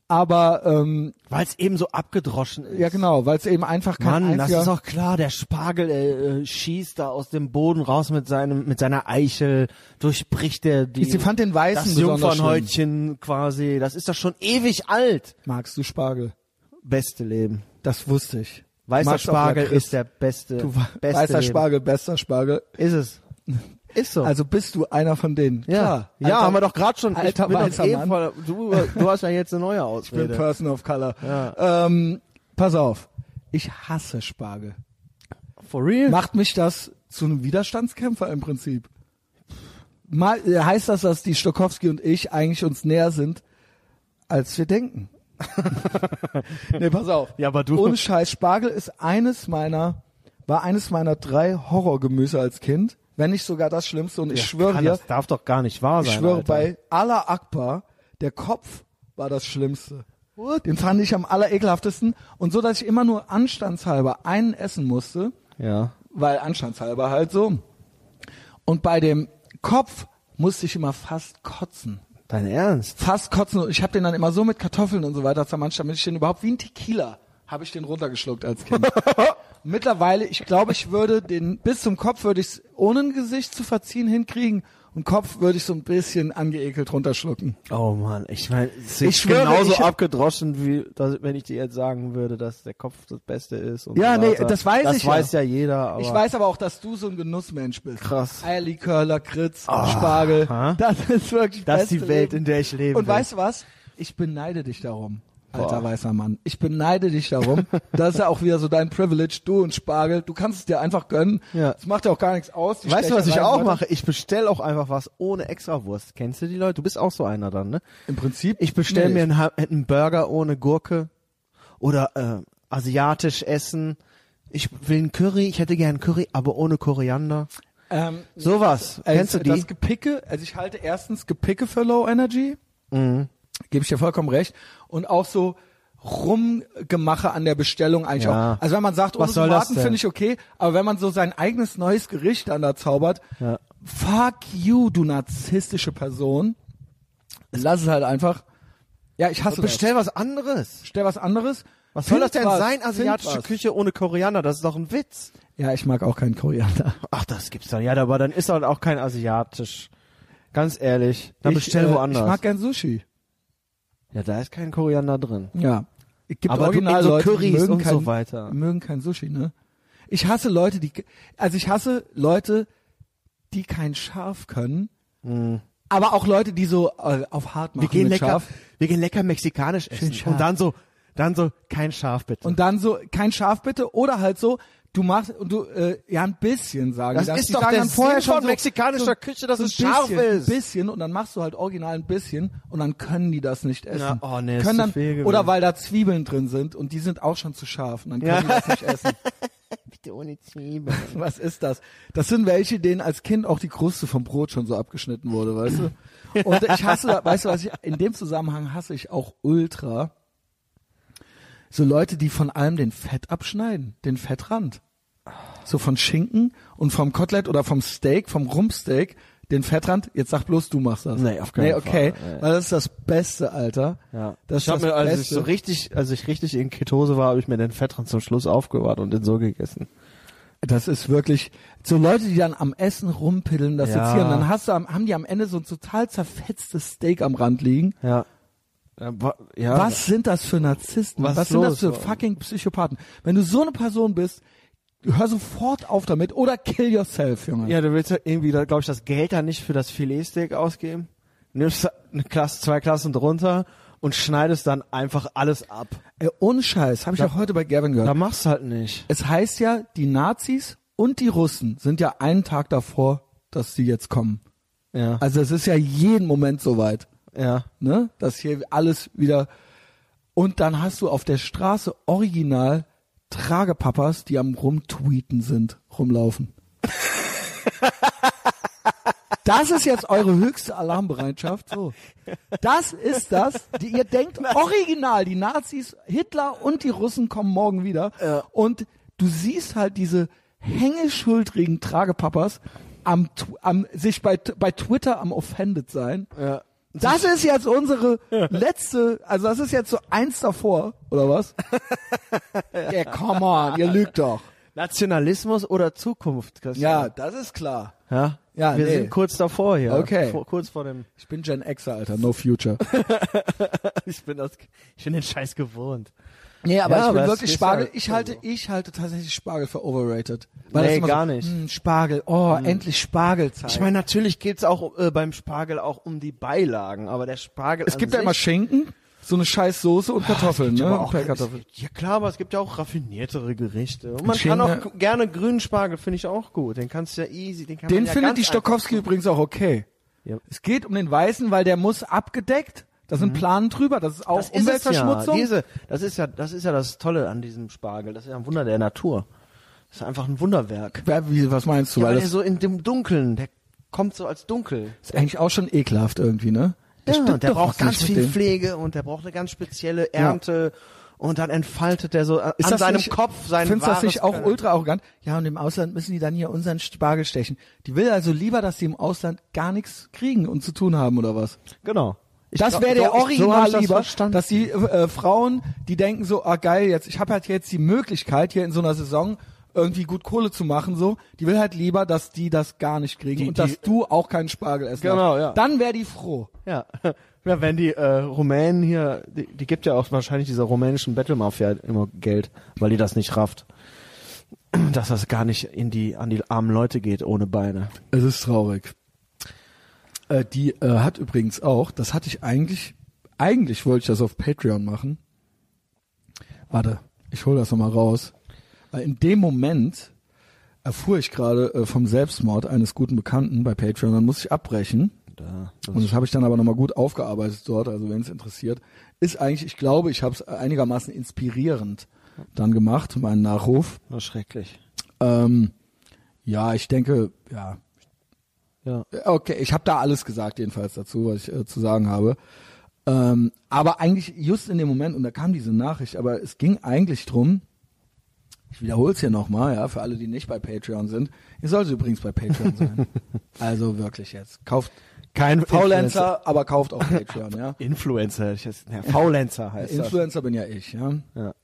S1: aber ähm,
S2: Weil es eben so abgedroschen ist.
S1: ja genau, weil es eben einfach kein
S2: Mann, das
S1: einziger,
S2: ist auch klar. Der Spargel äh, äh, schießt da aus dem Boden raus mit seinem mit seiner Eichel, durchbricht der die.
S1: Ich fand den Weißen
S2: das
S1: besonders
S2: Jungfernhäutchen quasi. Das ist doch schon ewig alt.
S1: magst du Spargel?
S2: Beste Leben.
S1: Das wusste ich.
S2: Weißer
S1: Magst auch
S2: Spargel
S1: Lakritz.
S2: ist der beste.
S1: du,
S2: beste
S1: weißer
S2: Leben.
S1: Spargel, bester Spargel.
S2: Ist es. Ist so.
S1: Also bist du einer von denen?
S2: ja,
S1: Klar.
S2: ja,
S1: Alter,
S2: haben wir doch gerade schon.
S1: alter
S2: ich bin
S1: weißer
S2: doch eh
S1: Mann.
S2: voll- du, du hast ja jetzt eine neue
S1: Ich bin
S2: Ausrede.
S1: Person of Color. Ähm, pass auf, ich hasse Spargel.
S2: For real?
S1: macht mich das zu einem Widerstandskämpfer im Prinzip. Mal, äh, heißt das, dass die Stokowski und ich eigentlich uns näher sind, als wir denken? nee, pass auf.
S2: Ja, aber du-
S1: Ohne Scheiß, Spargel ist eines meiner, war eines meiner drei Horrorgemüse als Kind, wenn nicht sogar das Schlimmste. Und ich schwöre
S2: Kann,
S1: dir,
S2: das darf doch gar nicht wahr sein.
S1: ich schwöre,
S2: Alter.
S1: bei Allah Akbar, der Kopf war das Schlimmste. Den fand ich am allerekelhaftesten. Und so, dass ich immer nur anstandshalber einen essen musste,
S2: Ja.
S1: weil anstandshalber halt so. Und bei dem Kopf musste ich immer fast kotzen.
S2: Dein Ernst?
S1: Fast kotzen. Und ich habe den dann immer so mit Kartoffeln und so weiter zermanscht, damit ich den überhaupt wie ein Tequila habe ich den runtergeschluckt als Kind. Mittlerweile, ich glaube, ich würde den bis zum Kopf würde ich ohne ein Gesicht zu verziehen hinkriegen und Kopf würde ich so ein bisschen angeekelt runterschlucken.
S2: Oh Mann, ich meine, es ist
S1: Ich schwöre,
S2: genauso
S1: ich-
S2: abgedroschen, wie dass, wenn ich dir jetzt sagen würde, dass der Kopf das Beste ist. Und
S1: Ja,
S2: so
S1: nee,
S2: weiter.
S1: das weiß
S2: das
S1: ich
S2: Das weiß
S1: ja.
S2: ja jeder, aber
S1: ich weiß aber auch, dass du so ein Genussmensch bist.
S2: Krass. Ah,
S1: Eierlikör, Lakritz, Spargel.
S2: ha?
S1: Das ist wirklich
S2: das ist die
S1: beste
S2: Welt,
S1: Leben.
S2: in der ich lebe.
S1: Und weißt du was? Ich beneide dich darum, alter weißer Mann. Ich beneide dich darum. das ist ja auch wieder so dein Privilege, du und Spargel. Du kannst es dir einfach gönnen.
S2: Ja.
S1: Das macht ja auch gar nichts aus. Die
S2: Weißt du, was ich
S1: Stechereien
S2: auch
S1: weiter-
S2: mache? Ich bestell auch einfach was ohne Extrawurst. Kennst du die Leute? Du bist auch so einer dann, ne?
S1: Im Prinzip.
S2: Ich bestell
S1: Nee.
S2: mir einen, Ha- einen Burger ohne Gurke oder äh, asiatisch essen. Ich will einen Curry, ich hätte gern Curry, aber ohne Koriander.
S1: Ähm,
S2: Sowas. Kennst
S1: also,
S2: du die?
S1: Das Gepicke, also ich halte erstens Gepicke für Low Energy.
S2: Mhm.
S1: Gebe ich dir vollkommen recht. Und auch so Rumgemache an der Bestellung eigentlich
S2: Ja.
S1: auch. Also wenn man sagt,
S2: Was
S1: ohne
S2: soll das
S1: Tomaten
S2: denn?
S1: finde ich okay, aber wenn man so sein eigenes neues Gericht dann da zaubert,
S2: Ja.
S1: fuck you, du narzisstische Person. Lass es halt einfach. Ja, ich hasse
S2: Bestell was anderes.
S1: das. Bestell was anderes.
S2: Was soll das
S1: Find
S2: denn
S1: was,
S2: sein,
S1: find
S2: asiatische
S1: was.
S2: Küche ohne Koriander? Das ist doch ein Witz.
S1: Ja, ich mag auch keinen Koriander.
S2: Ach, das gibt's doch. Ja, aber dann ist halt auch kein asiatisch. Ganz ehrlich. Dann
S1: ich,
S2: bestell
S1: äh,
S2: woanders.
S1: Ich mag gern Sushi.
S2: ja, da ist kein Koriander drin.
S1: Ja. Es gibt
S2: Aber du-
S1: original
S2: in so
S1: Leute, die
S2: Currys
S1: mögen
S2: und
S1: kein,
S2: so weiter.
S1: mögen kein Sushi, ne? Ich hasse Leute, die also ich hasse Leute, die kein Schaf können. Aber auch Leute, die so äh, auf hart machen
S2: Wir Mhm. gehen
S1: mit
S2: lecker,
S1: Schaf.
S2: wir gehen lecker mexikanisch essen.
S1: scharf.
S2: Und dann so, dann so, kein Schaf bitte.
S1: Und dann so kein Schaf bitte oder halt so du machst und du äh, ja ein bisschen sagen.
S2: Das
S1: die dann.
S2: ist
S1: die
S2: doch
S1: sagen
S2: der
S1: dann vorher
S2: Sinn
S1: schon
S2: von
S1: so,
S2: mexikanischer
S1: so,
S2: Küche, dass
S1: so ein
S2: es scharf
S1: bisschen,
S2: ist.
S1: Ein bisschen und dann machst du halt original ein bisschen und dann können die das nicht essen.
S2: oh nee, ist
S1: können
S2: zu
S1: dann,
S2: viel gewesen.
S1: oder weil da Zwiebeln drin sind und die sind auch schon zu scharf und dann können die das nicht essen.
S2: bitte ohne Zwiebeln.
S1: Was ist das? Das sind welche, denen als Kind auch die Kruste vom Brot schon so abgeschnitten wurde, weißt du? Und ich hasse, weißt du was, ich, in dem Zusammenhang hasse ich auch ultra so Leute, die von allem den Fett abschneiden, den Fettrand. So von Schinken und vom Kotelett oder vom Steak, vom Rumpsteak, den Fettrand. Jetzt sag bloß, du machst das.
S2: Nee, auf keinen
S1: okay,
S2: Fall, nee.
S1: weil das ist das Beste, Alter.
S2: Ja.
S1: Das ist
S2: ich hab
S1: das
S2: mir, als ich
S1: Beste.
S2: so richtig, als ich richtig in Ketose war, habe ich mir den Fettrand zum Schluss aufgewahrt und den so gegessen.
S1: Das ist wirklich so Leute, die dann am Essen rumpiddeln, das
S2: Ja.
S1: jetzt hier und dann hast du am, haben die am Ende so ein total zerfetztes Steak am Rand liegen.
S2: Ja. Äh, ja.
S1: Was sind das für Narzissten?
S2: Was
S1: Was, sind
S2: los,
S1: das für
S2: Mann?
S1: fucking Psychopathen? Wenn du so eine Person bist, hör sofort auf damit oder kill yourself, Junge.
S2: Ja, du willst ja irgendwie, glaube ich, das Geld dann nicht für das Filetsteak ausgeben. Nimmst eine Klasse, zwei Klassen drunter und schneidest dann einfach alles ab.
S1: Ey, ohne Scheiß, habe ich auch heute bei Gavin
S2: Da
S1: gehört.
S2: machst halt nicht.
S1: Es heißt ja, die Nazis und die Russen sind ja einen Tag davor, dass sie jetzt kommen.
S2: Ja.
S1: Also es ist ja jeden Moment soweit.
S2: ja.
S1: ne? Dass hier alles wieder und dann hast du auf der Straße original Tragepapas, die am rumtweeten sind, rumlaufen. Das ist jetzt eure höchste Alarmbereitschaft. So. Das ist das. Die, ihr denkt original, die Nazis, Hitler und die Russen kommen morgen wieder. Und du siehst halt diese hängeschultrigen Tragepapas am, Tw- am sich bei, bei Twitter am offended sein.
S2: Ja.
S1: Das ist jetzt unsere letzte, also das ist jetzt so eins davor, oder was? yeah, come on, ihr lügt doch.
S2: Nationalismus oder Zukunft,
S1: Ja,
S2: Christian?
S1: das ist klar.
S2: Ja.
S1: Ja,
S2: Wir
S1: nee.
S2: sind kurz davor hier.
S1: Okay.
S2: Vor, kurz vor dem.
S1: Ich bin Gen Xer, Alter, no future.
S2: Ich bin das, ich bin den Scheiß gewohnt.
S1: Nee, aber
S2: Ja,
S1: ich bin
S2: aber es
S1: wirklich
S2: ist
S1: Spargel,
S2: halt
S1: ich halte, ich halte tatsächlich Spargel für overrated. Weil
S2: Nee,
S1: das immer
S2: gar
S1: so,
S2: nicht.
S1: hm, Spargel, oh, endlich Spargelzeit.
S2: Ich meine, natürlich geht's auch äh, beim Spargel auch um die Beilagen, aber der Spargel
S1: es gibt ja
S2: an sich,
S1: immer Schinken, so eine scheiß Soße und Kartoffeln, ne?
S2: Aber auch,
S1: Per Kartoffel.
S2: ja klar, aber es gibt ja auch raffiniertere Gerichte. Und man
S1: Schinken-
S2: kann auch g- gerne grünen Spargel, finde ich auch gut. Den kannst du ja easy, den kann
S1: Den
S2: man ja
S1: findet
S2: ganz
S1: die Stokowski übrigens auch okay.
S2: Ja.
S1: Es geht um den Weißen, weil der muss abgedeckt. Da sind Planen drüber. Mhm. Das ist auch
S2: Das ist es
S1: Umweltverschmutzung.
S2: Ja. Diese, das ist ja, das ist ja das Tolle an diesem Spargel. Das ist ja ein Wunder der Natur. Das ist einfach ein Wunderwerk.
S1: Wer- wie, was meinst du?
S2: Ja, weil
S1: weil
S2: der
S1: das
S2: so in dem Dunkeln, der kommt so als dunkel.
S1: ist eigentlich auch schon ekelhaft irgendwie, ne? Das
S2: ja,
S1: stimmt
S2: der
S1: doch
S2: braucht
S1: was nicht
S2: ganz
S1: mit
S2: viel
S1: dem.
S2: Pflege und der braucht eine ganz spezielle Ernte und dann entfaltet der so
S1: Ist
S2: an
S1: das
S2: seinem
S1: nicht,
S2: Kopf sein
S1: Findest du das
S2: wahres
S1: nicht auch
S2: Können.
S1: ultra arrogant? Ja, und im Ausland müssen die dann hier unseren Spargel stechen. Die will also lieber, dass sie im Ausland gar nichts kriegen und zu tun haben oder was?
S2: Genau. Ich
S1: das
S2: glaub,
S1: wäre
S2: so-
S1: der
S2: so hab
S1: Original
S2: ich das
S1: lieber,
S2: verstanden.
S1: dass die äh, Frauen, die denken so, ah geil, jetzt ich habe halt jetzt die Möglichkeit hier in so einer Saison irgendwie gut Kohle zu machen so, die will halt lieber, dass die das gar nicht kriegen
S2: Die-
S1: und
S2: die-
S1: dass du auch keinen Spargel essen
S2: Genau,
S1: darfst.
S2: ja.
S1: Dann wäre die froh.
S2: Ja. ja, wenn die äh, Rumänen hier, die, die gibt ja auch wahrscheinlich dieser rumänischen Battle-Mafia immer Geld, weil die das nicht rafft. Dass das gar nicht in die, an die armen Leute geht ohne Beine.
S1: Es ist traurig. Äh, die äh, hat übrigens auch, das hatte ich eigentlich, eigentlich wollte ich das auf Patreon machen. Warte, ich hole das nochmal raus. Weil in dem Moment erfuhr ich gerade äh, vom Selbstmord eines guten Bekannten bei Patreon, dann muss ich abbrechen.
S2: Da,
S1: Und das habe ich dann aber nochmal gut aufgearbeitet dort, also wenn es interessiert. Ist eigentlich, ich glaube, ich habe es einigermaßen inspirierend dann gemacht, meinen Nachruf.
S2: das ist schrecklich.
S1: Ähm, ja, ich denke, ja,
S2: Ja.
S1: Okay, ich habe da alles gesagt jedenfalls dazu, was ich äh, zu sagen habe. Ähm, aber eigentlich just in dem Moment, und da kam diese Nachricht, aber es ging eigentlich drum, ich wiederhole es hier nochmal, ja, für alle, die nicht bei Patreon sind. Ihr solltet übrigens bei Patreon sein. also wirklich jetzt. Kauft
S2: Kein
S1: Faulenzer, aber kauft auch Patreon, ja.
S2: Influencer. Ich jetzt, ja, Faulenzer heißt das.
S1: Influencer bin ja ich, ja.
S2: Ja.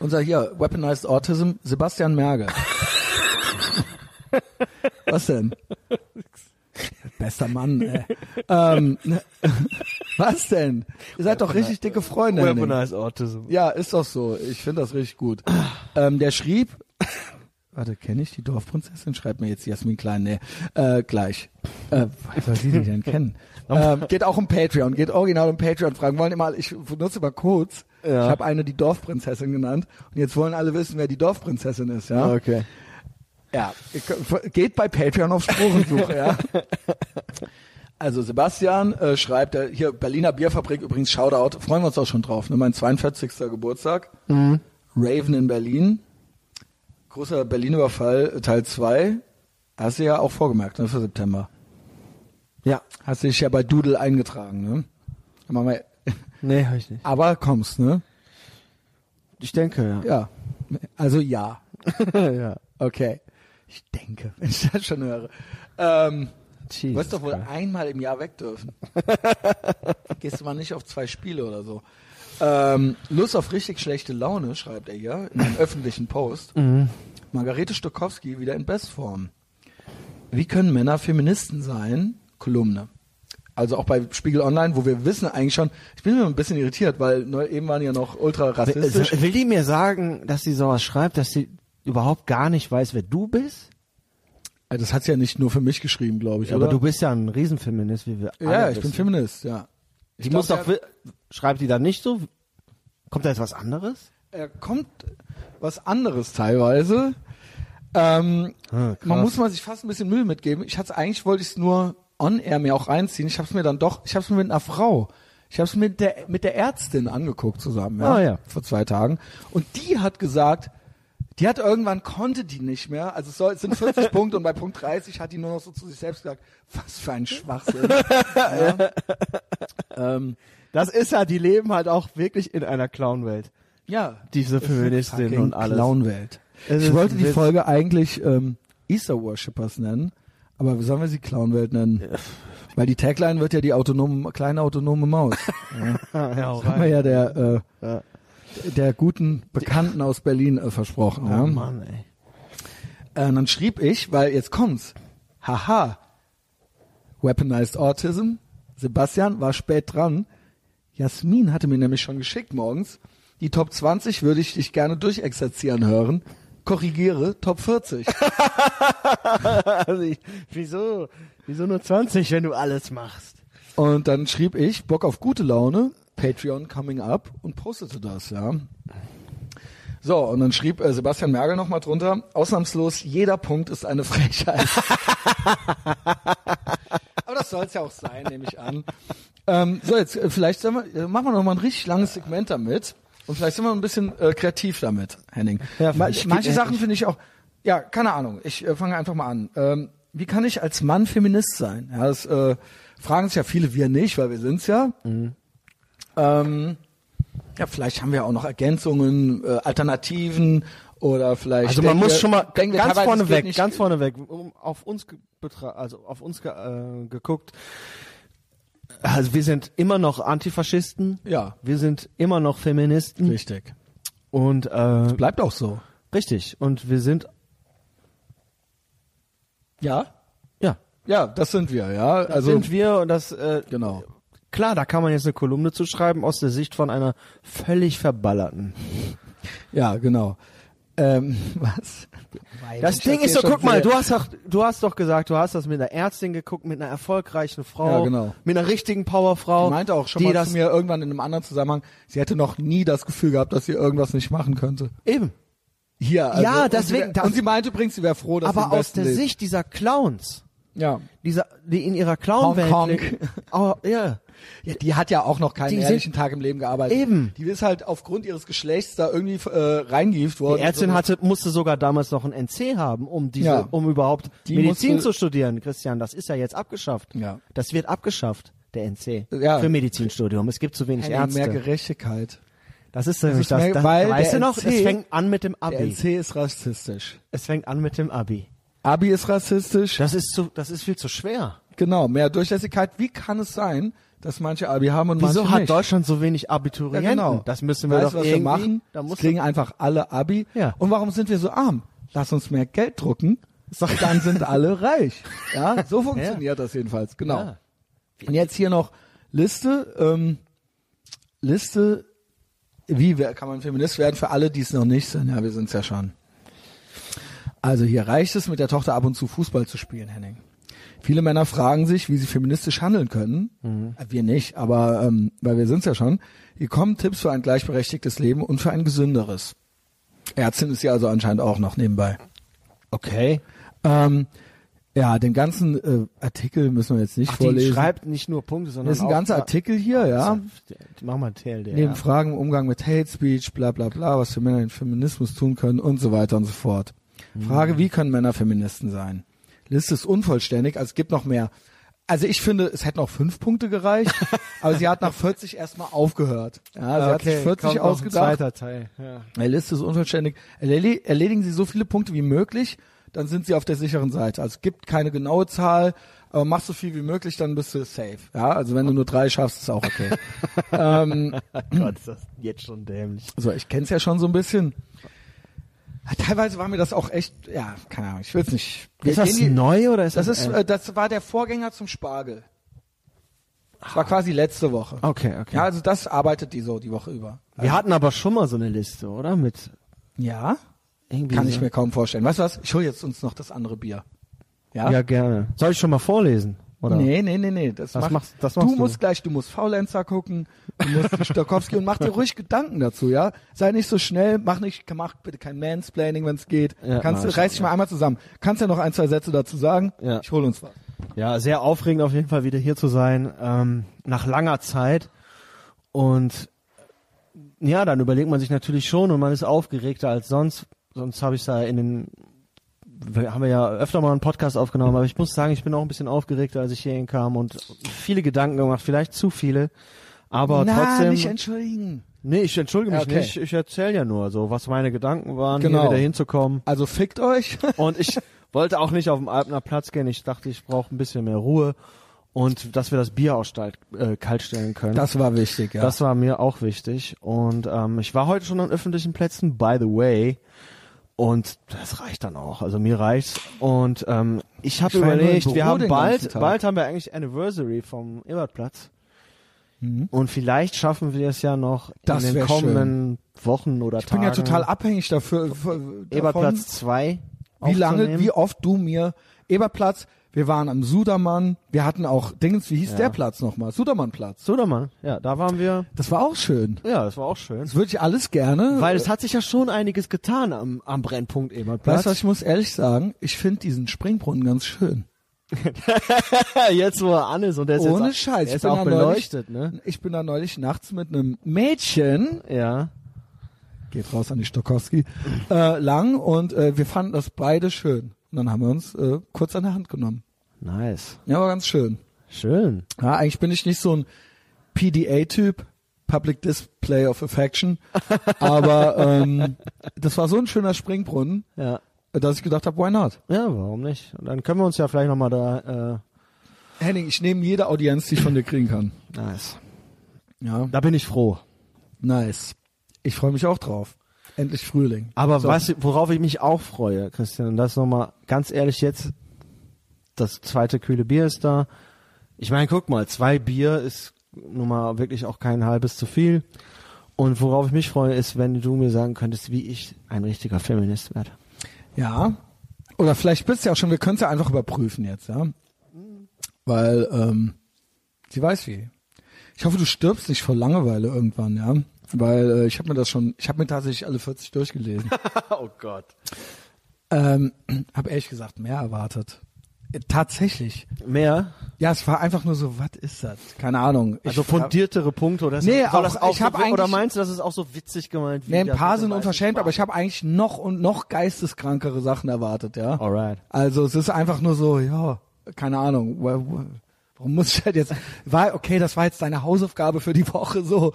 S1: Unser hier, Weaponized Autism, Sebastian Merge. Was denn? Bester Mann, ey. ähm, Was denn? Ihr seid doch richtig dicke Freunde. Henning.
S2: Weaponized Autism.
S1: Ja, ist doch so. Ich finde das richtig gut. ähm, der schrieb, warte, kenne ich die Dorfprinzessin? Schreibt mir jetzt Jasmin Klein. Nee, äh, gleich. Äh, was soll sie denn kennen? ähm, geht auch um Patreon, geht original um Patreon. Fragen wollen immer, ich benutze immer Codes.
S2: Ja.
S1: Ich habe eine die Dorfprinzessin genannt und jetzt wollen alle wissen, wer die Dorfprinzessin ist, ja?
S2: Okay.
S1: Ja, ihr könnt- geht bei Patreon auf Spurensuche, ja. Also Sebastian äh, schreibt, äh, hier Berliner Bierfabrik übrigens, Shoutout, freuen wir uns auch schon drauf, ne? mein 42. Geburtstag, Raven in Berlin, großer Berlin-Überfall äh, Teil 2, hast du ja auch vorgemerkt, ne, für September.
S2: Ja.
S1: Hast dich ja bei Doodle eingetragen, ne? Mach mal-
S2: Nee, hab ich nicht.
S1: Aber kommst, ne?
S2: Ich denke,
S1: Ja, also ja.
S2: ja. ja.
S1: Okay. Ich denke, wenn ich das schon höre. Ähm,
S2: Jesus
S1: du wirst doch wohl
S2: Christ.
S1: einmal im Jahr weg dürfen. Gehst du mal nicht auf zwei Spiele oder so. Ähm, Lust auf richtig schlechte Laune, schreibt er hier in einem öffentlichen Post.
S2: Mhm.
S1: Margarete Stokowski wieder in Bestform. Wie können Männer Feministen sein? Kolumne. Also auch bei Spiegel Online, wo wir wissen eigentlich schon, ich bin immer ein bisschen irritiert, weil neu, eben waren die ja noch ultra rassistisch.
S2: Will die mir sagen, dass sie sowas schreibt, dass sie überhaupt gar nicht weiß, wer du bist?
S1: Das hat sie ja nicht nur für mich geschrieben, glaube ich.
S2: Ja,
S1: oder?
S2: aber du bist ja ein Riesenfeminist, wie wir alle
S1: Ja, ich bin
S2: wissen.
S1: Feminist, ja.
S2: Die muss
S1: glaub,
S2: doch, wi- schreibt die dann nicht so? Kommt da jetzt was anderes?
S1: Er, er kommt was anderes teilweise. Ähm,
S2: Ah, krass.
S1: man muss mal sich fast ein bisschen Müll mitgeben. Ich hatte eigentlich wollte ich es nur on air mir auch reinziehen. Ich habe es mir dann doch, ich habe es mir mit einer Frau, ich habe es mit der mit der Ärztin angeguckt zusammen, ja,
S2: Ah, ja.
S1: vor zwei Tagen. Und die hat gesagt, die hat irgendwann konnte die nicht mehr. Also es, soll, es sind 40 Punkte und bei Punkt 30 hat die nur noch so zu sich selbst gesagt, was für ein Schwachsinn. ja. ähm,
S2: Das ist ja, die leben halt auch wirklich in einer Clownwelt.
S1: Ja,
S2: Diese
S1: Es ist
S2: Feministin
S1: eine fucking
S2: und alles.
S1: Clownwelt.
S2: Es
S1: Ich
S2: ist
S1: wollte
S2: ein
S1: die
S2: Witz.
S1: Folge eigentlich ähm, Easter Worshippers nennen, aber wie sollen wir sie Clownwelt nennen? Weil die Tagline wird ja die autonome, kleine autonome Maus.
S2: Ja, ja,
S1: Haben wir ja der, äh,
S2: Ja.
S1: der guten Bekannten aus Berlin äh, versprochen.
S2: Oh
S1: ja.
S2: Mann, ey.
S1: Äh, und dann schrieb ich, weil jetzt kommt's. Haha. Weaponized Autism. Sebastian war spät dran. Jasmin hatte mir nämlich schon geschickt morgens. Die Top 20 würde ich dich gerne durchexerzieren hören. Korrigiere Top 40.
S2: Also ich, wieso, wieso nur 20, wenn du alles machst?
S1: Und dann schrieb ich, Bock auf gute Laune. Patreon coming up und postete das, ja. So, und dann schrieb äh, Sebastian Merkel nochmal drunter, ausnahmslos, jeder Punkt ist eine Frechheit. Aber das soll es ja auch sein, nehme ich an. Ähm, so, jetzt äh, vielleicht sollen wir, äh, machen wir nochmal ein richtig langes Segment damit. Und vielleicht sind wir ein bisschen äh, kreativ damit, Henning.
S2: Ja,
S1: Ma
S2: ich-
S1: manche
S2: ich-
S1: Sachen finde ich auch, ja, keine Ahnung. Ich äh, fange einfach mal an. Ähm, wie kann ich als Mann Feminist sein? Ja, das äh, fragen sich ja viele, wir nicht, weil wir sind's ja. Ähm, ja, vielleicht haben wir auch noch Ergänzungen, äh, Alternativen oder vielleicht.
S2: Also man
S1: denken
S2: muss
S1: wir-
S2: schon mal
S1: denken wir
S2: ganz
S1: teilweise, es
S2: vorne
S1: geht
S2: weg,
S1: nicht-
S2: ganz vorne weg, um, auf uns ge- betra also auf uns ge äh, geguckt. Also wir sind immer noch Antifaschisten.
S1: Ja.
S2: Wir sind immer noch Feministen
S1: Richtig.
S2: und äh,
S1: Bleibt auch so.
S2: richtig und wir sind
S1: Ja?
S2: ja,
S1: Ja, das sind wir, ja. Also
S2: sind wir und das äh,
S1: genau.
S2: klar, da kann man jetzt eine Kolumne zu schreiben aus der Sicht von einer völlig verballerten.
S1: Ja, genau. Ähm, was?
S2: Das Ding ist so, guck mal, du hast doch, du hast doch gesagt, du hast das mit einer Ärztin geguckt, mit einer erfolgreichen Frau,
S1: Ja, genau.
S2: mit einer richtigen Powerfrau,
S1: Die meinte auch schon
S2: die
S1: mal
S2: das
S1: zu mir irgendwann in einem anderen Zusammenhang, sie hätte noch nie das Gefühl gehabt, dass sie irgendwas nicht machen könnte.
S2: eben.
S1: Hier, also,
S2: Ja,
S1: und
S2: deswegen-
S1: Sie,
S2: das-
S1: und sie meinte übrigens, sie wäre froh, dass sie im
S2: Aber aus
S1: Westen
S2: der
S1: lebt.
S2: Sicht dieser Clowns,
S1: Ja.
S2: dieser, die in ihrer Clown-Welt
S1: Hong Kong.
S2: leben- Oh, ja.
S1: ja, die hat ja auch noch keinen
S2: Die sind-
S1: ehrlichen Tag im Leben gearbeitet.
S2: Eben.
S1: Die ist halt aufgrund ihres Geschlechts da irgendwie äh, reingehieft
S2: Die
S1: worden.
S2: Ärztin
S1: So-
S2: hatte, musste sogar damals noch ein NC haben, um diese,
S1: Ja.
S2: um überhaupt
S1: Die
S2: Medizin
S1: musste-
S2: zu studieren, Christian. Das ist ja jetzt abgeschafft.
S1: Ja.
S2: Das wird abgeschafft, der NC.
S1: Ja.
S2: Für Medizinstudium. Es gibt zu wenig
S1: Henning,
S2: Ärzte.
S1: mehr Gerechtigkeit.
S2: das ist nämlich
S1: ist mehr-
S2: das. das
S1: weil
S2: weißt
S1: der
S2: du noch,
S1: NC
S2: es fängt an mit dem
S1: Der
S2: Abi.
S1: NC ist rassistisch.
S2: Es fängt an mit dem Abi.
S1: Abi ist rassistisch.
S2: Das ist zu, das ist viel zu schwer.
S1: Genau, mehr Durchlässigkeit. Wie kann es sein, dass manche Abi haben und
S2: Wieso
S1: manche
S2: hat
S1: nicht?
S2: Deutschland so wenig Abiturienten?
S1: Ja, genau.
S2: Das müssen wir
S1: weißt,
S2: doch
S1: was wir
S2: irgendwie.
S1: machen.
S2: Da
S1: Es
S2: muss
S1: kriegen einfach alle Abi.
S2: Ja.
S1: Und warum sind wir so arm? Lass uns mehr Geld drucken, dann sind alle reich. Ja, so funktioniert das jedenfalls. Genau.
S2: Ja.
S1: Und jetzt hier noch Liste. Ähm, Liste. Wie wer- kann man Feminist werden für alle, die es noch nicht sind? Ja, wir sind es ja schon. Also hier reicht es, mit der Tochter ab und zu Fußball zu spielen, Henning. Viele Männer fragen sich, wie sie feministisch handeln können.
S2: Mhm.
S1: Äh, Wir nicht, aber ähm, weil wir sind's ja schon. Hier kommen Tipps für ein gleichberechtigtes Leben und für ein gesünderes. Ärztin ist ja also anscheinend auch noch nebenbei.
S2: okay.
S1: Ähm, ja, den ganzen äh, Artikel müssen wir jetzt nicht
S2: Ach, die
S1: vorlesen.
S2: schreibt nicht nur Punkte, sondern
S1: das ist ein
S2: auch
S1: ganzer Artikel hier, ja.
S2: Mach mal TLDR.
S1: Neben Fragen im Umgang mit Hate Speech, bla bla bla, was für Männer den Feminismus tun können und so weiter und so fort. Frage, wie können Männer Feministen sein? Liste ist unvollständig, also es gibt noch mehr. Also ich finde, es hätten auch fünf Punkte gereicht, aber sie hat nach 40 erstmal aufgehört. Ja, sie also hat sich 40 ausgedacht.
S2: Zweiter Teil. Ja.
S1: Die Liste ist unvollständig. Erledi- Erledigen Sie so viele Punkte wie möglich, dann sind Sie auf der sicheren Seite. Also es gibt keine genaue Zahl, aber mach so viel wie möglich, dann bist du safe. Ja, also wenn du nur drei schaffst, ist auch okay.
S2: Gott, ist das jetzt schon dämlich.
S1: So, Also, ich kenn's ja schon so ein bisschen. Ja, Teilweise war mir das auch echt, ja, keine Ahnung, ich will's nicht. Wir
S2: ist das
S1: gehen die-
S2: neu oder ist das?
S1: das ist, äh, das war der Vorgänger zum Spargel. Das war quasi letzte Woche.
S2: Ah. okay, okay.
S1: Ja, also das arbeitet die so die Woche über.
S2: wir hatten aber schon mal so eine Liste, oder? Mit
S1: Ja?
S2: irgendwie.
S1: Kann
S2: so.
S1: ich mir kaum vorstellen. Weißt du was? Ich hol jetzt uns noch das andere Bier. Ja?
S2: Ja, gerne. Soll ich schon mal vorlesen? Oder?
S1: Nee, nee, nee, nee. Das,
S2: Das
S1: macht,
S2: machst- das machst
S1: du
S2: du.
S1: musst gleich, du musst Faulenzer gucken, du musst Stokowski und mach dir ruhig Gedanken dazu, ja? Sei nicht so schnell, mach nicht, mach bitte kein Mansplaining, wenn es geht.
S2: Ja,
S1: Kannst,
S2: na,
S1: du- reiß dich mal einmal zusammen. Kannst ja noch ein, zwei Sätze dazu sagen?
S2: Ja.
S1: Ich hole uns was.
S2: Ja, sehr aufregend auf jeden Fall wieder hier zu sein, ähm, nach langer Zeit. Und ja, dann überlegt man sich natürlich schon und man ist aufgeregter als sonst. Sonst habe ich da in den, wir haben wir ja öfter mal einen Podcast aufgenommen, aber ich muss sagen, ich bin auch ein bisschen aufgeregter, als ich hierhin kam und viele Gedanken gemacht, vielleicht zu viele. Aber
S1: Na,
S2: trotzdem.
S1: nicht entschuldigen.
S2: nee, ich entschuldige mich
S1: Okay.
S2: nicht. Ich erzähle ja nur so, was meine Gedanken waren,
S1: Genau.
S2: hier wieder hinzukommen.
S1: Also fickt euch.
S2: Und ich wollte auch nicht auf dem Alpner Platz gehen. Ich dachte, ich brauche ein bisschen mehr Ruhe und dass wir das Bier auch steil, äh, kalt stellen können.
S1: Das war wichtig, ja.
S2: Das war mir auch wichtig. Und ähm, ich war heute schon an öffentlichen Plätzen, by the way. Und das reicht dann auch. Also mir reicht's. Und ähm, ich habe
S1: Ich war ja nur im
S2: überlegt,
S1: Büro
S2: wir haben
S1: den
S2: bald,
S1: ganzen Tag.
S2: bald haben wir eigentlich Anniversary vom Ebertplatz. Und vielleicht schaffen wir es ja noch
S1: Mhm. Das
S2: in den
S1: wär
S2: kommenden Wochen oder
S1: ich
S2: Tagen.
S1: bin ja total abhängig dafür. f- davon,
S2: Ebertplatz 2.
S1: Wie lange,
S2: aufzunehmen.
S1: wie oft du mir Eberplatz wir waren am Sudermann, wir hatten auch, Dingens, wie hieß der Platz nochmal? Sudermannplatz.
S2: Sudermann, ja, da waren wir.
S1: Das war auch schön.
S2: Ja, das war auch schön.
S1: Das würde ich alles gerne. äh,
S2: Weil es hat sich ja schon einiges getan am, am Brennpunkt Ebertplatz.
S1: weißt du, was ich muss ehrlich sagen? Ich finde diesen Springbrunnen ganz schön.
S2: jetzt wo er an ist und der ist
S1: Ohne
S2: jetzt,
S1: Scheiß.
S2: der
S1: Ich
S2: ist
S1: bin,
S2: auch
S1: da neulich,
S2: beleuchtet, ne?
S1: ich bin da neulich nachts mit einem Mädchen,
S2: Ja.
S1: geht raus an die Stokowski, äh, lang und äh, wir fanden das beide schön. Und dann haben wir uns äh, kurz an der Hand genommen.
S2: Nice.
S1: Ja, war ganz schön.
S2: Schön.
S1: Ja, eigentlich bin ich nicht so ein PDA-Typ, Public Display of Affection, aber ähm, das war so ein schöner Springbrunnen,
S2: Ja.
S1: dass ich gedacht habe, why not?
S2: Ja, warum nicht? Und dann können wir uns ja vielleicht nochmal da,
S1: Henning, ich nehme jede Audienz, die ich von dir kriegen kann.
S2: äh, nice.
S1: Ja,
S2: Da bin ich froh.
S1: nice. Ich freue mich auch drauf. Endlich Frühling.
S2: Aber
S1: So.
S2: was, worauf ich mich auch freue, Christian, und das nochmal ganz ehrlich jetzt, das zweite kühle Bier ist da. Ich meine, guck mal, zwei Bier ist nun mal wirklich auch kein halbes zu viel. Und worauf ich mich freue, ist, wenn du mir sagen könntest, wie ich ein richtiger Feminist werde.
S1: Ja. Oder vielleicht bist du ja auch schon, wir können es ja einfach überprüfen jetzt, ja. Weil ähm, sie weiß wie. Ich hoffe, du stirbst nicht vor Langeweile irgendwann, ja. Weil äh, ich habe mir das schon, ich habe mir tatsächlich alle 40 durchgelesen.
S2: Oh Gott.
S1: ähm, habe ehrlich gesagt mehr erwartet. Äh, Tatsächlich.
S2: Mehr?
S1: Ja, es war einfach nur so, was ist das? Keine Ahnung. Ich
S2: Also
S1: fra-
S2: fundiertere Punkte oder
S1: Nee,
S2: soll
S1: auch-
S2: das auch
S1: ich hab
S2: so, oder
S1: eigentlich-
S2: meinst du, das ist auch so witzig gemeint? Wie
S1: Nee, ein
S2: das
S1: paar
S2: mit dem
S1: sind
S2: weißen
S1: unverschämt, aber
S2: Schwarz?
S1: ich habe eigentlich noch und noch geisteskrankere Sachen erwartet, ja.
S2: Alright.
S1: Also es ist einfach nur so, ja, keine Ahnung, wa- wa- warum muss ich halt jetzt, war, okay, das war jetzt deine Hausaufgabe für die Woche, so.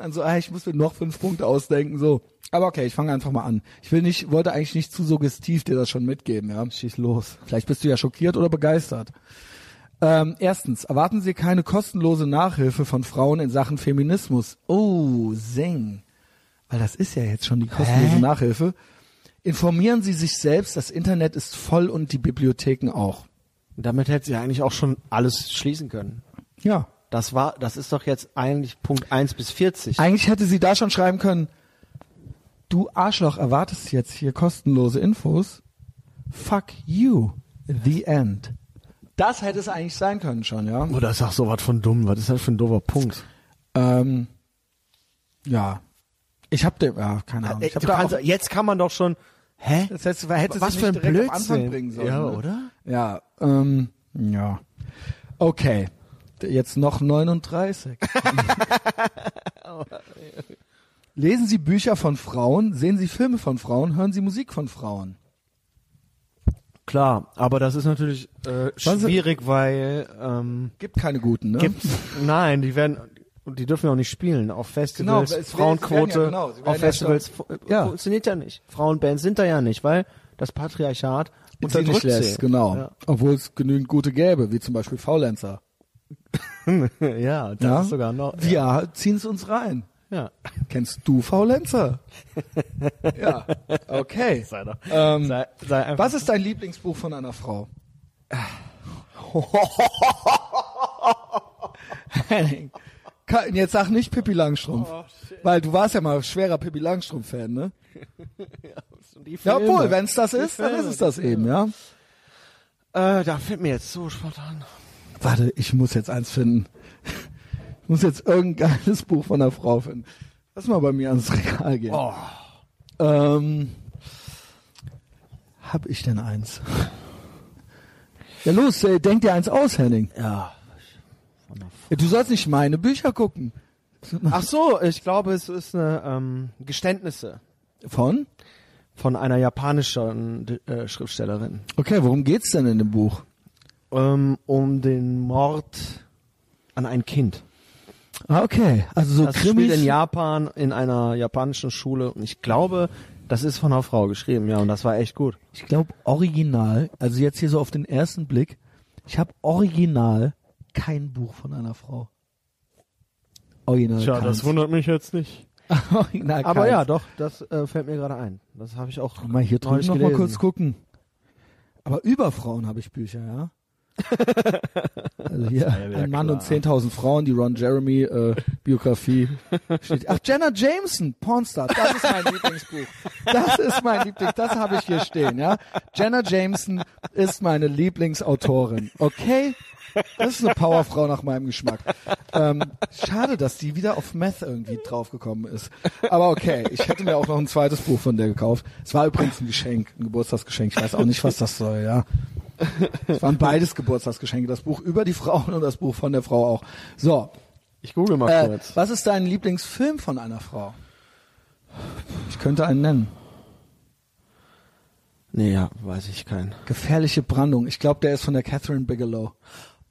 S1: Also, ah, ich muss mir noch fünf Punkte ausdenken, so. Aber okay, ich fange einfach mal an. Ich will nicht, wollte eigentlich nicht zu suggestiv dir das schon mitgeben, ja. Schieß los. Vielleicht bist du ja schockiert oder begeistert. Ähm, erstens, erwarten Sie keine kostenlose Nachhilfe von Frauen in Sachen Feminismus. Oh, Sing. Weil das ist ja jetzt schon die kostenlose
S2: Hä?
S1: Nachhilfe. Informieren Sie sich selbst, das Internet ist voll und die Bibliotheken auch.
S2: Und damit hätte sie eigentlich auch schon alles schließen können.
S1: Ja.
S2: Das war, das ist doch jetzt eigentlich Punkt 1 bis 40.
S1: Eigentlich hätte sie da schon schreiben können, du Arschloch erwartest jetzt hier kostenlose Infos. Fuck you. The end. Das hätte es eigentlich sein können schon, ja.
S2: Oder ist auch so was von dumm. Was ist das für ein doofer Punkt?
S1: Ähm, ja. Ich hab dem, ja, keine Ahnung. Ich hab
S2: Äh, du
S1: da
S2: kannst,
S1: auch-
S2: jetzt kann man doch schon, hä?
S1: Das heißt, hätte
S2: Was
S1: sie
S2: für
S1: nicht
S2: ein
S1: direkt am
S2: Blödsinn.
S1: Anfang bringen sollen.
S2: Ja,
S1: ne?
S2: oder?
S1: Ja, ähm, ja. Okay. D- Jetzt noch 39. Lesen Sie Bücher von Frauen, sehen Sie Filme von Frauen, hören Sie Musik von Frauen.
S2: Klar, aber das ist natürlich äh,
S1: Sonst-
S2: schwierig, weil ähm,
S1: Gibt keine guten, ne?
S2: gibt's, nein, die werden, und die dürfen ja auch nicht spielen auf
S1: Genau, es
S2: Festivals,
S1: werden- sie werden
S2: Frauenquote,
S1: ja- genau, sie werden
S2: auf
S1: ja
S2: Festivals
S1: schon-
S2: fu- äh,
S1: Ja.
S2: funktioniert ja nicht. Frauenbands sind da ja nicht, weil das Patriarchat
S1: Und sie nicht
S2: unterdrückt
S1: lässt,
S2: sie.
S1: genau.
S2: Ja.
S1: Obwohl es genügend gute gäbe, wie zum Beispiel Faulenzer.
S2: ja, das
S1: ja?
S2: ist sogar noch.
S1: Wir ziehen es uns rein.
S2: Ja.
S1: Kennst du Faulenzer? ja, okay.
S2: Sei doch.
S1: Ähm,
S2: sei, sei einfach.
S1: Was ist dein Lieblingsbuch von einer Frau? Henning, ka- Jetzt sag nicht Pippi Langstrumpf.
S2: Oh,
S1: weil du warst ja mal schwerer Pippi Langstrumpf-Fan, ne?
S2: Die
S1: Ja,
S2: Filme.
S1: obwohl, wenn es das ist, dann ist
S2: Filme,
S1: es das eben, ja?
S2: Äh, da fällt mir jetzt so spontan.
S1: Warte, ich muss jetzt eins finden. Ich muss jetzt irgendein geiles Buch von einer Frau finden. Lass mal bei mir ans Regal gehen.
S2: Oh.
S1: Ähm, hab ich denn eins? Ja los, äh, denk dir eins aus, Henning.
S2: Ja.
S1: Ja, Du sollst nicht meine Bücher gucken.
S2: Ach so, ich glaube, es ist eine ähm, Geständnisse
S1: Von?
S2: von einer japanischen äh, Schriftstellerin
S1: Okay, worum geht's denn in dem Buch?
S2: ähm, um den Mord an ein Kind.
S1: Ah, okay. Also so
S2: Das spielt
S1: Krimis.
S2: in Japan in einer japanischen Schule und ich glaube, das ist von einer Frau geschrieben, ja, und das war echt gut.
S1: Ich glaube original, also jetzt hier so auf den ersten Blick, ich habe original kein Buch von einer Frau. Original. keins.
S2: wundert mich jetzt nicht.
S1: original
S2: Aber
S1: keins.
S2: ja, doch, das äh, fällt mir gerade ein. Das habe ich auch
S1: Mal hier drüben
S2: neulich
S1: noch mal
S2: gelesen.
S1: kurz gucken. Aber über Frauen habe ich Bücher, ja. Also hier ein Mann und 10.000 Frauen, die Ron Jeremy äh, Biografie steht. Ach, Jenna Jameson, Pornstar, das ist mein Lieblingsbuch. Das ist mein Lieblings, das habe ich hier stehen, ja. Jenna Jameson ist meine Lieblingsautorin, okay? Das ist eine Powerfrau nach meinem Geschmack. Ähm, schade, dass die wieder auf Meth irgendwie draufgekommen ist. Aber okay, ich hätte mir auch noch ein zweites Buch von der gekauft. Es war übrigens ein Geschenk, ein Geburtstagsgeschenk. Ich weiß auch nicht, was das soll, ja. Es waren beides Geburtstagsgeschenke, das Buch über die Frauen und das Buch von der Frau auch. So,
S2: Ich google mal
S1: äh,
S2: kurz.
S1: was ist dein Lieblingsfilm von einer Frau? Ich könnte einen nennen.
S2: Nee, ja, weiß ich keinen.
S1: Gefährliche Brandung. Ich glaube, der ist von der Catherine Bigelow.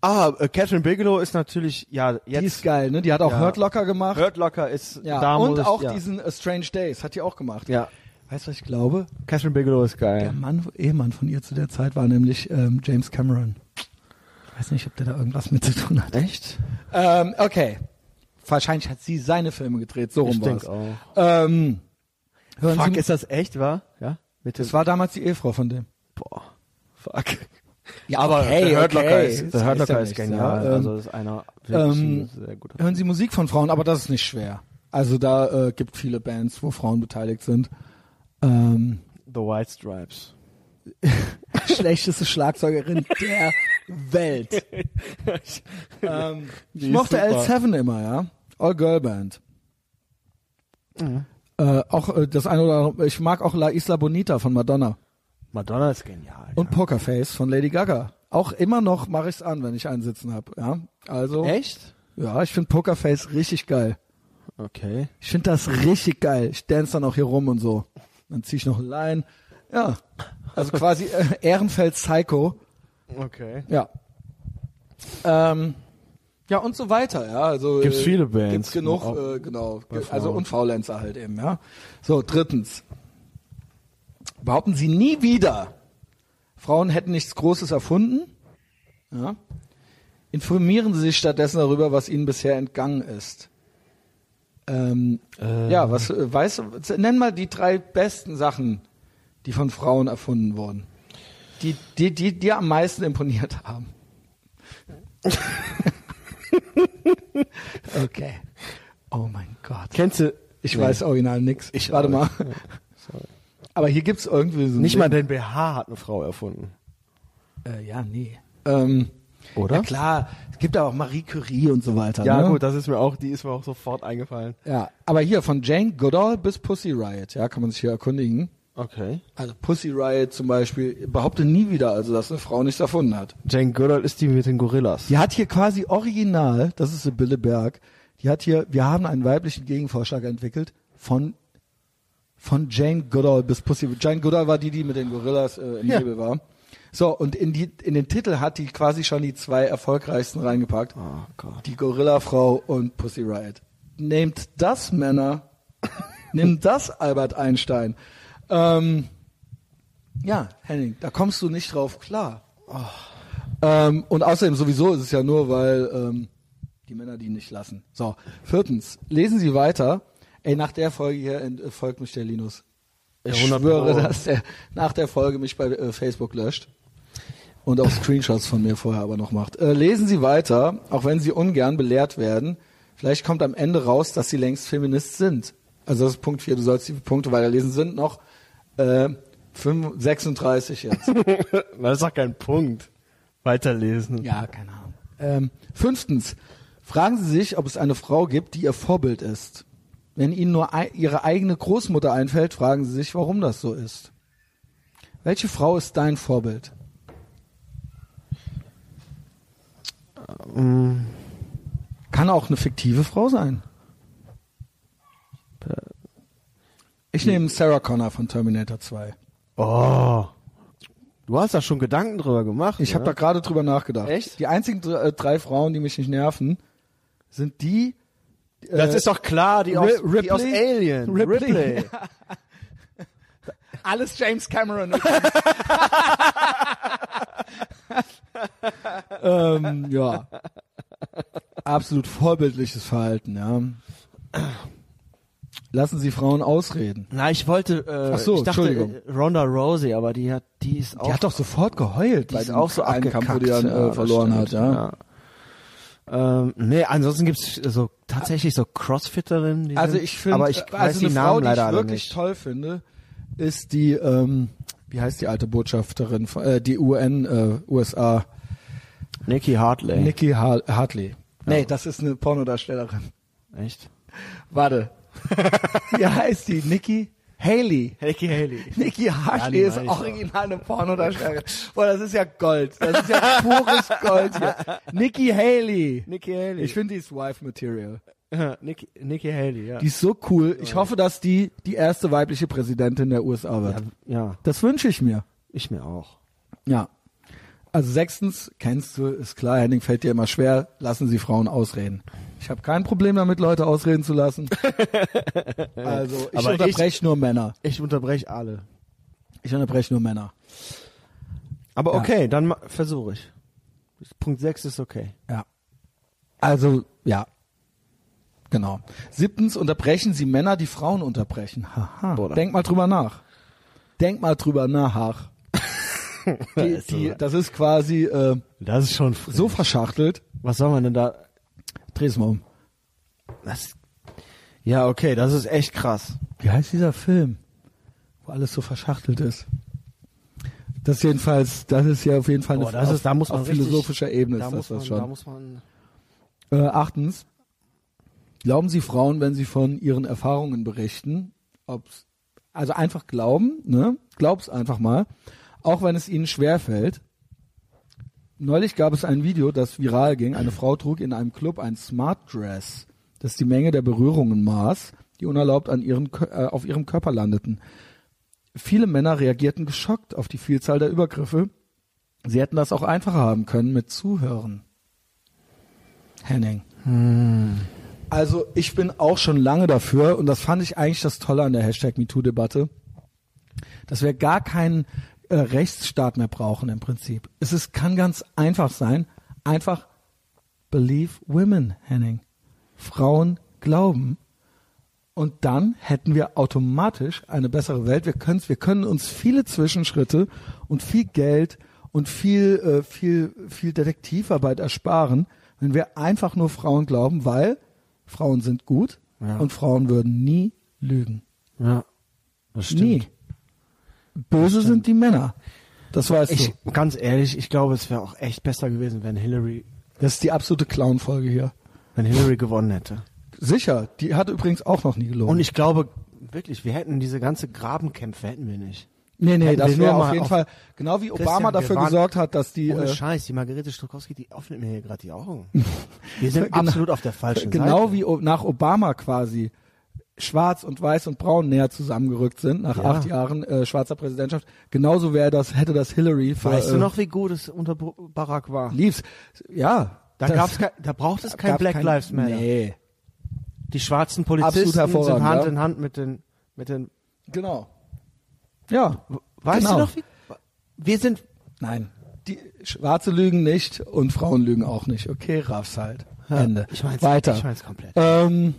S2: Ah, äh, Catherine Bigelow ist natürlich, ja,
S1: Die ist
S2: jetzt.
S1: geil, ne? Die hat auch
S2: Ja.
S1: Hurt Locker gemacht.
S2: Hurt Locker ist
S1: ja.
S2: da muss
S1: Und
S2: ich,
S1: auch
S2: ja.
S1: diesen A Strange Days hat die auch gemacht.
S2: Ja,
S1: Weißt du, was ich glaube?
S2: Catherine Bigelow ist
S1: Der
S2: geil.
S1: Mann, Ehemann von ihr zu der Zeit war nämlich ähm, James Cameron. Ich weiß nicht, ob der da irgendwas mit zu tun hat.
S2: Echt?
S1: Ähm, okay. Wahrscheinlich hat sie seine Filme gedreht, so rum
S2: Ich
S1: war's.
S2: denk auch.
S1: Ähm, hören
S2: Fuck,
S1: Sie,
S2: ist das echt, wa? Ja? Mit dem,
S1: das war damals die Ehefrau von dem.
S2: boah, fuck.
S1: Ja,
S2: Aber der Hurt Locker ist,
S1: Das
S2: der
S1: heißt
S2: Hurt
S1: ja
S2: Locker ist
S1: nichts,
S2: genial.
S1: ja. Ähm,
S2: also ist einer wirklich
S1: ähm,
S2: sehr guter.
S1: hören Sie Musik von Frauen, aber das ist nicht schwer. Also da äh, gibt viele Bands, wo Frauen beteiligt sind. Ähm,
S2: The White Stripes.
S1: schlechteste Schlagzeugerin der Welt. ähm, ich mochte
S2: super.
S1: L7 immer, ja. All-Girl-Band.
S2: Mhm.
S1: Äh, auch äh, das eine oder andere, ich mag auch La Isla Bonita von Madonna
S2: Madonna ist genial.
S1: und Pokerface von Lady Gaga. Auch immer noch mache ich's an, wenn ich einen sitzen habe. Ja, also
S2: ja. Echt?
S1: ja, ich finde Pokerface richtig geil.
S2: Okay.
S1: Ich finde das richtig geil. Ich dance dann auch hier rum und so. Dann zieh ich noch ein Line. Ja, also quasi äh, Ehrenfeld Psycho.
S2: Okay.
S1: Ja. Ähm, ja, und so weiter, ja. Also,
S2: Gibt's
S1: äh,
S2: viele Bands.
S1: Gibt's genug,
S2: Auch
S1: äh, genau. Ge-
S2: Frauen.
S1: Also und Faulenzer halt eben, ja. So, drittens. Behaupten Sie nie wieder, Frauen hätten nichts Großes erfunden. Ja. Informieren Sie sich stattdessen darüber, was Ihnen bisher entgangen ist. Ähm, Ja, was äh, weißt du, nenn mal die drei besten Sachen, die von Frauen erfunden wurden. Die, die, die dir am meisten imponiert haben. okay. Oh mein Gott.
S2: Kennst du
S1: Ich weiß original nix. Ich warte mal. Aber hier gibt's irgendwie so ein
S2: nicht mal
S1: Ding.
S2: den BH hat eine Frau erfunden,
S1: äh, ja, nee. Ähm,
S2: oder?
S1: Ja klar, es gibt aber auch Marie Curie und so weiter.
S2: Ja,
S1: ne?
S2: gut, das ist mir auch, die ist mir auch sofort eingefallen.
S1: Ja, aber hier von Jane Goodall bis Pussy Riot, ja, kann man sich hier erkundigen.
S2: Okay.
S1: Also Pussy Riot zum Beispiel behauptet nie wieder, also dass eine Frau nichts erfunden hat.
S2: Jane Goodall ist die mit den Gorillas.
S1: Die hat hier quasi original, das ist Sibylle Berg, die hat hier, wir haben einen weiblichen Gegenvorschlag entwickelt von von Jane Goodall bis Pussy. Jane Goodall war die, die mit den Gorillas äh, im
S2: Ja.
S1: Nebel war. So, und in, die, in den Titel hat die quasi schon die zwei erfolgreichsten reingepackt.
S2: Oh Gott.
S1: Die Gorilla-Frau und Pussy Riot. Nehmt das, Männer. Nehmt das, Albert Einstein. Ähm, ja, Henning, da kommst du nicht drauf klar. Ähm, und außerdem sowieso ist es ja nur, weil ähm, die Männer die nicht lassen. So, viertens, lesen Sie weiter. Ey, nach der Folge hier ent- äh, folgt mich der Linus.
S2: Ja,
S1: Ich
S2: 100
S1: schwöre,
S2: Pro.
S1: dass der nach der Folge mich bei äh, Facebook löscht und auch Screenshots von mir vorher aber noch macht. Äh, lesen Sie weiter, auch wenn Sie ungern belehrt werden. Vielleicht kommt am Ende raus, dass Sie längst Feminist sind. Also das ist Punkt 4, du sollst die Punkte weiterlesen, sind noch äh, 5, 36 jetzt.
S2: Das ist doch kein Punkt. Weiterlesen.
S1: Ja, keine Ahnung. Ähm, fünftens, fragen Sie sich, ob es eine Frau gibt, die Ihr Vorbild ist. Wenn Ihnen nur ei- Ihre eigene Großmutter einfällt, fragen Sie sich, warum das so ist. Welche Frau ist dein Vorbild? Kann auch eine fiktive Frau sein. Ich nehme Sarah Connor von Terminator 2.
S2: Oh. Du hast da schon Gedanken drüber gemacht.
S1: Ich habe da
S2: ne?
S1: gerade drüber nachgedacht.
S2: Echt?
S1: Die einzigen dr- äh, drei Frauen, die mich nicht nerven, sind die. Äh,
S2: Das ist doch klar, die
S1: Ri-
S2: aus,
S1: Ripley?
S2: die aus Alien.
S1: Ripley. alles James Cameron. ähm, ja. Absolut vorbildliches Verhalten, ja. Lassen Sie Frauen ausreden.
S2: Na, ich wollte, äh,
S1: Ach so,
S2: ich dachte
S1: Entschuldigung.
S2: äh, Ronda Rousey, aber die hat, die ist auch,
S1: Die hat doch sofort geheult
S2: die
S1: bei
S2: ist
S1: dem
S2: auch so
S1: einen
S2: abgekackt.
S1: Kampf, wo die dann
S2: Ja,
S1: äh,
S2: das
S1: verloren
S2: stimmt,
S1: hat. Ja.
S2: ja. Ähm, nee, ansonsten gibt's so tatsächlich so Crossfitterinnen. die
S1: Also
S2: sind-
S1: ich finde,
S2: aber ich
S1: also
S2: weiß
S1: eine
S2: die
S1: Frau,
S2: Namen
S1: die
S2: leider
S1: ich
S2: alle
S1: wirklich
S2: nicht.
S1: toll finde, ist die, ähm, wie heißt die alte Botschafterin, von- äh, die UN äh, USA,
S2: Nikki Hartley.
S1: Nikki Har- Hartley. Nee, das ist eine Pornodarstellerin.
S2: Echt?
S1: Warte. Wie heißt die? Nikki Haley.
S2: Nikki Haley.
S1: Nikki Hartley
S2: Ja, die
S1: ist
S2: meine ich
S1: original eine Pornodarstellerin. Boah, das ist ja Gold. Das ist ja pures Gold hier. Nikki Haley.
S2: Nikki Haley.
S1: Ich finde, die ist Wife Material.
S2: Nikki, Nikki Haley, ja.
S1: Die ist so cool. Ich hoffe, dass die die erste weibliche Präsidentin der USA wird.
S2: ja. Ja,
S1: Das wünsche ich mir.
S2: ich mir auch.
S1: Ja. Also sechstens, kennst du, ist klar, Henning fällt dir immer schwer, lassen Sie Frauen ausreden. Ich habe kein Problem damit, Leute ausreden zu lassen. also ich
S2: Aber
S1: unterbreche nur Männer.
S2: Ich unterbreche alle.
S1: Ich unterbreche nur Männer.
S2: Aber
S1: Ja.
S2: okay, dann versuche ich. Punkt 6 ist okay.
S1: Ja. Also, ja. Genau. Siebtens, unterbrechen Sie Männer, die Frauen unterbrechen. Haha.
S2: Oder?
S1: Denk mal drüber nach. Denk mal drüber nach. Die, die, das ist quasi äh,
S2: Das ist schon frech.
S1: so verschachtelt.
S2: Was soll man denn da?
S1: Dreh's mal um.
S2: Das, ja, okay, das ist echt krass.
S1: Wie heißt dieser Film, wo alles so verschachtelt ist? Das ist jedenfalls, das ist ja auf jeden Fall eine,
S2: Boah, das
S1: auf,
S2: ist, da muss man
S1: auf
S2: richtig-
S1: philosophischer Ebene
S2: da
S1: ist
S2: muss
S1: das,
S2: man,
S1: das schon.
S2: Da muss man,
S1: Äh, achtens. Glauben Sie Frauen, wenn sie von ihren Erfahrungen berichten? Ob's, also einfach glauben, ne? Glaub's einfach mal. Auch wenn es ihnen schwerfällt. Neulich gab es ein Video, das viral ging. Eine Frau trug in einem Club ein Smart Dress, das die Menge der Berührungen maß, die unerlaubt an ihren, Kö- äh, auf ihrem Körper landeten. Viele Männer reagierten geschockt auf die Vielzahl der Übergriffe. Sie hätten das auch einfacher haben können mit Zuhören. Henning. Also ich bin auch schon lange dafür und das fand ich eigentlich das Tolle an der Hashtag MeToo-Debatte, dass wir gar keinen äh, Rechtsstaat mehr brauchen im Prinzip. Es ist, kann ganz einfach sein, einfach believe women, Henning. Frauen glauben. Und dann hätten wir automatisch eine bessere Welt. Wir, können's, wir können uns viele Zwischenschritte und viel Geld und viel, äh, viel, viel Detektivarbeit ersparen, wenn wir einfach nur Frauen glauben, weil Frauen sind gut
S2: Ja.
S1: und Frauen würden nie lügen.
S2: ja, das
S1: Nie. Böse sind die Männer. Das weißt
S2: Ich,
S1: du.
S2: ganz ehrlich, ich glaube, es wäre auch echt besser gewesen, wenn Hillary,
S1: Das ist die absolute Clown-Folge hier.
S2: wenn Hillary gewonnen hätte.
S1: Sicher, die hat übrigens auch noch nie gelogen.
S2: Und ich glaube, wirklich, wir hätten diese ganze Grabenkämpfe hätten wir nicht.
S1: nee, nee,
S2: Hätten
S1: das
S2: wir
S1: wäre
S2: nur
S1: auf
S2: mal
S1: jeden
S2: auf-
S1: Fall, genau wie Obama
S2: Christian, wir
S1: dafür
S2: waren-
S1: gesorgt hat, dass die...
S2: Ohne
S1: äh,
S2: Scheiß, die Margarete Stokowski, die öffnet mir hier gerade die Augen. Wir sind
S1: Genau.
S2: absolut auf der falschen
S1: genau
S2: Seite.
S1: wie o- nach Obama quasi schwarz und weiß und braun näher zusammengerückt sind nach
S2: Ja.
S1: acht Jahren äh, schwarzer Präsidentschaft. Genauso wäre das, hätte das Hillary für,
S2: Weißt
S1: äh,
S2: du noch, wie gut es unter Bo- Barack war?
S1: Leaves. Ja.
S2: Da,
S1: das-
S2: gab's kein, da braucht es kein
S1: gab
S2: Black Lives Matter.
S1: Nee.
S2: Die schwarzen
S1: Absolut
S2: Polizisten
S1: hervorragend,
S2: sind Hand
S1: ja.
S2: in Hand mit den, mit den,
S1: Genau. Ja.
S2: weißt
S1: genau.
S2: du noch, wie, wir sind,
S1: Nein. Die Schwarze lügen nicht und Frauen lügen auch nicht. Okay, raff's halt. Ende.
S2: Ich mein's,
S1: Weiter.
S2: Ich mein's komplett.
S1: Ähm,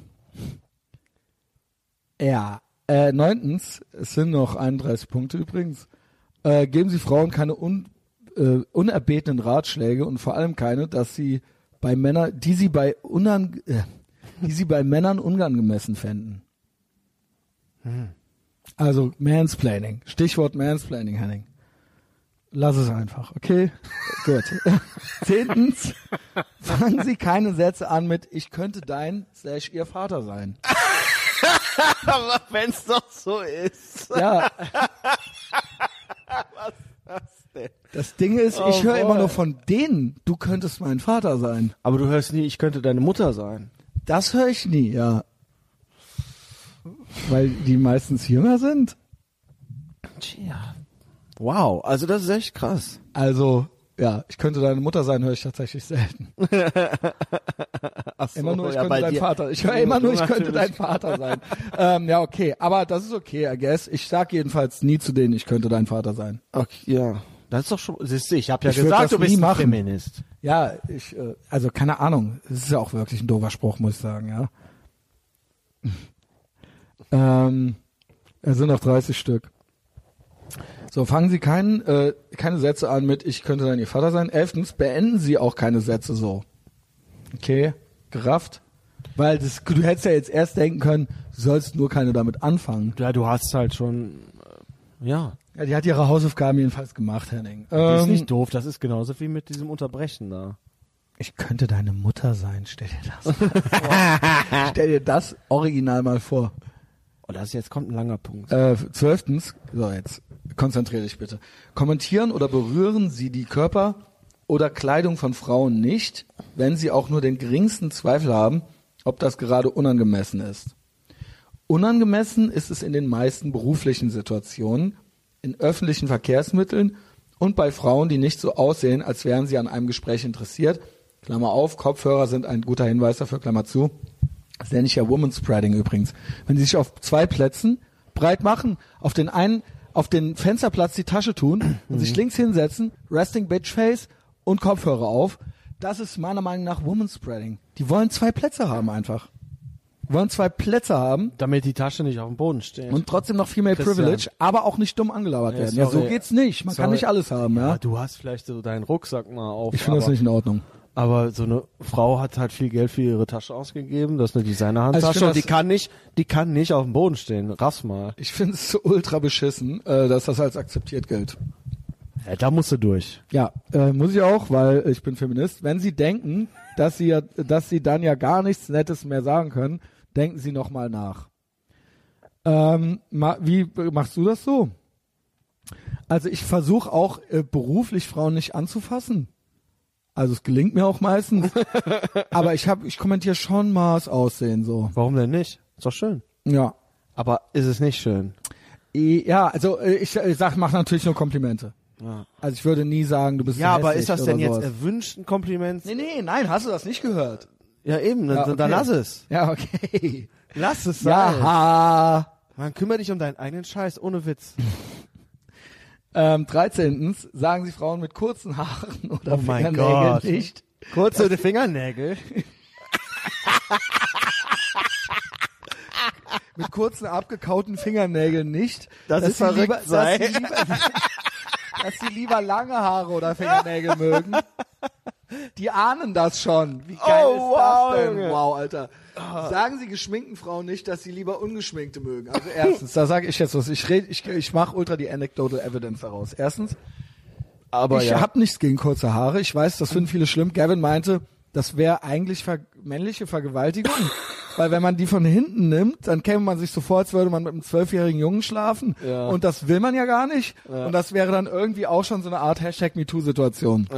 S1: ja, äh, neuntens, es sind noch 31 Punkte übrigens. Äh, geben Sie Frauen keine un, äh, unerbetenen Ratschläge und vor allem keine, dass sie bei Männern, die sie bei unan, äh, die sie bei Männern unangemessen fänden. Also Mansplaining. Stichwort Mansplaining, Henning. Lass es einfach, okay? Gut. Zehntens, fangen Sie keine Sätze an mit Ich könnte dein slash Ihr Vater sein.
S2: Aber wenn's doch so ist.
S1: Ja, das Ding ist, ich höre
S2: Oh, boy.
S1: immer nur von denen, du könntest mein Vater sein.
S2: Aber du hörst nie, ich könnte deine Mutter sein.
S1: Das höre ich nie, ja. Weil die meistens jünger sind.
S2: Tja. Wow, also das ist echt krass.
S1: Also, ja, ich könnte deine Mutter sein, höre ich tatsächlich selten. immer nur, ich
S2: Oh, ja,
S1: könnte
S2: bei
S1: dein
S2: dir.
S1: Vater. Ich höre
S2: Ja,
S1: immer
S2: du
S1: nur, ich könnte
S2: natürlich.
S1: dein Vater sein. ähm, ja, okay. Aber das ist okay, I guess. Ich sag jedenfalls nie zu denen, ich könnte dein Vater sein.
S2: Okay, ja. Das ist doch schon, siehst du, ich habe ja
S1: Ich würd das
S2: gesagt, du
S1: nie
S2: bist ein
S1: machen.
S2: Feminist.
S1: Ja, ich, äh, also keine Ahnung. Es ist ja auch wirklich ein doofer Spruch, muss ich sagen, ja. Ähm, es sind noch 30 Stück. So, fangen Sie kein, äh, keine Sätze an mit Ich könnte dann Ihr Vater sein. Elftens, beenden Sie auch keine Sätze so. Okay, gerafft. Weil das, du hättest ja jetzt erst denken können, du sollst nur keine damit anfangen.
S2: Ja, du hast halt schon, äh, ja.
S1: Ja, die hat ihre Hausaufgaben jedenfalls gemacht, Henning.
S2: Das ist
S1: Ähm,
S2: nicht doof, das ist genauso wie mit diesem Unterbrechen da.
S1: Ich könnte deine Mutter sein, stell dir das mal vor. stell dir das original mal vor.
S2: Oh, das jetzt kommt ein langer Punkt.
S1: Äh, zwölftens, so jetzt, konzentriere dich bitte. Kommentieren oder berühren Sie die Körper oder Kleidung von Frauen nicht, wenn Sie auch nur den geringsten Zweifel haben, ob das gerade unangemessen ist. Unangemessen ist es in den meisten beruflichen Situationen, in öffentlichen Verkehrsmitteln und bei Frauen, die nicht so aussehen, als wären sie an einem Gespräch interessiert. Klammer auf, Kopfhörer sind ein guter Hinweis dafür, Klammer zu. Das nenne ich ja Woman Spreading übrigens. Wenn sie sich auf zwei Plätzen breit machen, auf den einen, auf den Fensterplatz die Tasche tun und sich links hinsetzen, Resting Bitch Face und Kopfhörer auf, das ist meiner Meinung nach Woman Spreading. Die wollen zwei Plätze haben einfach. Wollen zwei Plätze haben
S2: Damit die Tasche nicht auf dem Boden steht.
S1: und trotzdem noch Female
S2: Christian.
S1: Privilege, aber auch nicht dumm angelabert
S2: Ja,
S1: werden. Ja, so
S2: sorry.
S1: geht's nicht. Man kann
S2: Sorry.
S1: nicht alles haben, ja.
S2: ja, du hast vielleicht so deinen Rucksack mal auf.
S1: Ich finde das
S2: aber-
S1: nicht in Ordnung.
S2: Aber so eine Frau hat halt viel Geld für ihre Tasche ausgegeben, das ist eine
S1: Also ich
S2: Designerhandtasche
S1: finde
S2: und die
S1: das-
S2: kann nicht, die kann nicht auf dem Boden stehen. Rass mal.
S1: Ich finde es so ultra beschissen, äh, dass das als akzeptiert gilt.
S2: Ja, da musst du durch.
S1: Ja, äh, muss ich auch, weil ich bin Feminist. Wenn Sie denken, dass Sie, ja, dass Sie dann ja gar nichts Nettes mehr sagen können, denken Sie nochmal nach. Ähm, ma, wie äh, machst du das so? Also ich versuche auch äh, beruflich Frauen nicht anzufassen. Also es gelingt mir auch meistens. Aber ich hab, ich kommentiere schon mal das Aussehen so.
S2: Warum denn nicht? Ist doch schön.
S1: Ja.
S2: Aber ist es nicht schön?
S1: I- Ja, also äh, ich, ich sag, mach natürlich nur Komplimente.
S2: Ja,
S1: Also ich würde nie sagen, du bist
S2: aber
S1: hässlich
S2: ist das
S1: oder
S2: denn jetzt äh,
S1: sowas.
S2: erwünscht ein Kompliment?
S1: Nee, nee, nein, hast du das nicht gehört?
S2: Ja, eben, dann,
S1: Ja,
S2: dann
S1: okay.
S2: lass es.
S1: Ja, okay.
S2: Lass es sein.
S1: Jaha.
S2: Man kümmere dich um deinen eigenen Scheiß, ohne Witz.
S1: Ähm, 13. sagen sie Frauen mit kurzen Haaren oder
S2: Oh mein
S1: Fingernägeln
S2: Gott.
S1: nicht.
S2: Kurze Fingernägel.
S1: Mit kurzen, abgekauten Fingernägeln nicht.
S2: Dass sie
S1: sie
S2: verrückt
S1: lieber,
S2: sei.
S1: Dass sie, lieber, dass sie lieber lange Haare oder Fingernägel mögen. Die ahnen das schon. Wie geil
S2: Oh,
S1: ist
S2: wow,
S1: das denn?
S2: Junge. Ah.
S1: Wow, Alter. Sagen sie geschminkten Frauen nicht, dass sie lieber ungeschminkte mögen. Also erstens, da sage ich jetzt was. Ich, red, ich, ich mache ultra die Anecdotal Evidence daraus. Erstens,
S2: Aber
S1: ich
S2: ja.
S1: habe nichts gegen kurze Haare. Ich weiß, das finden viele schlimm. Gavin meinte, das wäre eigentlich ver männliche Vergewaltigung. Weil wenn man die von hinten nimmt, dann käme man sich so vor, als würde man mit einem zwölfjährigen Jungen schlafen.
S2: Ja.
S1: Und das will man ja gar nicht. Und das wäre dann irgendwie auch schon so eine Art Hashtag MeToo-Situation.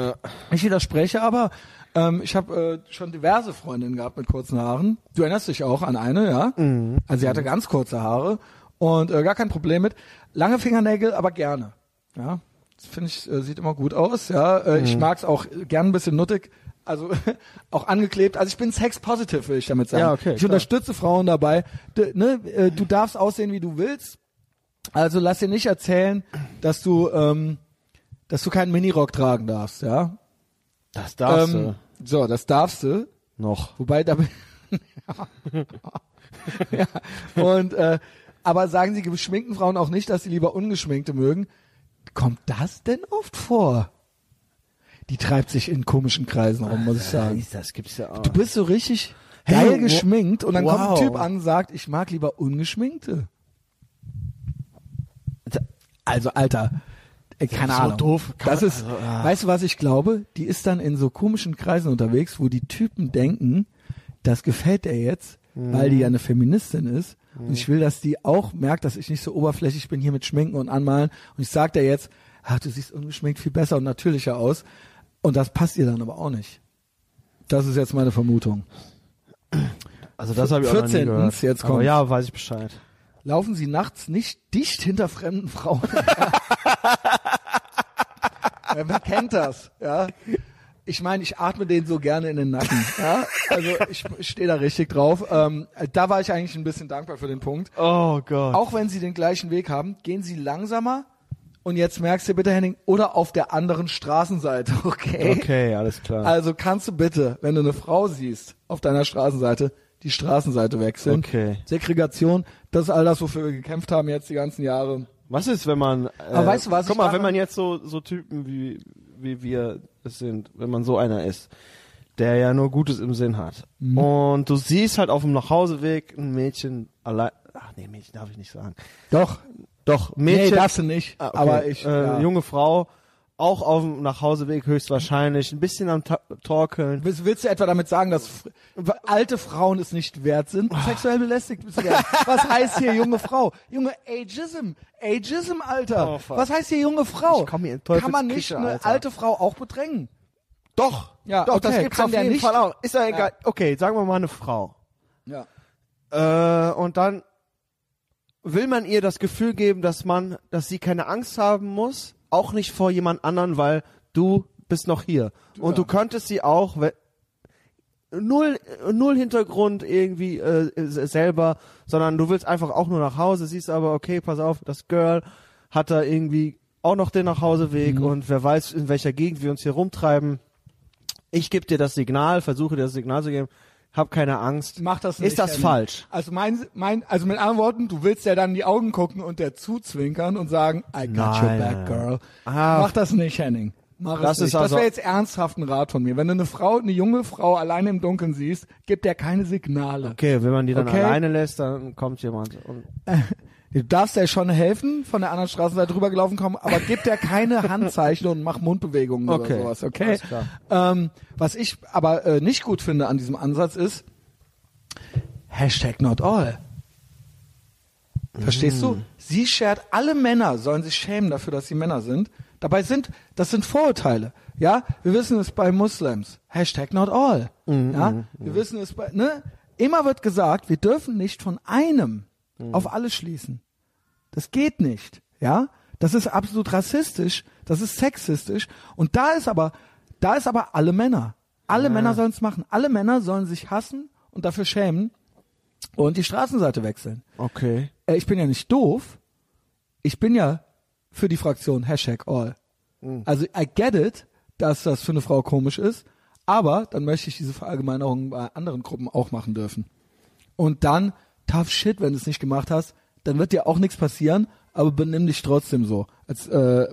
S1: Ich widerspreche aber, ähm, ich habe äh, schon diverse Freundinnen gehabt mit kurzen Haaren. Du erinnerst dich auch an eine, ja?
S2: Mhm.
S1: Also sie hatte ganz kurze Haare und äh, gar kein Problem mit. Lange Fingernägel, aber gerne. Ja, das finde ich, äh, sieht immer gut aus, ja. Äh,
S2: Mhm.
S1: Ich mag's auch gern ein bisschen nuttig, also auch angeklebt. Also ich bin sex-positive, will ich damit sagen.
S2: Ja, okay,
S1: ich
S2: klar.
S1: unterstütze Frauen dabei. D ne, äh, du darfst aussehen, wie du willst. Also lass dir nicht erzählen, dass du, ähm, dass du keinen Minirock tragen darfst, ja.
S2: Das darfst
S1: Ähm, so, das darfst du.
S2: du. Noch.
S1: Wobei da ja. und äh, aber sagen sie geschminkten Frauen auch nicht, dass sie lieber ungeschminkte mögen. Kommt das denn oft vor? Die treibt sich in komischen Kreisen rum, muss ich sagen.
S2: Das gibt's ja auch.
S1: Du bist so richtig
S2: Hey,
S1: geil
S2: wo-
S1: geschminkt und dann kommt
S2: wow.
S1: ein Typ an und sagt, ich mag lieber ungeschminkte. Also Alter, äh, keine
S2: so
S1: Ahnung.
S2: doof. Kann
S1: das
S2: man-
S1: ist,
S2: also, ah.
S1: weißt du, was ich glaube? Die ist dann in so komischen Kreisen unterwegs, wo die Typen denken, das gefällt er jetzt, weil die ja
S2: Mhm.
S1: eine Feministin ist. Und ich will, dass die auch merkt, dass ich nicht so oberflächlich bin hier mit Schminken und Anmalen. Und ich sag der jetzt, ach, du siehst ungeschminkt viel besser und natürlicher aus. Und das passt ihr dann aber auch nicht. Das ist jetzt meine Vermutung.
S2: Also das habe ich auch noch nie
S1: 14.
S2: gehört.
S1: Jetzt
S2: Aber
S1: kommt's.
S2: ja, weiß ich Bescheid.
S1: laufen sie nachts nicht dicht hinter fremden Frauen. ja, wer kennt das? Ja. Ich meine, ich atme den so gerne in den Nacken. Ja? Also ich, ich stehe da richtig drauf. Ähm, da war ich eigentlich ein bisschen dankbar für den Punkt.
S2: Oh Gott.
S1: Auch wenn sie den gleichen Weg haben, gehen sie langsamer. Und jetzt merkst du bitte, Henning, oder auf der anderen Straßenseite, okay?
S2: Okay, alles klar.
S1: Also kannst du bitte, wenn du eine Frau siehst auf deiner Straßenseite, die Straßenseite wechseln.
S2: Okay.
S1: Segregation, das ist all das, wofür wir gekämpft haben jetzt die ganzen Jahre.
S2: Was ist, wenn man. Äh,
S1: Aber weißt du was,
S2: Guck
S1: ich
S2: mal,
S1: dachte-
S2: wenn man jetzt so, so Typen wie, wie wir es sind, wenn man so einer ist, der ja nur Gutes im Sinn hat.
S1: Mhm.
S2: Und du siehst halt auf dem Nachhauseweg ein Mädchen allein. Ach nee, Mädchen darf ich nicht sagen.
S1: Doch.
S2: Doch,
S1: Nee,
S2: Mädchen.
S1: darfst du nicht.
S2: Ah, okay.
S1: Aber ich,
S2: Äh,
S1: ja.
S2: Junge Frau, auch auf dem Nachhauseweg höchstwahrscheinlich, ein bisschen am Ta Torkeln.
S1: Willst, willst du etwa damit sagen, dass fr- alte Frauen es nicht wert sind,
S2: Ah.
S1: sexuell belästigt zu werden? Was heißt hier junge Frau? Junge Ageism, Ageism, Alter.
S2: Oh, fuck.
S1: Was heißt hier junge Frau?
S2: Ich komm hier in
S1: Kann man nicht
S2: Teufelsküche,
S1: eine
S2: Alter.
S1: alte Frau auch bedrängen?
S2: Doch,
S1: Ja,
S2: doch,
S1: okay,
S2: das gibt's
S1: kann
S2: auf
S1: der
S2: jeden
S1: nicht.
S2: Fall auch. Ist ja egal. Okay, sagen wir mal eine Frau.
S1: Ja.
S2: Äh, und dann will man ihr das Gefühl geben, dass man, dass sie keine Angst haben muss, auch nicht vor jemand anderen, weil du bist noch hier. Und du könntest sie auch, we- null, null Hintergrund irgendwie äh, s- selber, sondern du willst einfach auch nur nach Hause, siehst aber, okay, pass auf, das Girl hat da irgendwie auch noch den Nachhauseweg
S1: Mhm.
S2: und wer weiß, in welcher Gegend wir uns hier rumtreiben. Ich gebe dir das Signal, versuche dir das Signal zu geben, hab keine Angst.
S1: Mach das nicht.
S2: Ist das
S1: Henning.
S2: falsch?
S1: Also mein, mein, also mit anderen Worten, du willst ja dann in die Augen gucken und der zuzwinkern und sagen, I got your
S2: Nein.
S1: back, girl.
S2: Ah.
S1: Mach das nicht, Henning. Mach
S2: Das
S1: es
S2: ist
S1: nicht. das
S2: also-
S1: wäre jetzt ernsthaft ein Rat von mir. Wenn du eine Frau, eine junge Frau alleine im Dunkeln siehst, gibt der keine Signale.
S2: Okay, wenn man die dann
S1: Okay.
S2: alleine lässt, dann kommt jemand. Und
S1: Du darfst ja schon helfen, von der anderen Straßenseite rübergelaufen kommen, aber gib dir keine Handzeichen und mach Mundbewegungen
S2: Okay.
S1: oder sowas, okay?
S2: Alles klar.
S1: Ähm, was ich aber äh, nicht gut finde an diesem Ansatz ist, Hashtag not all. Verstehst du?
S2: Mhm.
S1: Sie schert, alle Männer sollen sich schämen dafür, dass sie Männer sind. Dabei sind, das sind Vorurteile. Ja, wir wissen es bei Muslims. Hashtag not all.
S2: Mhm,
S1: Ja, wir wissen es bei, ne? Immer wird gesagt, wir dürfen nicht von einem
S2: Mhm.
S1: auf alle schließen. Das geht nicht. Ja, das ist absolut rassistisch. Das ist sexistisch. Und da ist aber, da ist aber alle Männer. Alle Männer sollen es machen. Alle Männer sollen sich hassen und dafür schämen und die Straßenseite wechseln
S2: okay.
S1: äh, ich bin ja nicht doof. Ich bin ja für die Fraktion Hashtag All. Also I get it, dass das für eine Frau komisch ist, aber dann möchte ich diese Verallgemeinerung bei anderen Gruppen auch machen dürfen. Und dann, tough shit, wenn du es nicht gemacht hast, dann wird dir auch nichts passieren, aber benimm dich trotzdem so. Als äh,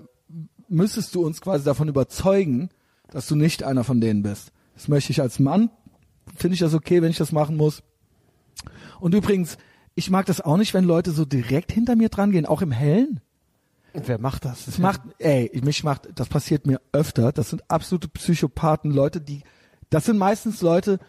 S1: müsstest du uns quasi davon überzeugen, dass du nicht einer von denen bist. Das möchte ich als Mann, finde ich das okay, wenn ich das machen muss. Und übrigens, ich mag das auch nicht, wenn Leute so direkt hinter mir dran gehen, auch im Hellen.
S2: Wer macht das?
S1: Das macht, ey, ich- mich macht, das passiert mir öfter. Das sind absolute Psychopathen, Leute, die, das sind meistens Leute,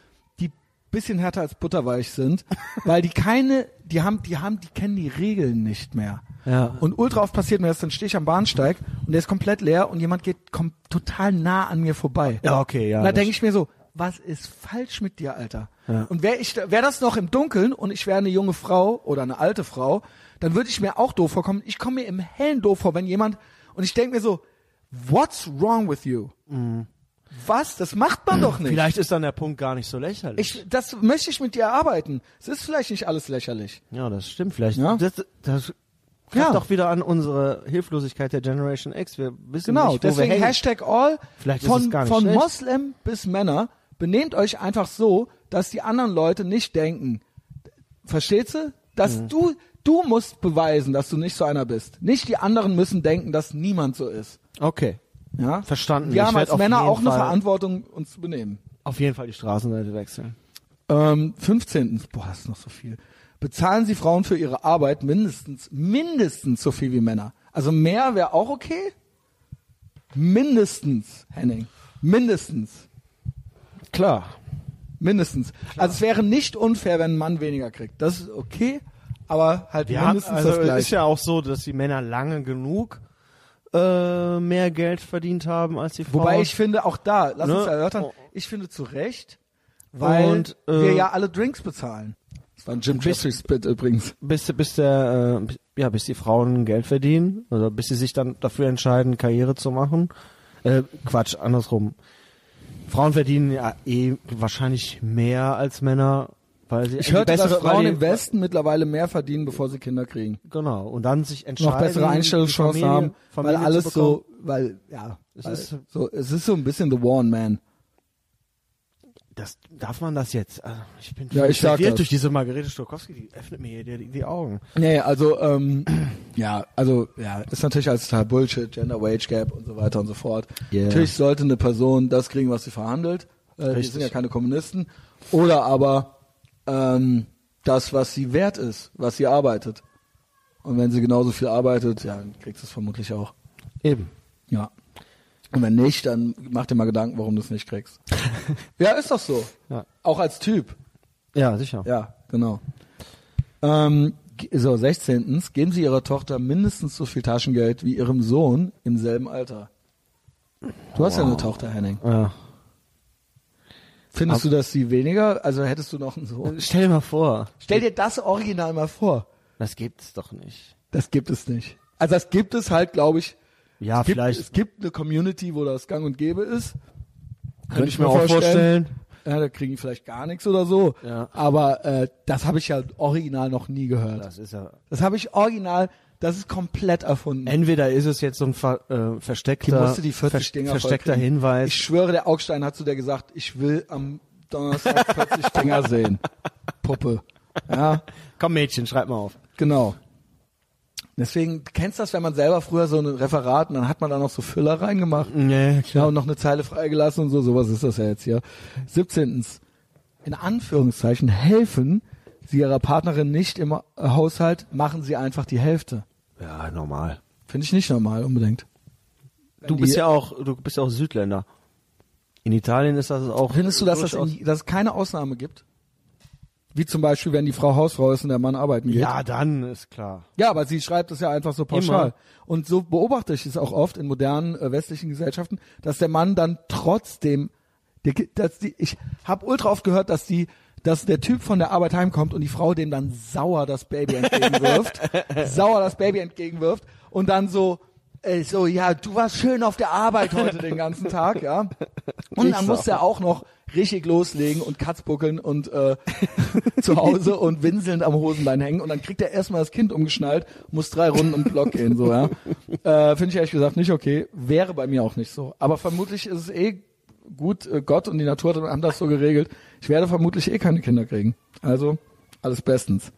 S1: die bisschen härter als butterweich sind, weil die keine, die haben, die haben, die kennen die Regeln nicht mehr.
S2: Ja.
S1: Und ultra oft passiert mir das, dann stehe ich am Bahnsteig und der ist komplett leer und jemand geht kommt total nah an mir vorbei.
S2: Ja, okay, ja,
S1: Und Da
S2: das-
S1: denke ich mir so, was ist falsch mit dir, Alter? Und wäre ich, wäre das noch im Dunkeln und ich wäre eine junge Frau oder eine alte Frau, dann würde ich mir auch doof vorkommen. Ich komme mir im Hellen doof vor, wenn jemand, und ich denke mir so, what's wrong with you? Was? Das macht man doch nicht.
S2: Mhm. Vielleicht ist dann der Punkt gar nicht so lächerlich.
S1: Ich, das möchte ich mit dir erarbeiten. Es ist vielleicht nicht alles lächerlich.
S2: ja, das stimmt vielleicht.
S1: Ja.
S2: Das, das greift
S1: Ja.
S2: doch wieder an unsere Hilflosigkeit der Generation X. Wir wissen
S1: Genau,
S2: nicht, wo wir
S1: deswegen
S2: hängen.
S1: Hashtag all
S2: Vielleicht ist
S1: von,
S2: es gar nicht
S1: von
S2: schlecht.
S1: Moslem bis Männer, benehmt euch einfach so, dass die anderen Leute nicht denken. Verstehst du? Dass
S2: Mhm.
S1: du, du musst beweisen, dass du nicht so einer bist. Nicht die anderen müssen denken, dass niemand so ist.
S2: Okay,
S1: Ja?
S2: Verstanden.
S1: Wir
S2: Ich
S1: haben
S2: werd
S1: als
S2: auf
S1: Männer
S2: jeden
S1: auch eine
S2: Fall-
S1: Verantwortung, uns zu benehmen.
S2: auf jeden Fall die Straßenseite wechseln.
S1: Ähm, 15. Boah, das ist noch so viel. Bezahlen Sie Frauen für ihre Arbeit mindestens, mindestens so viel wie Männer. Also mehr wäre auch okay. Mindestens, Henning. Mindestens.
S2: Klar.
S1: Mindestens. Also es wäre nicht unfair, wenn ein Mann weniger kriegt. Das ist okay, aber halt
S2: Wir haben,
S1: mindestens
S2: also
S1: das
S2: es ist
S1: gleiche.
S2: ja auch so, dass die Männer lange genug äh, mehr Geld verdient haben als die Frauen.
S1: Wobei ich finde, auch da, lass
S2: Ne?
S1: uns erörtern,
S2: Oh.
S1: ich finde zu Recht, weil
S2: Und, äh,
S1: wir ja alle Drinks bezahlen. Das war ein Jim Jeffries Spit übrigens.
S2: bis, bis der, äh, bis- ja, bis die Frauen Geld verdienen oder bis sie sich dann dafür entscheiden, Karriere zu machen. Äh, Quatsch, andersrum. Frauen verdienen ja eh wahrscheinlich mehr als Männer, weil sie
S1: Ich hörte,
S2: besser-
S1: dass
S2: weil
S1: Frauen
S2: die-
S1: im Westen mittlerweile mehr verdienen, bevor sie Kinder kriegen.
S2: genau und dann sich entscheiden,
S1: noch bessere
S2: die
S1: Einstellungschancen
S2: Familie-
S1: haben,
S2: Familie
S1: weil
S2: zu
S1: alles
S2: bekommen.
S1: so, weil ja,
S2: Es
S1: weil
S2: ist-
S1: so, es ist so ein bisschen the Worn Man.
S2: das darf man das jetzt? Also, ich bin
S1: Ja, ich sag
S2: verwirrt
S1: das.
S2: durch diese Margarete Stokowski, die öffnet mir hier die, die Augen.
S1: Nee, also, ähm, ja, also, ja, ist natürlich alles total Bullshit, Gender Wage Gap und so weiter und so fort.
S2: Yeah.
S1: Natürlich sollte eine Person das kriegen, was sie verhandelt. Äh, die
S2: Richtig.
S1: sind ja keine Kommunisten. Oder aber ähm, das, was sie wert ist, was sie arbeitet. Und wenn sie genauso viel arbeitet, ja, dann kriegt sie es vermutlich auch.
S2: Eben.
S1: Ja. Und wenn nicht, dann mach dir mal Gedanken, warum du es nicht kriegst. ja, ist doch so.
S2: Ja.
S1: Auch als Typ.
S2: Ja, sicher.
S1: Ja, genau. Ähm, g- so, 16. Geben Sie Ihrer Tochter mindestens so viel Taschengeld wie Ihrem Sohn im selben Alter. Du hast ja eine Tochter, Henning.
S2: Ja.
S1: Findest du, dass sie weniger, also hättest du noch einen Sohn?
S2: Stell dir mal vor,
S1: Stell dir das Original mal vor.
S2: das gibt's doch nicht.
S1: Das gibt es nicht. Also das gibt es halt, glaube ich.
S2: Ja,
S1: es gibt,
S2: Ah, vielleicht.
S1: Es gibt eine Community, wo das gang und gäbe ist.
S2: Könnte ich mir auch vorstellen.
S1: Ja, da kriegen die vielleicht gar nichts oder so.
S2: Ja.
S1: Aber äh, das habe ich ja original noch nie gehört.
S2: Das ist ja.
S1: Das habe ich original, das ist komplett erfunden.
S2: Entweder ist es jetzt so ein ver, äh,
S1: Die
S2: versteckter,
S1: musste die 40
S2: vers-
S1: Dinger
S2: versteckter
S1: vollkriegen.
S2: Hinweis.
S1: Ich schwöre, der Augstein hat zu der gesagt, ich will am Donnerstag 40 Dinger sehen. Puppe. Ja,
S2: Komm Mädchen, schreib mal auf.
S1: genau. Deswegen, du kennst das, wenn man selber früher so ein Referat und dann hat man da noch so Füller reingemacht.
S2: Nee,
S1: Ja, und noch eine Zeile freigelassen und so, sowas ist das ja jetzt hier. 17. In Anführungszeichen helfen Sie Ihrer Partnerin nicht im Haushalt, machen Sie einfach die Hälfte.
S2: Ja, normal.
S1: Finde ich nicht normal unbedingt.
S2: Du
S1: Die-
S2: bist ja auch, du bist ja auch Südländer. In Italien ist das auch.
S1: Findest du, dass, das
S2: durchaus-
S1: in, dass es keine Ausnahme gibt? Wie zum Beispiel, wenn die Frau Hausfrau ist und der Mann arbeiten geht.
S2: Ja, dann ist klar.
S1: Ja, aber sie schreibt das ja einfach so pauschal.
S2: Immer.
S1: Und so beobachte ich es auch oft in modernen äh, westlichen Gesellschaften, dass der Mann dann trotzdem, der, ge- dass die, ich habe ultra oft gehört, dass die, dass der Typ von der Arbeit heimkommt und die Frau dem dann sauer das Baby entgegenwirft, sauer das Baby entgegenwirft und dann so, äh, so ja, du warst schön auf der Arbeit heute den ganzen Tag, ja. Und
S2: Ich
S1: dann muss
S2: sauer.
S1: er auch noch richtig loslegen und Katzbuckeln und äh, zu Hause und winselnd am Hosenbein hängen und dann kriegt er erstmal das Kind umgeschnallt, muss drei Runden im Block gehen, so, ja. Äh, Finde ich ehrlich gesagt nicht okay. Wäre bei mir auch nicht so. Aber vermutlich ist es eh gut, äh, Gott und die Natur haben das so geregelt. Ich werde vermutlich eh keine Kinder kriegen. Also, alles bestens.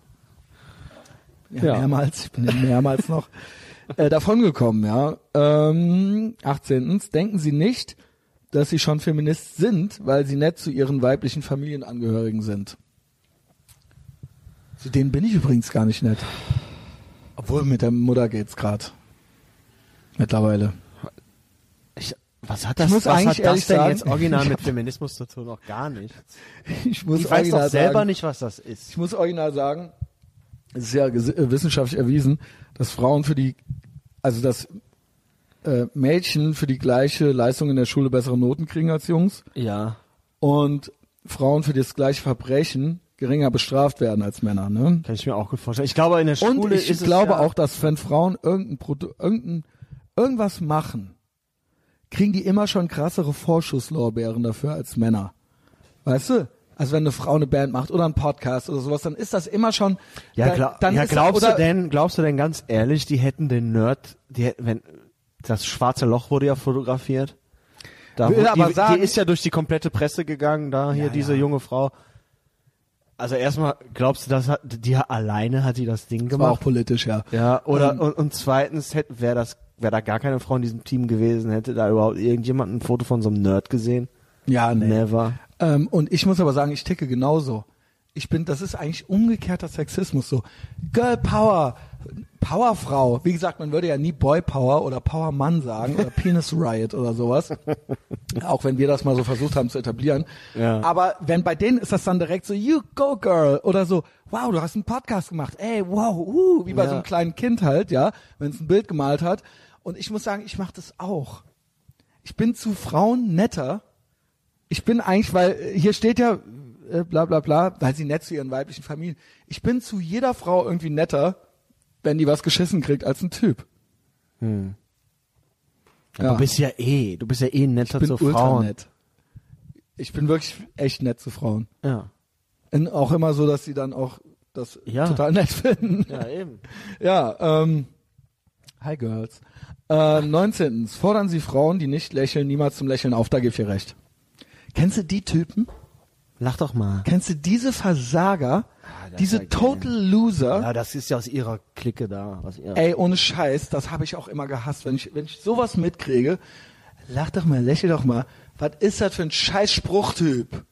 S1: Ja,
S2: Ja.
S1: mehrmals, ich bin ja mehrmals noch äh, davongekommen, ja. Ähm, 18. Denken Sie nicht, dass Sie schon Feminist sind, weil Sie nett zu Ihren weiblichen Familienangehörigen sind. Zu denen bin ich übrigens gar nicht nett. Obwohl, mit der Mutter geht's grad. Mittlerweile.
S2: Ich, was hat das,
S1: muss
S2: was
S1: eigentlich
S2: hat
S1: ehrlich
S2: das denn
S1: sagen,
S2: jetzt original mit Feminismus zu tun? Noch gar nichts.
S1: Ich muss
S2: Ich weiß
S1: original
S2: doch selber
S1: sagen,
S2: nicht, was das ist.
S1: Ich muss original sagen, es ist ja ges- äh, wissenschaftlich erwiesen, dass Frauen für die, also dass äh, Mädchen für die gleiche Leistung in der Schule bessere Noten kriegen als Jungs
S2: Ja.
S1: und Frauen für das gleiche Verbrechen geringer bestraft werden als Männer. Ne?
S2: Kann ich mir auch gut vorstellen. Ich glaube, in der Schule
S1: Und ich
S2: ist es
S1: glaube
S2: ja,
S1: auch, dass wenn Frauen irgendein Produ irgendein, irgendwas machen, kriegen die immer schon krassere Vorschusslorbeeren dafür als Männer. Weißt du? Also wenn eine Frau eine Band macht oder einen Podcast oder sowas, dann ist das immer schon.
S2: Ja,
S1: dann-
S2: gla
S1: dann
S2: ja
S1: ist-
S2: glaubst
S1: oder,
S2: du denn, glaubst du denn ganz ehrlich, die hätten den Nerd, die hätten, wenn das schwarze Loch wurde ja fotografiert. Da,
S1: Will
S2: wo-
S1: aber
S2: die,
S1: sagen-
S2: die ist ja durch die komplette Presse gegangen, da hier diese junge Frau. Also erstmal, glaubst du, das hat, die alleine hat die das Ding
S1: Das war auch
S2: gemacht?
S1: politisch, ja. Ähm,
S2: Ja, oder und, und zweitens hätte wäre das wäre da gar keine Frau in diesem Team gewesen, hätte da überhaupt irgendjemand ein Foto von so einem Nerd gesehen?
S1: Ja, nee.
S2: Never.
S1: Ähm, und ich muss aber sagen, ich ticke genauso. Ich bin, das ist eigentlich umgekehrter Sexismus so. Girl Power, Powerfrau. Wie gesagt, man würde ja nie Boy Power oder Power Mann sagen oder Penis Riot oder sowas. Auch wenn wir das mal so versucht haben zu etablieren.
S2: Ja.
S1: Aber wenn bei denen ist das dann direkt so, you go girl oder so, wow, du hast einen Podcast gemacht, ey, wow, uh, wie bei
S2: Ja.
S1: so einem kleinen Kind halt, ja, wenn es ein Bild gemalt hat. Und ich muss sagen, ich mache das auch. Ich bin zu Frauen netter ich bin eigentlich, weil äh, hier steht ja äh, bla bla bla, weil sie nett zu ihren weiblichen Familien. Ich bin zu jeder Frau irgendwie netter, wenn die was geschissen kriegt als ein Typ. Hm. Ja,
S2: Du bist ja eh, du bist ja eh netter
S1: ich bin
S2: zu
S1: ultra
S2: Frauen.
S1: nett. Ich bin wirklich echt nett zu Frauen.
S2: Ja.
S1: Und auch immer so, dass sie dann auch das
S2: Ja.
S1: total nett finden.
S2: Ja, eben.
S1: Ja, ähm, hi Girls. Äh, 19. Fordern Sie Frauen, die nicht lächeln, niemals zum Lächeln auf, da gebe ich ihr recht. Kennst du die Typen?
S2: Lach doch mal.
S1: Kennst du diese Versager?
S2: Ah, das war
S1: diese
S2: geil.
S1: Total Loser?
S2: Ja, das ist ja aus ihrer Clique da. Aus ihrer
S1: Ey, ohne Scheiß, das habe ich auch immer gehasst. Wenn ich, wenn ich sowas mitkriege, lach doch mal, lächel doch mal. Was ist das für ein scheiß Spruchtyp?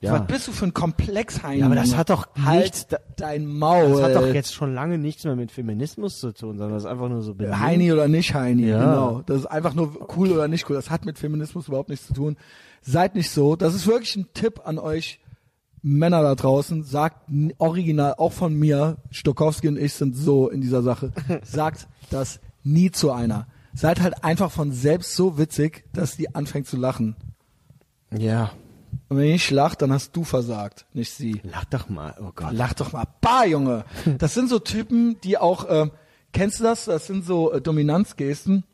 S2: Ja.
S1: Was bist du für ein Komplexheim?
S2: Ja, aber das
S1: Junge?
S2: hat doch
S1: halt
S2: nichts da-
S1: dein Maul.
S2: das hat doch jetzt schon lange nichts mehr mit Feminismus zu tun, sondern das ist einfach nur so Benehmen.
S1: Äh, Heini oder nicht Heini,
S2: Ja.
S1: genau. Das ist einfach nur cool oder nicht cool. Das hat mit Feminismus überhaupt nichts zu tun. Seid nicht so. Das ist wirklich ein Tipp an euch Männer da draußen. Sagt n- original, auch von mir, Stokowski und ich sind so in dieser Sache. Sagt das nie zu einer. Seid halt einfach von selbst so witzig, dass die anfängt zu lachen.
S2: Ja.
S1: Und wenn ich lacht, dann hast du versagt, nicht sie.
S2: Lach doch mal. Oh Gott.
S1: Lach doch mal. Bah, Junge. Das sind so Typen, die auch, äh, kennst du das? Das sind so äh, Dominanzgesten.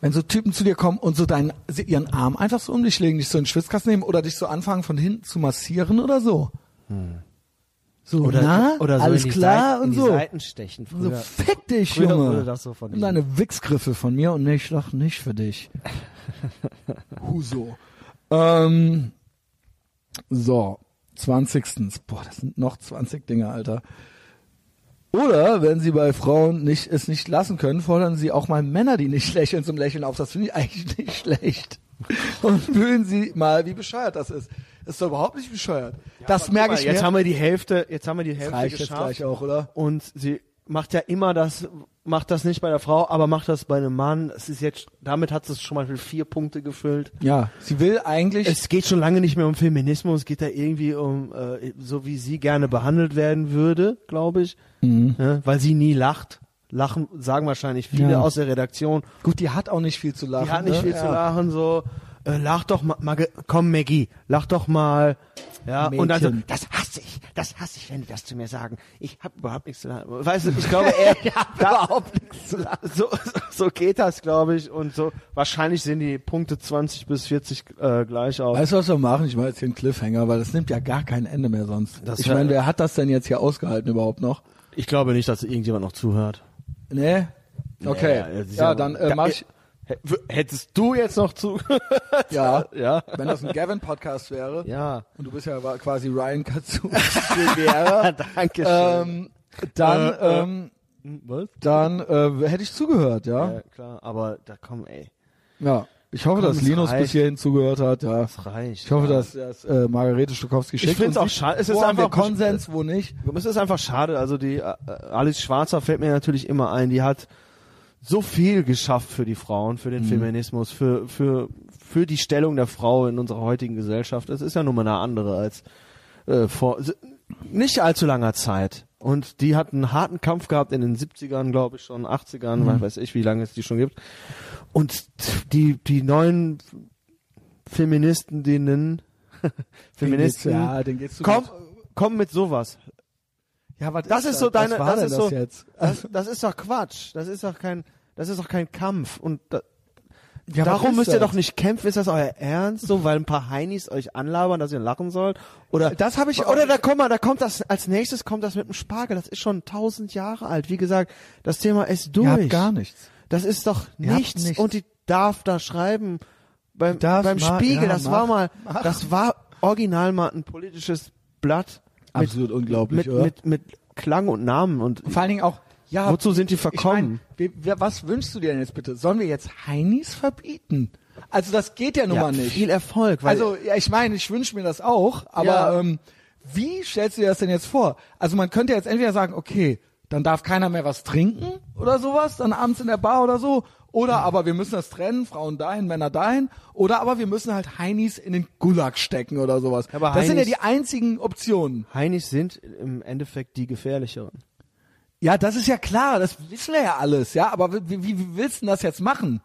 S1: Wenn so Typen zu dir kommen und so deinen, sie- ihren Arm einfach so um dich legen, dich so in den Schwitzkasten nehmen oder dich so anfangen von hinten zu massieren oder so. So,
S2: Hm. Oder,
S1: na,
S2: oder so
S1: alles
S2: in die
S1: klar
S2: Seiten,
S1: und
S2: in
S1: so.
S2: Die Seiten stechen.
S1: Und so,
S2: Früher.
S1: fick dich,
S2: früher wurde
S1: Junge.
S2: das so von
S1: Nimm deine Wichsgriffe von mir und ich lach nicht für dich. Huso. Ähm, so, 20. Boah, das sind noch 20 Dinge, Alter. Oder, wenn sie bei Frauen nicht, es nicht lassen können, fordern sie auch mal Männer, die nicht lächeln, zum Lächeln auf. Das finde ich eigentlich nicht schlecht. Und fühlen sie mal, wie bescheuert das ist. Das ist doch überhaupt nicht bescheuert. das merke
S2: Guck mal,
S1: ich
S2: jetzt
S1: mir.
S2: haben wir die Hälfte, jetzt haben wir die
S1: Das
S2: Hälfte
S1: reicht jetzt
S2: geschafft.
S1: gleich auch, oder?
S2: Und sie macht ja immer das, macht das nicht bei der Frau, aber macht das bei einem Mann. Es ist jetzt, damit hat sie schon mal für vier Punkte gefüllt.
S1: Ja, sie will eigentlich...
S2: Es geht schon lange nicht mehr um Feminismus, es geht da irgendwie um, äh, so wie sie gerne behandelt werden würde, glaube ich. Ja, weil sie nie lacht. Lachen sagen wahrscheinlich viele
S1: Ja.
S2: aus der Redaktion.
S1: Gut, die hat auch nicht viel zu lachen.
S2: Die hat
S1: ne?
S2: nicht viel zu lachen, so, äh, lach doch mal, Magge, komm Maggie, lach doch mal. Ja, und dann so,
S1: Mädchen.
S2: das hasse ich, das hasse ich, wenn die das zu mir sagen. Ich hab überhaupt nichts zu lachen. Weißt du, ich glaube, er hat überhaupt nichts zu lachen. So, so geht das, glaube ich. Und so, wahrscheinlich sind die Punkte 20 bis 40 äh, gleich auf.
S1: Weißt du, was wir machen? Ich mache jetzt hier einen Cliffhanger, weil das nimmt ja gar kein Ende mehr sonst.
S2: Das
S1: ich
S2: wär-
S1: meine, wer hat das denn jetzt hier ausgehalten überhaupt noch?
S2: Ich glaube nicht, dass irgendjemand noch zuhört.
S1: Nee? Okay.
S2: das ist
S1: ja, dann äh,
S2: Da-
S1: mach ich,
S2: H- w- Hättest du jetzt noch zugehört?
S1: ja,
S2: Ja.
S1: wenn das ein Gavin-Podcast wäre
S2: Ja.
S1: und du bist ja wa- quasi Ryan Katsuhara,
S2: Dankeschön.
S1: ähm, dann,
S2: Äh, äh.
S1: ähm,
S2: Was?
S1: dann äh, hätte ich zugehört, ja.
S2: Ja, klar, aber da komm, ey.
S1: Ja. Ich hoffe,
S2: Komm,
S1: dass
S2: es
S1: Linus
S2: reicht.
S1: bis hierhin zugehört hat, ja.
S2: Das reicht.
S1: Ich hoffe,
S2: ja.
S1: dass, dass äh, Margarete Stokowski schickt. uns
S2: find's auch schade. Es
S1: Wo
S2: ist
S1: haben wir
S2: einfach-
S1: Konsens, wo nicht?
S2: Es ist einfach schade. Also die äh, Alice Schwarzer fällt mir natürlich immer ein. Die hat so viel geschafft für die Frauen, für den Feminismus, für, für, für die Stellung der Frau in unserer heutigen Gesellschaft. Es ist ja nun mal eine andere als äh, vor s- nicht allzu langer Zeit. Und die hat einen harten Kampf gehabt in den 70ern, glaube ich schon, 80ern, weiß ich, wie lange es die schon gibt. Und die, die neuen Feministen, denen Feministen,
S1: ja, denen geht's zu
S2: komm,
S1: gut.
S2: komm mit sowas.
S1: Ja, was
S2: Das ist so deine,
S1: Was war
S2: das
S1: denn
S2: ist
S1: das
S2: so,
S1: jetzt?
S2: Das, das ist doch Quatsch. Das ist doch kein, das ist doch kein Kampf. Und da,
S1: Ja, was
S2: darum
S1: ist
S2: müsst ihr
S1: das?
S2: doch nicht kämpfen. Ist das euer Ernst? So, weil ein paar Heinis euch anlabern, dass ihr lachen sollt? Oder
S1: Das habe ich auch-
S2: Oder da kommt mal, da kommt das als nächstes kommt das mit dem Spargel. Das ist schon tausend Jahre alt. Wie gesagt, das Thema ist durch.
S1: Ihr habt gar nichts.
S2: Das ist doch
S1: Ihr habt
S2: nichts.
S1: nichts.
S2: Und die darf da schreiben beim,
S1: darf
S2: beim
S1: mal- ja,
S2: Spiegel. das
S1: mach,
S2: war mal,
S1: mach.
S2: das war original mal ein politisches Blatt. mit-
S1: Absolut unglaublich,
S2: mit,
S1: oder?
S2: Mit, mit Klang und Namen und
S1: Vor allen Dingen auch, ja.
S2: Wozu sind die verkommen?
S1: Ich mein, wir- wir- was wünschst du dir denn jetzt bitte? Sollen wir jetzt Heinis verbieten? Also das geht ja nun mal nicht.
S2: viel Erfolg. Weil
S1: also ja, ich meine, ich wünsche mir das auch, aber
S2: Ja.
S1: ähm, wie stellst du dir das denn jetzt vor? Also man könnte jetzt entweder sagen, okay, dann darf keiner mehr was trinken oder sowas, dann abends in der Bar oder so. Oder
S2: Mhm.
S1: aber wir müssen das trennen, Frauen dahin, Männer dahin. Oder aber wir müssen halt Heinis in den Gulag stecken oder sowas.
S2: Aber
S1: das sind ja
S2: Heinis-
S1: die einzigen Optionen.
S2: Heinis sind im Endeffekt die gefährlicheren.
S1: Ja, das ist ja klar, das wissen wir ja alles, ja, aber wie, wie, wie willst du denn das jetzt machen?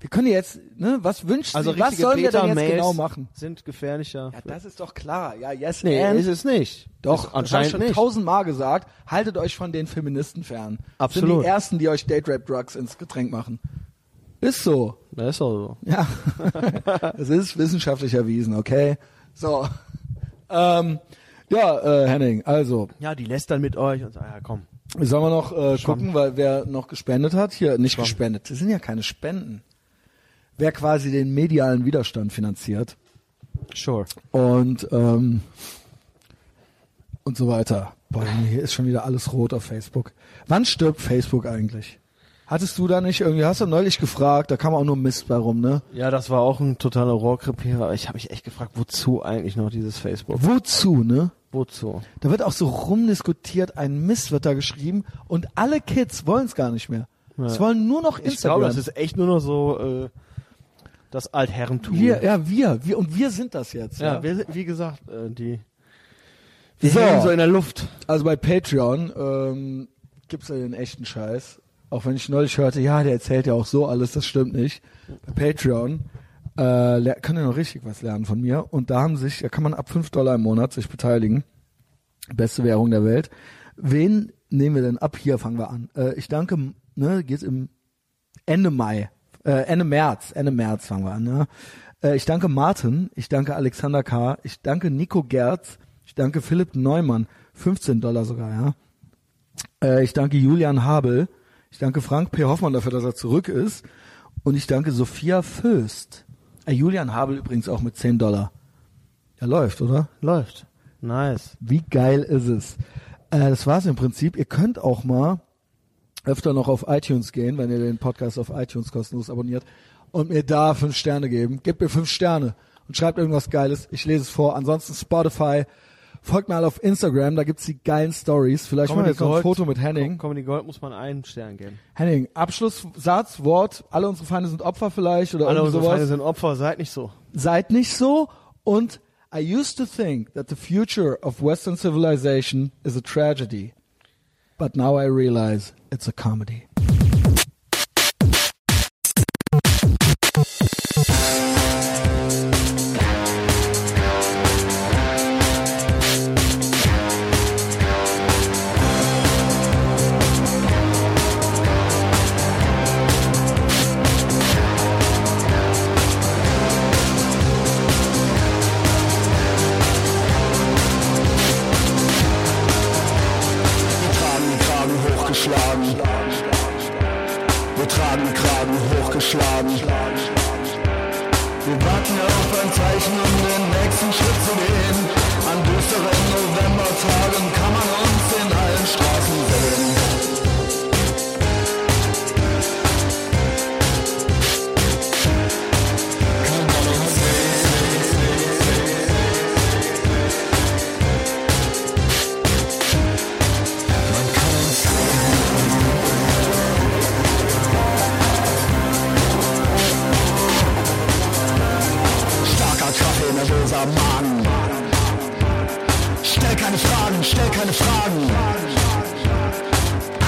S1: Wir können jetzt, ne, was wünschst
S2: Also
S1: du, was sollen wir denn jetzt genau machen?
S2: sind gefährlicher.
S1: Ja, das ist doch klar, ja, yes
S2: nee,
S1: and.
S2: ist es nicht.
S1: doch,
S2: ist
S1: das habe ich
S2: anscheinend
S1: schon
S2: nicht.
S1: tausendmal gesagt, haltet euch von den Feministen fern. Sind
S2: Absolut.
S1: die Ersten, die euch Date-Rape-Drugs ins Getränk machen. Ist so.
S2: Das ist auch so.
S1: Ja, es ist wissenschaftlich erwiesen, okay? So, ähm, ja, äh, Henning, also,
S2: Ja, die lästern mit euch und
S1: Ah,
S2: sagen, ja, komm.
S1: Sollen wir noch äh, gucken, weil wer noch gespendet hat? Hier, nicht gespendet. Das sind ja keine Spenden. Wer quasi den medialen Widerstand finanziert.
S2: Sure.
S1: und ähm, und so weiter. Boah, hier ist schon wieder alles rot auf Facebook. Wann stirbt Facebook eigentlich? Hattest du da nicht irgendwie, hast du neulich gefragt, da kam auch nur Mist bei rum, ne?
S2: Ja, das war auch ein totaler Rohrkrepierer. Ich habe mich echt gefragt, wozu eigentlich noch dieses Facebook?
S1: Wozu, ne?
S2: Wozu?
S1: Da wird auch so rumdiskutiert, ein Mist wird da geschrieben und alle Kids wollen es gar nicht mehr. Es wollen nur noch Instagram.
S2: Ich glaube, das ist echt nur noch so äh, das Altherrentum.
S1: wir, ja, wir, wir, und wir sind das jetzt.
S2: ja,
S1: ja.
S2: wir sind, wie gesagt, äh, die
S1: Wir
S2: die hängen
S1: so
S2: der Luft.
S1: Also bei Patreon ähm, gibt's ja den echten Scheiß. Auch wenn ich neulich hörte, ja, der erzählt ja auch so alles, das stimmt nicht. Bei Patreon äh, ler- kann er noch richtig was lernen von mir. Und da haben sich, da kann man ab 5 Dollar im Monat sich beteiligen. Beste Währung der Welt. Wen nehmen wir denn ab? Hier fangen wir an. Äh, ich danke, ne, geht's im Ende Mai, äh, Ende März, Ende März fangen wir an. Ne? Äh, ich danke Martin, ich danke Alexander K., ich danke Nico Gerz, ich danke Philipp Neumann, 15 Dollar sogar, ja. Äh, ich danke Julian Habel, ich danke Frank P. Hoffmann dafür, dass er zurück ist und ich danke Sophia Föst. Äh, Julian Habel übrigens auch mit 10 Dollar. Ja, läuft, oder?
S2: Läuft. Nice.
S1: Wie geil ist es? Äh, das war's im Prinzip. Ihr könnt auch mal öfter noch auf iTunes gehen, wenn ihr den Podcast auf iTunes kostenlos abonniert und mir da fünf Sterne geben. Gebt mir fünf Sterne und schreibt irgendwas Geiles. Ich lese es vor. Ansonsten Spotify. Folgt mal auf Instagram, da gibt's die geilen Stories. Vielleicht machen wir jetzt noch ein Foto mit Henning.
S2: Comedy Gold muss man einen Stern geben.
S1: Henning, Abschlusssatz, Wort. Alle unsere Feinde sind Opfer vielleicht oder
S2: Alle
S1: irgendwie
S2: unsere
S1: sowas
S2: Feinde sind Opfer, seid nicht so.
S1: seid nicht so und I used to think that the future of Western civilization is a tragedy, but now I realize it's a comedy.
S4: Wir tragen den Kragen hochgeschlagen. Wir tragen den Kragen hochgeschlagen. Wir warten auf ein Zeichen, um den nächsten Schritt zu gehen. An düsteren Novembertagen kann man uns in allen Straßen sehen. Kann man uns Starker Kaffee, nervöser Magen. Stell keine Fragen, stell keine Fragen.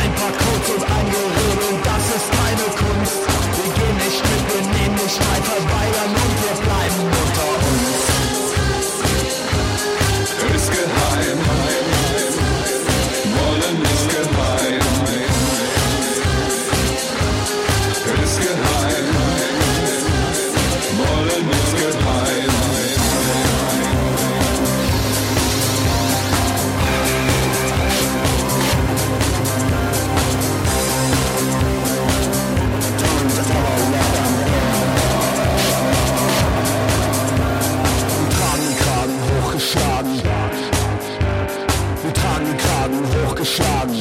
S4: Ein paar Codes und ein Gerede, das ist meine Kunst. Wir gehen nicht mit, wir nehmen nicht frei, verweigern und wir bleiben unter uns.
S5: ist geheim. Wollen ist geheim. Ist geheim. Wollen ist geheim.
S4: Wir tragen den Kragen hochgeschlagen. Wir tragen den Kragen hochgeschlagen.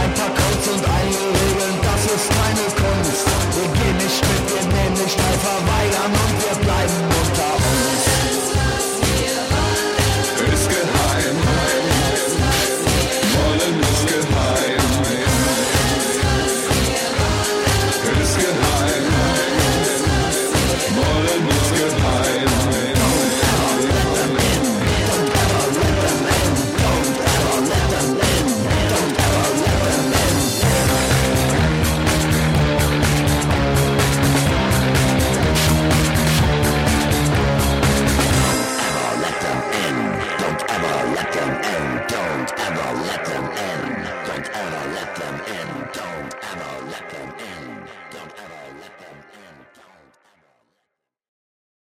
S4: Ein paar Codes und einige Regeln, das ist keine Kunst. Wir gehen nicht mit, wir nehmen nicht teil, verweigern und wir bleiben unter uns.
S5: Ist geheim. Wollen ist geheim. Ist geheim. Wollen ist geheim.
S4: Don't ever let them in. Don't ever let them in.